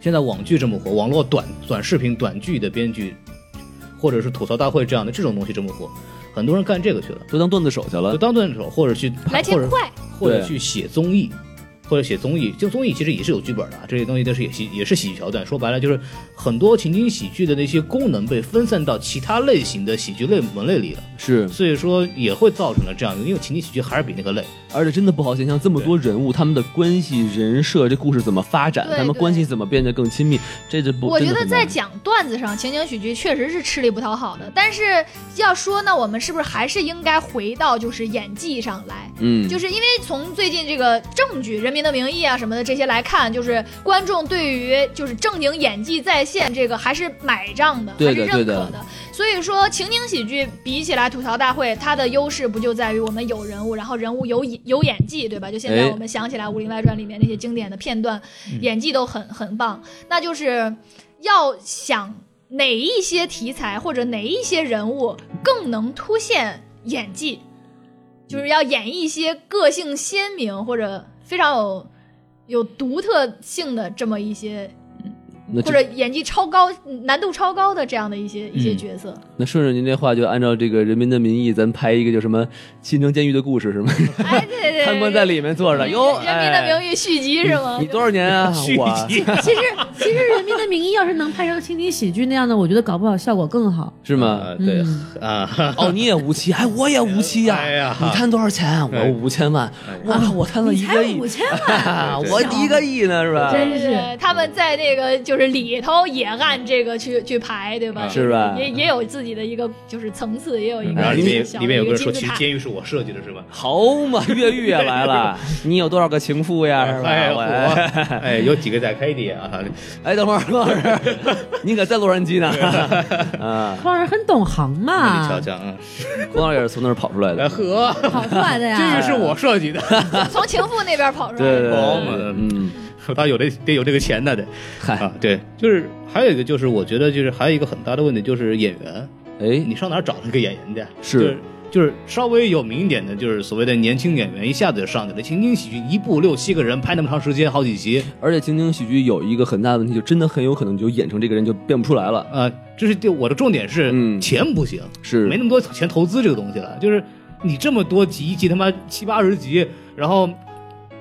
[SPEAKER 3] 现在网剧这么火，网络短短视频、短剧的编剧，或者是吐槽大会这样的这种东西这么火，很多人干这个去了，
[SPEAKER 4] 都当段子手去
[SPEAKER 3] 就
[SPEAKER 4] 了。
[SPEAKER 3] 当段手或者去
[SPEAKER 5] 来
[SPEAKER 3] 或者
[SPEAKER 5] 钱快，
[SPEAKER 3] 或者
[SPEAKER 4] 对
[SPEAKER 3] 去写综艺，或者写综艺，就综艺其实也是有剧本的、啊，这些东西都是也喜也是喜剧桥段。说白了就是很多情景喜剧的那些功能被分散到其他类型的喜剧类门类里了，
[SPEAKER 4] 是，
[SPEAKER 3] 所以说也会造成了这样一个，因为情景喜剧还是比那个累。
[SPEAKER 4] 而且真的不好想象，这么多人物，他们的关系、人设，这故事怎么发展，
[SPEAKER 5] 对
[SPEAKER 4] 他们
[SPEAKER 5] 对
[SPEAKER 4] 关系怎么变得更亲密，这这不，
[SPEAKER 5] 我觉
[SPEAKER 4] 真的
[SPEAKER 5] 得
[SPEAKER 4] 很
[SPEAKER 5] 在
[SPEAKER 4] 难
[SPEAKER 5] 讲段子上，情景喜剧确实是吃力不讨好的。但是要说呢，我们是不是还是应该回到就是演技上来？
[SPEAKER 4] 嗯，
[SPEAKER 5] 就是因为从最近这个正剧《人民的名义》啊什么的这些来看，就是观众对于就是正经演技在线这个还是买账的，
[SPEAKER 4] 对的
[SPEAKER 5] 还是认可
[SPEAKER 4] 对的
[SPEAKER 5] 所以说，情景喜剧比起来吐槽大会，它的优势不就在于我们有人物，然后人物有演有演技，对吧？就现在
[SPEAKER 4] 哎
[SPEAKER 5] 我们想起来《武林外传》里面那些经典的片段，演技都很很棒。那就是要想哪一些题材或者哪一些人物更能凸显演技，就是要演绎一些个性鲜明或者非常有有独特性的这么一些，
[SPEAKER 4] 那
[SPEAKER 5] 或
[SPEAKER 4] 这
[SPEAKER 5] 者演技超高、难度超高的这样的一些一些
[SPEAKER 3] 嗯
[SPEAKER 5] 角色。
[SPEAKER 4] 那顺着您这话，就按照这个《人民的名义》，咱拍一个叫什么《新城监狱的故事》是吗？
[SPEAKER 5] 哎，对对对，
[SPEAKER 4] 贪官在里面坐着，哟，
[SPEAKER 5] 人民的
[SPEAKER 4] 义
[SPEAKER 5] 名义续集是吗？
[SPEAKER 4] 你多少年 啊？我
[SPEAKER 6] 其实其实《人民的名义》要是能拍成情景喜剧那样的，我觉得搞不好效果更好。
[SPEAKER 4] 是
[SPEAKER 3] 啊
[SPEAKER 4] 吗？
[SPEAKER 3] 对
[SPEAKER 6] 嗯啊，
[SPEAKER 4] 哦，你也无期，哎，我也无期
[SPEAKER 3] 哎呀
[SPEAKER 4] 呀！你贪多少钱啊？我
[SPEAKER 3] 哎
[SPEAKER 4] 五千万，我靠，我贪了一个亿，啊
[SPEAKER 6] 千
[SPEAKER 3] 对
[SPEAKER 4] 我一个亿呢，是吧？
[SPEAKER 6] 真
[SPEAKER 5] 对对对，他们在那个就是里头也按这个去去排，对吧？
[SPEAKER 3] 啊
[SPEAKER 4] 是吧嗯
[SPEAKER 5] 也也有自己的一个就是层次，也有一个
[SPEAKER 3] 然后里面
[SPEAKER 5] 哎小
[SPEAKER 3] 里面有个人说，
[SPEAKER 5] 金
[SPEAKER 3] 其
[SPEAKER 5] 字
[SPEAKER 3] 实
[SPEAKER 5] 塔
[SPEAKER 3] 监狱是我设计的，是吧？
[SPEAKER 4] 好嘛，越狱也 来了，你有多少个情妇呀？是吧？
[SPEAKER 3] 哎，我
[SPEAKER 4] 我
[SPEAKER 3] 哎，有几个在开的啊？
[SPEAKER 4] 哎，等会儿，孟老师， 你可在洛杉矶呢？啊，
[SPEAKER 6] 匡儿很懂行嘛，
[SPEAKER 3] 你瞧瞧啊，
[SPEAKER 4] 孟老师也是从那儿跑出来
[SPEAKER 3] 哎
[SPEAKER 4] 的。
[SPEAKER 3] 呵，
[SPEAKER 6] 跑出来的 呀。
[SPEAKER 3] 这个是我设 计的，
[SPEAKER 5] 从情妇那边跑出来。
[SPEAKER 4] 对对对，
[SPEAKER 3] 哎好嘛
[SPEAKER 4] 对嗯，
[SPEAKER 3] 我倒有这得有这个钱呢得
[SPEAKER 4] 嗨
[SPEAKER 3] 啊，，对，就是还有一个就是我觉得就是还有一个很大的问题就是演员，
[SPEAKER 4] 哎，
[SPEAKER 3] 你上哪儿找那个演员去？
[SPEAKER 4] 是
[SPEAKER 3] 就是就是稍微有名一点的，就是所谓的年轻演员，一下子就上去了。情景喜剧一部六七个人拍那么长时间，好几集，
[SPEAKER 4] 而且情景喜剧有一个很大的问题，就真的很有可能就演成这个人就变不出来了。
[SPEAKER 3] 呃，这是对我的重点是、
[SPEAKER 4] 嗯
[SPEAKER 3] 钱不行，
[SPEAKER 4] 是
[SPEAKER 3] 没那么多钱投资这个东西了。就是你这么多集，一集他妈七八十集，然后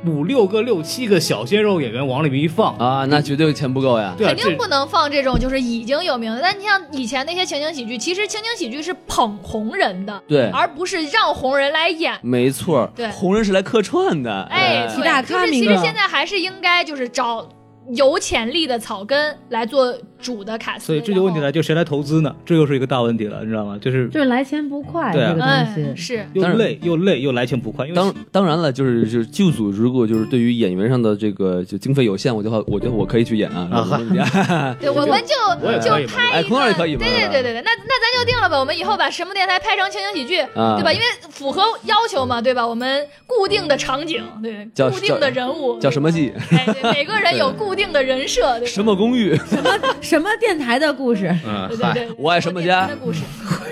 [SPEAKER 3] 五六个、六七个小鲜肉演员往里面一放，
[SPEAKER 4] 啊，那绝对钱不够呀。
[SPEAKER 3] 对啊，
[SPEAKER 5] 肯
[SPEAKER 3] 这
[SPEAKER 5] 定不能放这种就是已经有名的，但你像以前那些情景喜剧，其实情景喜剧是捧红人的，
[SPEAKER 4] 对
[SPEAKER 5] 而不是让红人来演。
[SPEAKER 4] 没错儿，
[SPEAKER 5] 对
[SPEAKER 4] 红人是来客串的。
[SPEAKER 5] 哎，
[SPEAKER 6] 几大
[SPEAKER 5] 对就
[SPEAKER 6] 咖
[SPEAKER 5] 是
[SPEAKER 6] 名
[SPEAKER 5] 其实
[SPEAKER 6] 额
[SPEAKER 5] 现在还是应该就是找有潜力的草根来做主的卡司。
[SPEAKER 3] 所以这就问题
[SPEAKER 5] 然
[SPEAKER 3] 来，就谁来投资呢？这又是一个大问题了，你知道吗？就是
[SPEAKER 6] 就是来钱不快
[SPEAKER 3] 对啊
[SPEAKER 6] 这个
[SPEAKER 5] 后。哎
[SPEAKER 6] 东，西，
[SPEAKER 5] 是
[SPEAKER 3] 又
[SPEAKER 4] 当然
[SPEAKER 3] 累又累又来钱不快，因为
[SPEAKER 4] 当当然了，就是就是剧组如果就是对于演员上的这个就经费有限，我就好，我觉得我可以去演啊，
[SPEAKER 3] 啊
[SPEAKER 4] 没问题 啊
[SPEAKER 5] 对，我们就
[SPEAKER 3] 我也
[SPEAKER 5] 就
[SPEAKER 3] 可以嘛
[SPEAKER 5] 拍
[SPEAKER 4] 哎
[SPEAKER 5] 一
[SPEAKER 4] 孔老
[SPEAKER 5] 个，
[SPEAKER 4] 师可以
[SPEAKER 5] 对
[SPEAKER 4] 嘛
[SPEAKER 5] 对对对对，那那咱就定了吧，我们以后把什么电台拍成情景喜剧，
[SPEAKER 4] 啊
[SPEAKER 5] 对吧？因为符合要求嘛，对吧？我们固定的场景，对，
[SPEAKER 4] 叫
[SPEAKER 5] 固定的人物，
[SPEAKER 4] 叫什么戏？
[SPEAKER 5] 哎，对，每个人有固定的人设，对吧
[SPEAKER 4] 什么公 寓？
[SPEAKER 5] 哎
[SPEAKER 6] 什么电台的故事？
[SPEAKER 3] 嗯，
[SPEAKER 5] 对对
[SPEAKER 3] 嗨，
[SPEAKER 5] 对，
[SPEAKER 4] 我爱什么家
[SPEAKER 5] 固定的故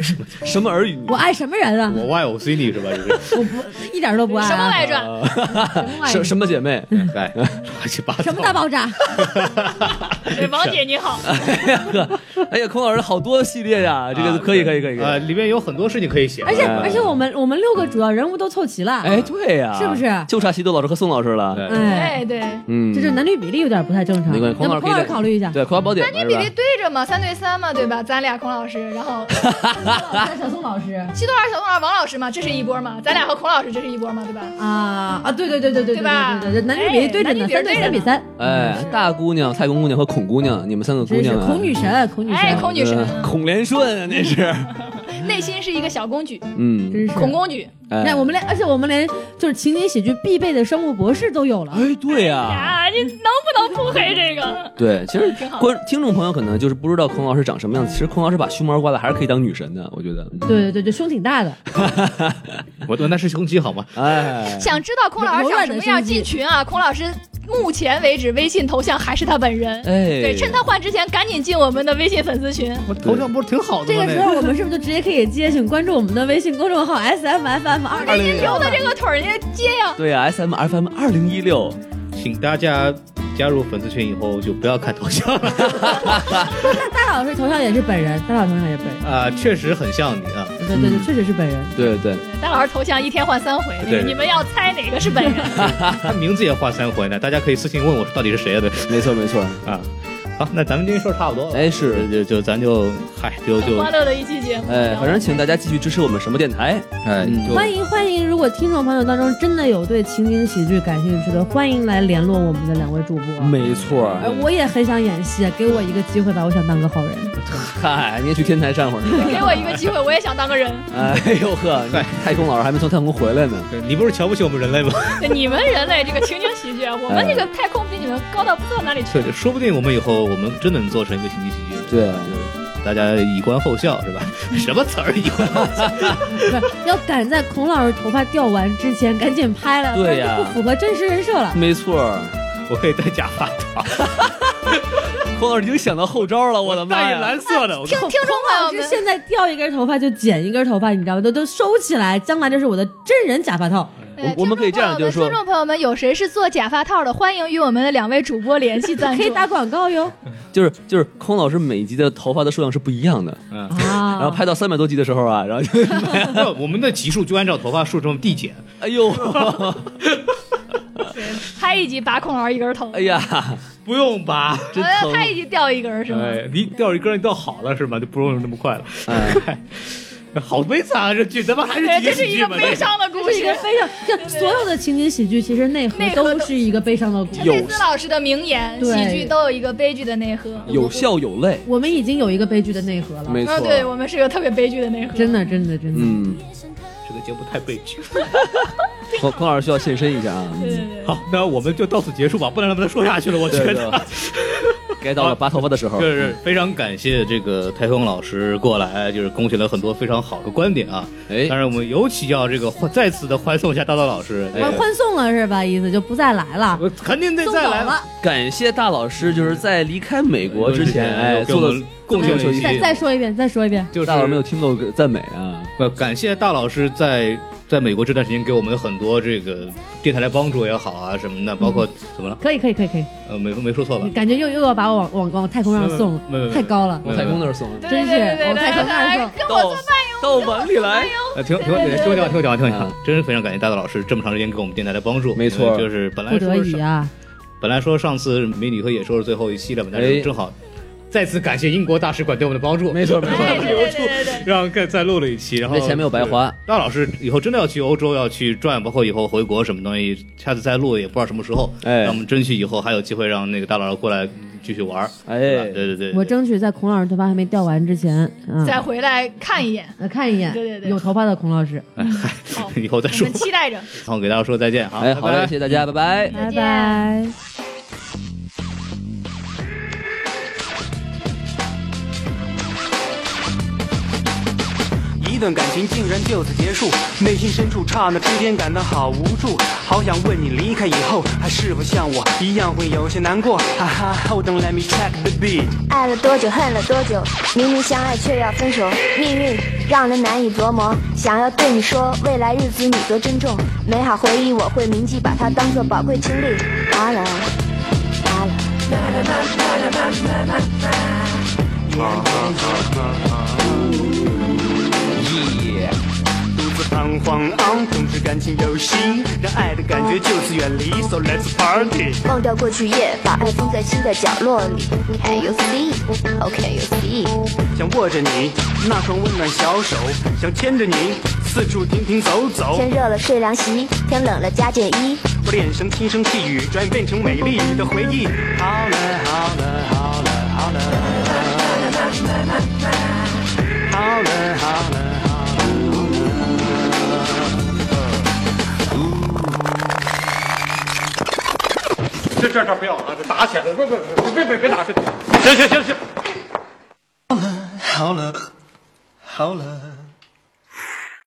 [SPEAKER 5] 事，
[SPEAKER 4] 什么耳语？
[SPEAKER 6] 我爱什么人啊？
[SPEAKER 3] 我 YOC 你是吧？就是。
[SPEAKER 6] 我不一点都不爱啊。
[SPEAKER 5] 什么外传，
[SPEAKER 4] 什什么姐妹？
[SPEAKER 3] 哎，乱七八糟，
[SPEAKER 6] 什么大爆炸？
[SPEAKER 5] 对，王姐你好，
[SPEAKER 4] 哎呀，孔老师好多系列呀，这个
[SPEAKER 3] 啊
[SPEAKER 4] 可以可以可以。可以
[SPEAKER 3] 呃，里面有很多事情可以写， 啊
[SPEAKER 6] 而且而且我们我们六个主要人物都凑齐了，
[SPEAKER 4] 嗯哎，对呀，
[SPEAKER 6] 是不是
[SPEAKER 4] 就差西多老师和宋老师了。
[SPEAKER 3] 对
[SPEAKER 6] 哎，
[SPEAKER 5] 哎，对，
[SPEAKER 4] 嗯，
[SPEAKER 6] 这就是男女比例有点不太正常。
[SPEAKER 4] 没关系，
[SPEAKER 6] 那
[SPEAKER 4] 孔老
[SPEAKER 6] 么
[SPEAKER 4] 师
[SPEAKER 6] 孔老
[SPEAKER 4] 可
[SPEAKER 6] 师
[SPEAKER 4] 以
[SPEAKER 6] 考虑一下。
[SPEAKER 4] 对，葵花宝典
[SPEAKER 5] 那
[SPEAKER 4] 嘛
[SPEAKER 5] 你
[SPEAKER 4] 是
[SPEAKER 5] 比例
[SPEAKER 4] 吧？嗯
[SPEAKER 5] 对着嘛，三对三嘛，对吧？咱俩孔老师，然后
[SPEAKER 6] 小宋老师
[SPEAKER 5] 西多尔、小宋老师、王老师嘛，这是一波
[SPEAKER 4] 嗯
[SPEAKER 5] 嘛，咱俩和孔老师这是一波嘛，对吧？
[SPEAKER 6] 啊啊，对对对对对
[SPEAKER 5] 对吧
[SPEAKER 6] 对对对，男女比例对着
[SPEAKER 5] 哎男女比
[SPEAKER 6] 呢，
[SPEAKER 5] 例对
[SPEAKER 6] 三对
[SPEAKER 5] 着
[SPEAKER 6] 三比三，
[SPEAKER 4] 哎，大姑娘、太公姑娘和孔姑娘，你们三个姑
[SPEAKER 6] 真是
[SPEAKER 4] 娘啊，
[SPEAKER 6] 孔女神，孔女神，
[SPEAKER 5] 哎，孔女神，
[SPEAKER 4] 呃孔连顺啊，那是，
[SPEAKER 5] 内心是一个小公举，
[SPEAKER 4] 嗯，
[SPEAKER 6] 真是
[SPEAKER 5] 孔。公举
[SPEAKER 4] 哎
[SPEAKER 6] 那，我们连，而且我们连就是情景喜剧必备的生物博士都有了。
[SPEAKER 4] 哎，对嗯呀，
[SPEAKER 5] 啊，这能不能不黑这个？
[SPEAKER 4] 对，其实
[SPEAKER 5] 挺好的
[SPEAKER 4] 观听众朋友可能就是不知道孔老师长什么样子，其实孔老师把胸毛刮了还是可以当女神的，我觉得，嗯
[SPEAKER 6] 对对对对，胸挺大的，
[SPEAKER 3] 我我那是胸肌好吗？
[SPEAKER 4] 哎，
[SPEAKER 5] 想知道孔老师长什么样进群啊？孔老师目前为止微信头像还是他本人，
[SPEAKER 4] 哎
[SPEAKER 5] 对，趁他换之前赶紧进我们的微信粉丝群。
[SPEAKER 3] 我头像不是挺好的
[SPEAKER 6] 这
[SPEAKER 3] 吗？
[SPEAKER 6] 个时候我们是不是就直接可以直接请关注我们的微信公众号 S M F M 二零
[SPEAKER 4] 啊
[SPEAKER 6] 一
[SPEAKER 5] 留
[SPEAKER 6] 六
[SPEAKER 5] 的这个腿儿，人家接呀。
[SPEAKER 4] 对呀，S M F M 二零一六，
[SPEAKER 3] 那请大家加入粉丝群以后就不要看头像了
[SPEAKER 6] 大大老师头像也是本人，大老师头像也是本人，
[SPEAKER 3] 啊，确实很像你啊。
[SPEAKER 6] 对对对，确实是本人。
[SPEAKER 4] 对对，
[SPEAKER 5] 大老师头像一天换三回，
[SPEAKER 3] 对
[SPEAKER 5] 你们要猜哪个是本人？
[SPEAKER 3] 他名字也换三回呢，大家可以私信问我到底是谁的
[SPEAKER 4] 没错没错，
[SPEAKER 3] 啊。好，那咱们这事儿差不多了，
[SPEAKER 4] 哎是，
[SPEAKER 3] 就就咱就嗨，就就
[SPEAKER 5] 欢乐的一期节目。
[SPEAKER 4] 哎，反正请大家继续支持我们什么电台，
[SPEAKER 3] 哎
[SPEAKER 4] 嗯
[SPEAKER 6] 欢迎欢迎！如果听众朋友当中真的有对情景喜剧感兴趣的，欢迎来联络我们的两位主播。
[SPEAKER 4] 没错，
[SPEAKER 6] 哎，我也很想演戏，给我一个机会吧，我想当个好人。
[SPEAKER 4] 嗨，你也去天台站会儿去吧。
[SPEAKER 5] 给我一个机会，我也想当个人。
[SPEAKER 4] 哎呦呵，
[SPEAKER 3] 嗨
[SPEAKER 4] 太空老师还没从太空回来呢。
[SPEAKER 3] 对你不是瞧不起我们人类吗？
[SPEAKER 5] 你们人类这个情景喜剧，啊，我们这个太空比你们高到不知道哪里去
[SPEAKER 3] 对，。说不定我们以后我们真的能做成一个情景喜剧。
[SPEAKER 4] 对啊
[SPEAKER 3] 就是大家以观后效是吧？什么词儿以观后效？
[SPEAKER 6] 不是，要赶在孔老师头发掉完之前赶紧拍了，
[SPEAKER 4] 对呀
[SPEAKER 6] 不然就不符合真实人设了。
[SPEAKER 4] 没错儿，
[SPEAKER 3] 我可以戴假发套，
[SPEAKER 4] 孔老师已经想到后招了，我的妈
[SPEAKER 3] 戴一
[SPEAKER 4] 呀！
[SPEAKER 3] 蓝色的，我
[SPEAKER 5] 听听众朋
[SPEAKER 6] 老
[SPEAKER 5] 友
[SPEAKER 6] 师
[SPEAKER 5] 啊们，
[SPEAKER 6] 现在掉一根头发就剪一根头发，你知道吗？都都收起来，将来这是我的真人假发套。
[SPEAKER 5] 对
[SPEAKER 4] 我我们可以这样就是说
[SPEAKER 5] 听众朋友们，有谁是做假发套的，欢迎与我们的两位主播联系赞助。
[SPEAKER 6] 可以打广告哟
[SPEAKER 4] 就是就是，孔老师每集的头发的数量是不一样的，
[SPEAKER 3] 嗯，
[SPEAKER 6] 啊！
[SPEAKER 4] 然后拍到三百多集的时候啊，然后就，
[SPEAKER 3] 那我们的集数就按照头发数这么递减。
[SPEAKER 4] 哎呦，
[SPEAKER 5] 拍一集拔孔老师一根头，哎
[SPEAKER 4] 哎，呀，
[SPEAKER 3] 不用吧？
[SPEAKER 4] 真疼
[SPEAKER 5] 拍一集掉一根是吗？
[SPEAKER 3] 哎，你掉一根儿你掉好了是吗？就不用那么快了。
[SPEAKER 4] 哎，
[SPEAKER 3] 好悲惨啊！这剧咱们还是
[SPEAKER 5] 对，
[SPEAKER 3] 情
[SPEAKER 5] 哎这
[SPEAKER 3] 景
[SPEAKER 5] 是
[SPEAKER 3] 喜
[SPEAKER 5] 一
[SPEAKER 3] 剧
[SPEAKER 5] 个
[SPEAKER 3] 嘛？
[SPEAKER 5] 悲伤的
[SPEAKER 6] 这
[SPEAKER 5] 故
[SPEAKER 6] 啊是一个
[SPEAKER 5] 事。
[SPEAKER 6] 非常，就所有的情景喜剧其实内核
[SPEAKER 5] 内核
[SPEAKER 6] 都
[SPEAKER 5] 都
[SPEAKER 6] 是一个悲伤的故事。
[SPEAKER 5] 贝斯老师的名言：
[SPEAKER 6] 对
[SPEAKER 5] 喜剧都有一个悲剧的内核。
[SPEAKER 4] 有笑有泪，
[SPEAKER 6] 我们已经有一个悲剧的内核了，
[SPEAKER 4] 没错
[SPEAKER 5] 嗯，，对我们是个特别悲剧的内核。
[SPEAKER 6] 真的，真的，真的。
[SPEAKER 4] 嗯，
[SPEAKER 3] 这个节目太悲剧。
[SPEAKER 4] 孔孔老师需要现身一下啊，
[SPEAKER 5] 对对对。
[SPEAKER 3] 好，那我们就到此结束吧，不能让他说下去了。我觉
[SPEAKER 4] 对
[SPEAKER 3] 得
[SPEAKER 4] 对，该到了拔头发的时 候
[SPEAKER 3] 就，是非常感谢这个台风老师过来，就是贡献了很多非常好的观点啊。
[SPEAKER 4] 哎
[SPEAKER 3] 当然我们尤其要这个欢再次的欢送一下大道老师，
[SPEAKER 6] 欢
[SPEAKER 3] 哎
[SPEAKER 6] 欢送了是吧？意思就不再来了，
[SPEAKER 3] 我肯定得
[SPEAKER 6] 送走
[SPEAKER 3] 再来
[SPEAKER 6] 了。，
[SPEAKER 4] 感谢大老师，就是在离开美国之前，哎，
[SPEAKER 3] 给我
[SPEAKER 4] 做
[SPEAKER 3] 们
[SPEAKER 4] 了
[SPEAKER 3] 贡献了一
[SPEAKER 6] 再
[SPEAKER 3] 些，
[SPEAKER 6] 再说一遍，再说一遍。
[SPEAKER 3] 就是
[SPEAKER 4] 大老师没有听够赞美啊，
[SPEAKER 3] 呃，感谢大老师在在美国这段时间给我们很多这个电台的帮助也好啊什么的，包括怎么了？
[SPEAKER 6] 可以可以可以可以，
[SPEAKER 3] 呃，没没说错
[SPEAKER 4] 嗯
[SPEAKER 3] 吧？
[SPEAKER 6] 感觉又又要把我往往往太空上送
[SPEAKER 3] 嗯没有没有没有
[SPEAKER 6] 了，太高了，
[SPEAKER 3] 没有
[SPEAKER 4] 太空那儿送，
[SPEAKER 5] 对
[SPEAKER 6] 真是
[SPEAKER 5] 对对对对
[SPEAKER 6] 我太疼
[SPEAKER 5] 来
[SPEAKER 6] 了
[SPEAKER 5] 跟我
[SPEAKER 4] 到
[SPEAKER 5] 做
[SPEAKER 4] 到碗里来。
[SPEAKER 3] 呃，停停停，听我讲，听我讲，听我
[SPEAKER 6] 啊
[SPEAKER 3] 讲，真是非常感谢大道老师这么长时间给我们电台的帮助。
[SPEAKER 4] 没错
[SPEAKER 3] 因为就是本来
[SPEAKER 6] 不得
[SPEAKER 3] 说
[SPEAKER 6] 已
[SPEAKER 3] 是
[SPEAKER 6] 啊。
[SPEAKER 3] 本来说上次美女和野兽是最后一期了嘛，但是
[SPEAKER 4] 哎
[SPEAKER 3] 正好再次感谢英国大使馆对我们的帮助，
[SPEAKER 4] 没错没错
[SPEAKER 5] 哎对对对 对对。
[SPEAKER 3] 让再再录了一期，然后
[SPEAKER 4] 那钱没有白花
[SPEAKER 3] 对。大老师以后真的要去欧洲，要去转，包括以后回国什么东西，下次再录也不知道什么时候。
[SPEAKER 4] 哎
[SPEAKER 3] 让我们争取以后还有机会让那个大老师过来继续玩儿。
[SPEAKER 4] 哎
[SPEAKER 3] 对吧对对对，
[SPEAKER 6] 我 争取在孔老师头发还没掉完之前，嗯，
[SPEAKER 5] 再回来看一眼。
[SPEAKER 6] 呃看一眼，
[SPEAKER 5] 对对对
[SPEAKER 6] 有头发的孔老师，
[SPEAKER 3] 哎
[SPEAKER 5] 好，
[SPEAKER 3] 以后再
[SPEAKER 5] 哦我
[SPEAKER 3] 说
[SPEAKER 5] 们。期待着。
[SPEAKER 3] 好，给大家说再见啊！
[SPEAKER 4] 哎，好
[SPEAKER 3] 拜
[SPEAKER 4] 嘞，
[SPEAKER 3] 拜
[SPEAKER 4] 谢谢大家，拜拜。
[SPEAKER 5] 再
[SPEAKER 6] 拜
[SPEAKER 5] 见
[SPEAKER 6] 拜。
[SPEAKER 8] 一段感情竟然就此结束，内心深处刹那之间感到好无助，好想问你离开以后，还是否像我一样会有些难过？哈哈，Hold on，let me check the beat。
[SPEAKER 9] 爱了多久，恨了多久，明明相爱却要分手，命运让人难以琢磨。想要对你说，未来日子你多珍重，美好回忆我会铭记，把它当做宝贵经历。啊啦啊啦。
[SPEAKER 4] 哎
[SPEAKER 8] 独自彷徨昂，控制感情游戏，让爱的感觉就此远离。So let's party。
[SPEAKER 10] 忘掉过去夜，把爱封在新的角落里。Can you see？OK，、y o u see？
[SPEAKER 8] 想握着你那双温暖小手，想牵着你四处停停走走。
[SPEAKER 10] 天热了睡凉席，天冷了加件衣。
[SPEAKER 8] 我的眼神轻声细语，转眼变成美丽的回忆。好了好了好了好了，好了好了。
[SPEAKER 11] 这这这不要了，这打起来了！不不不，别别别打！行行行行。
[SPEAKER 8] 好了，好了，好了。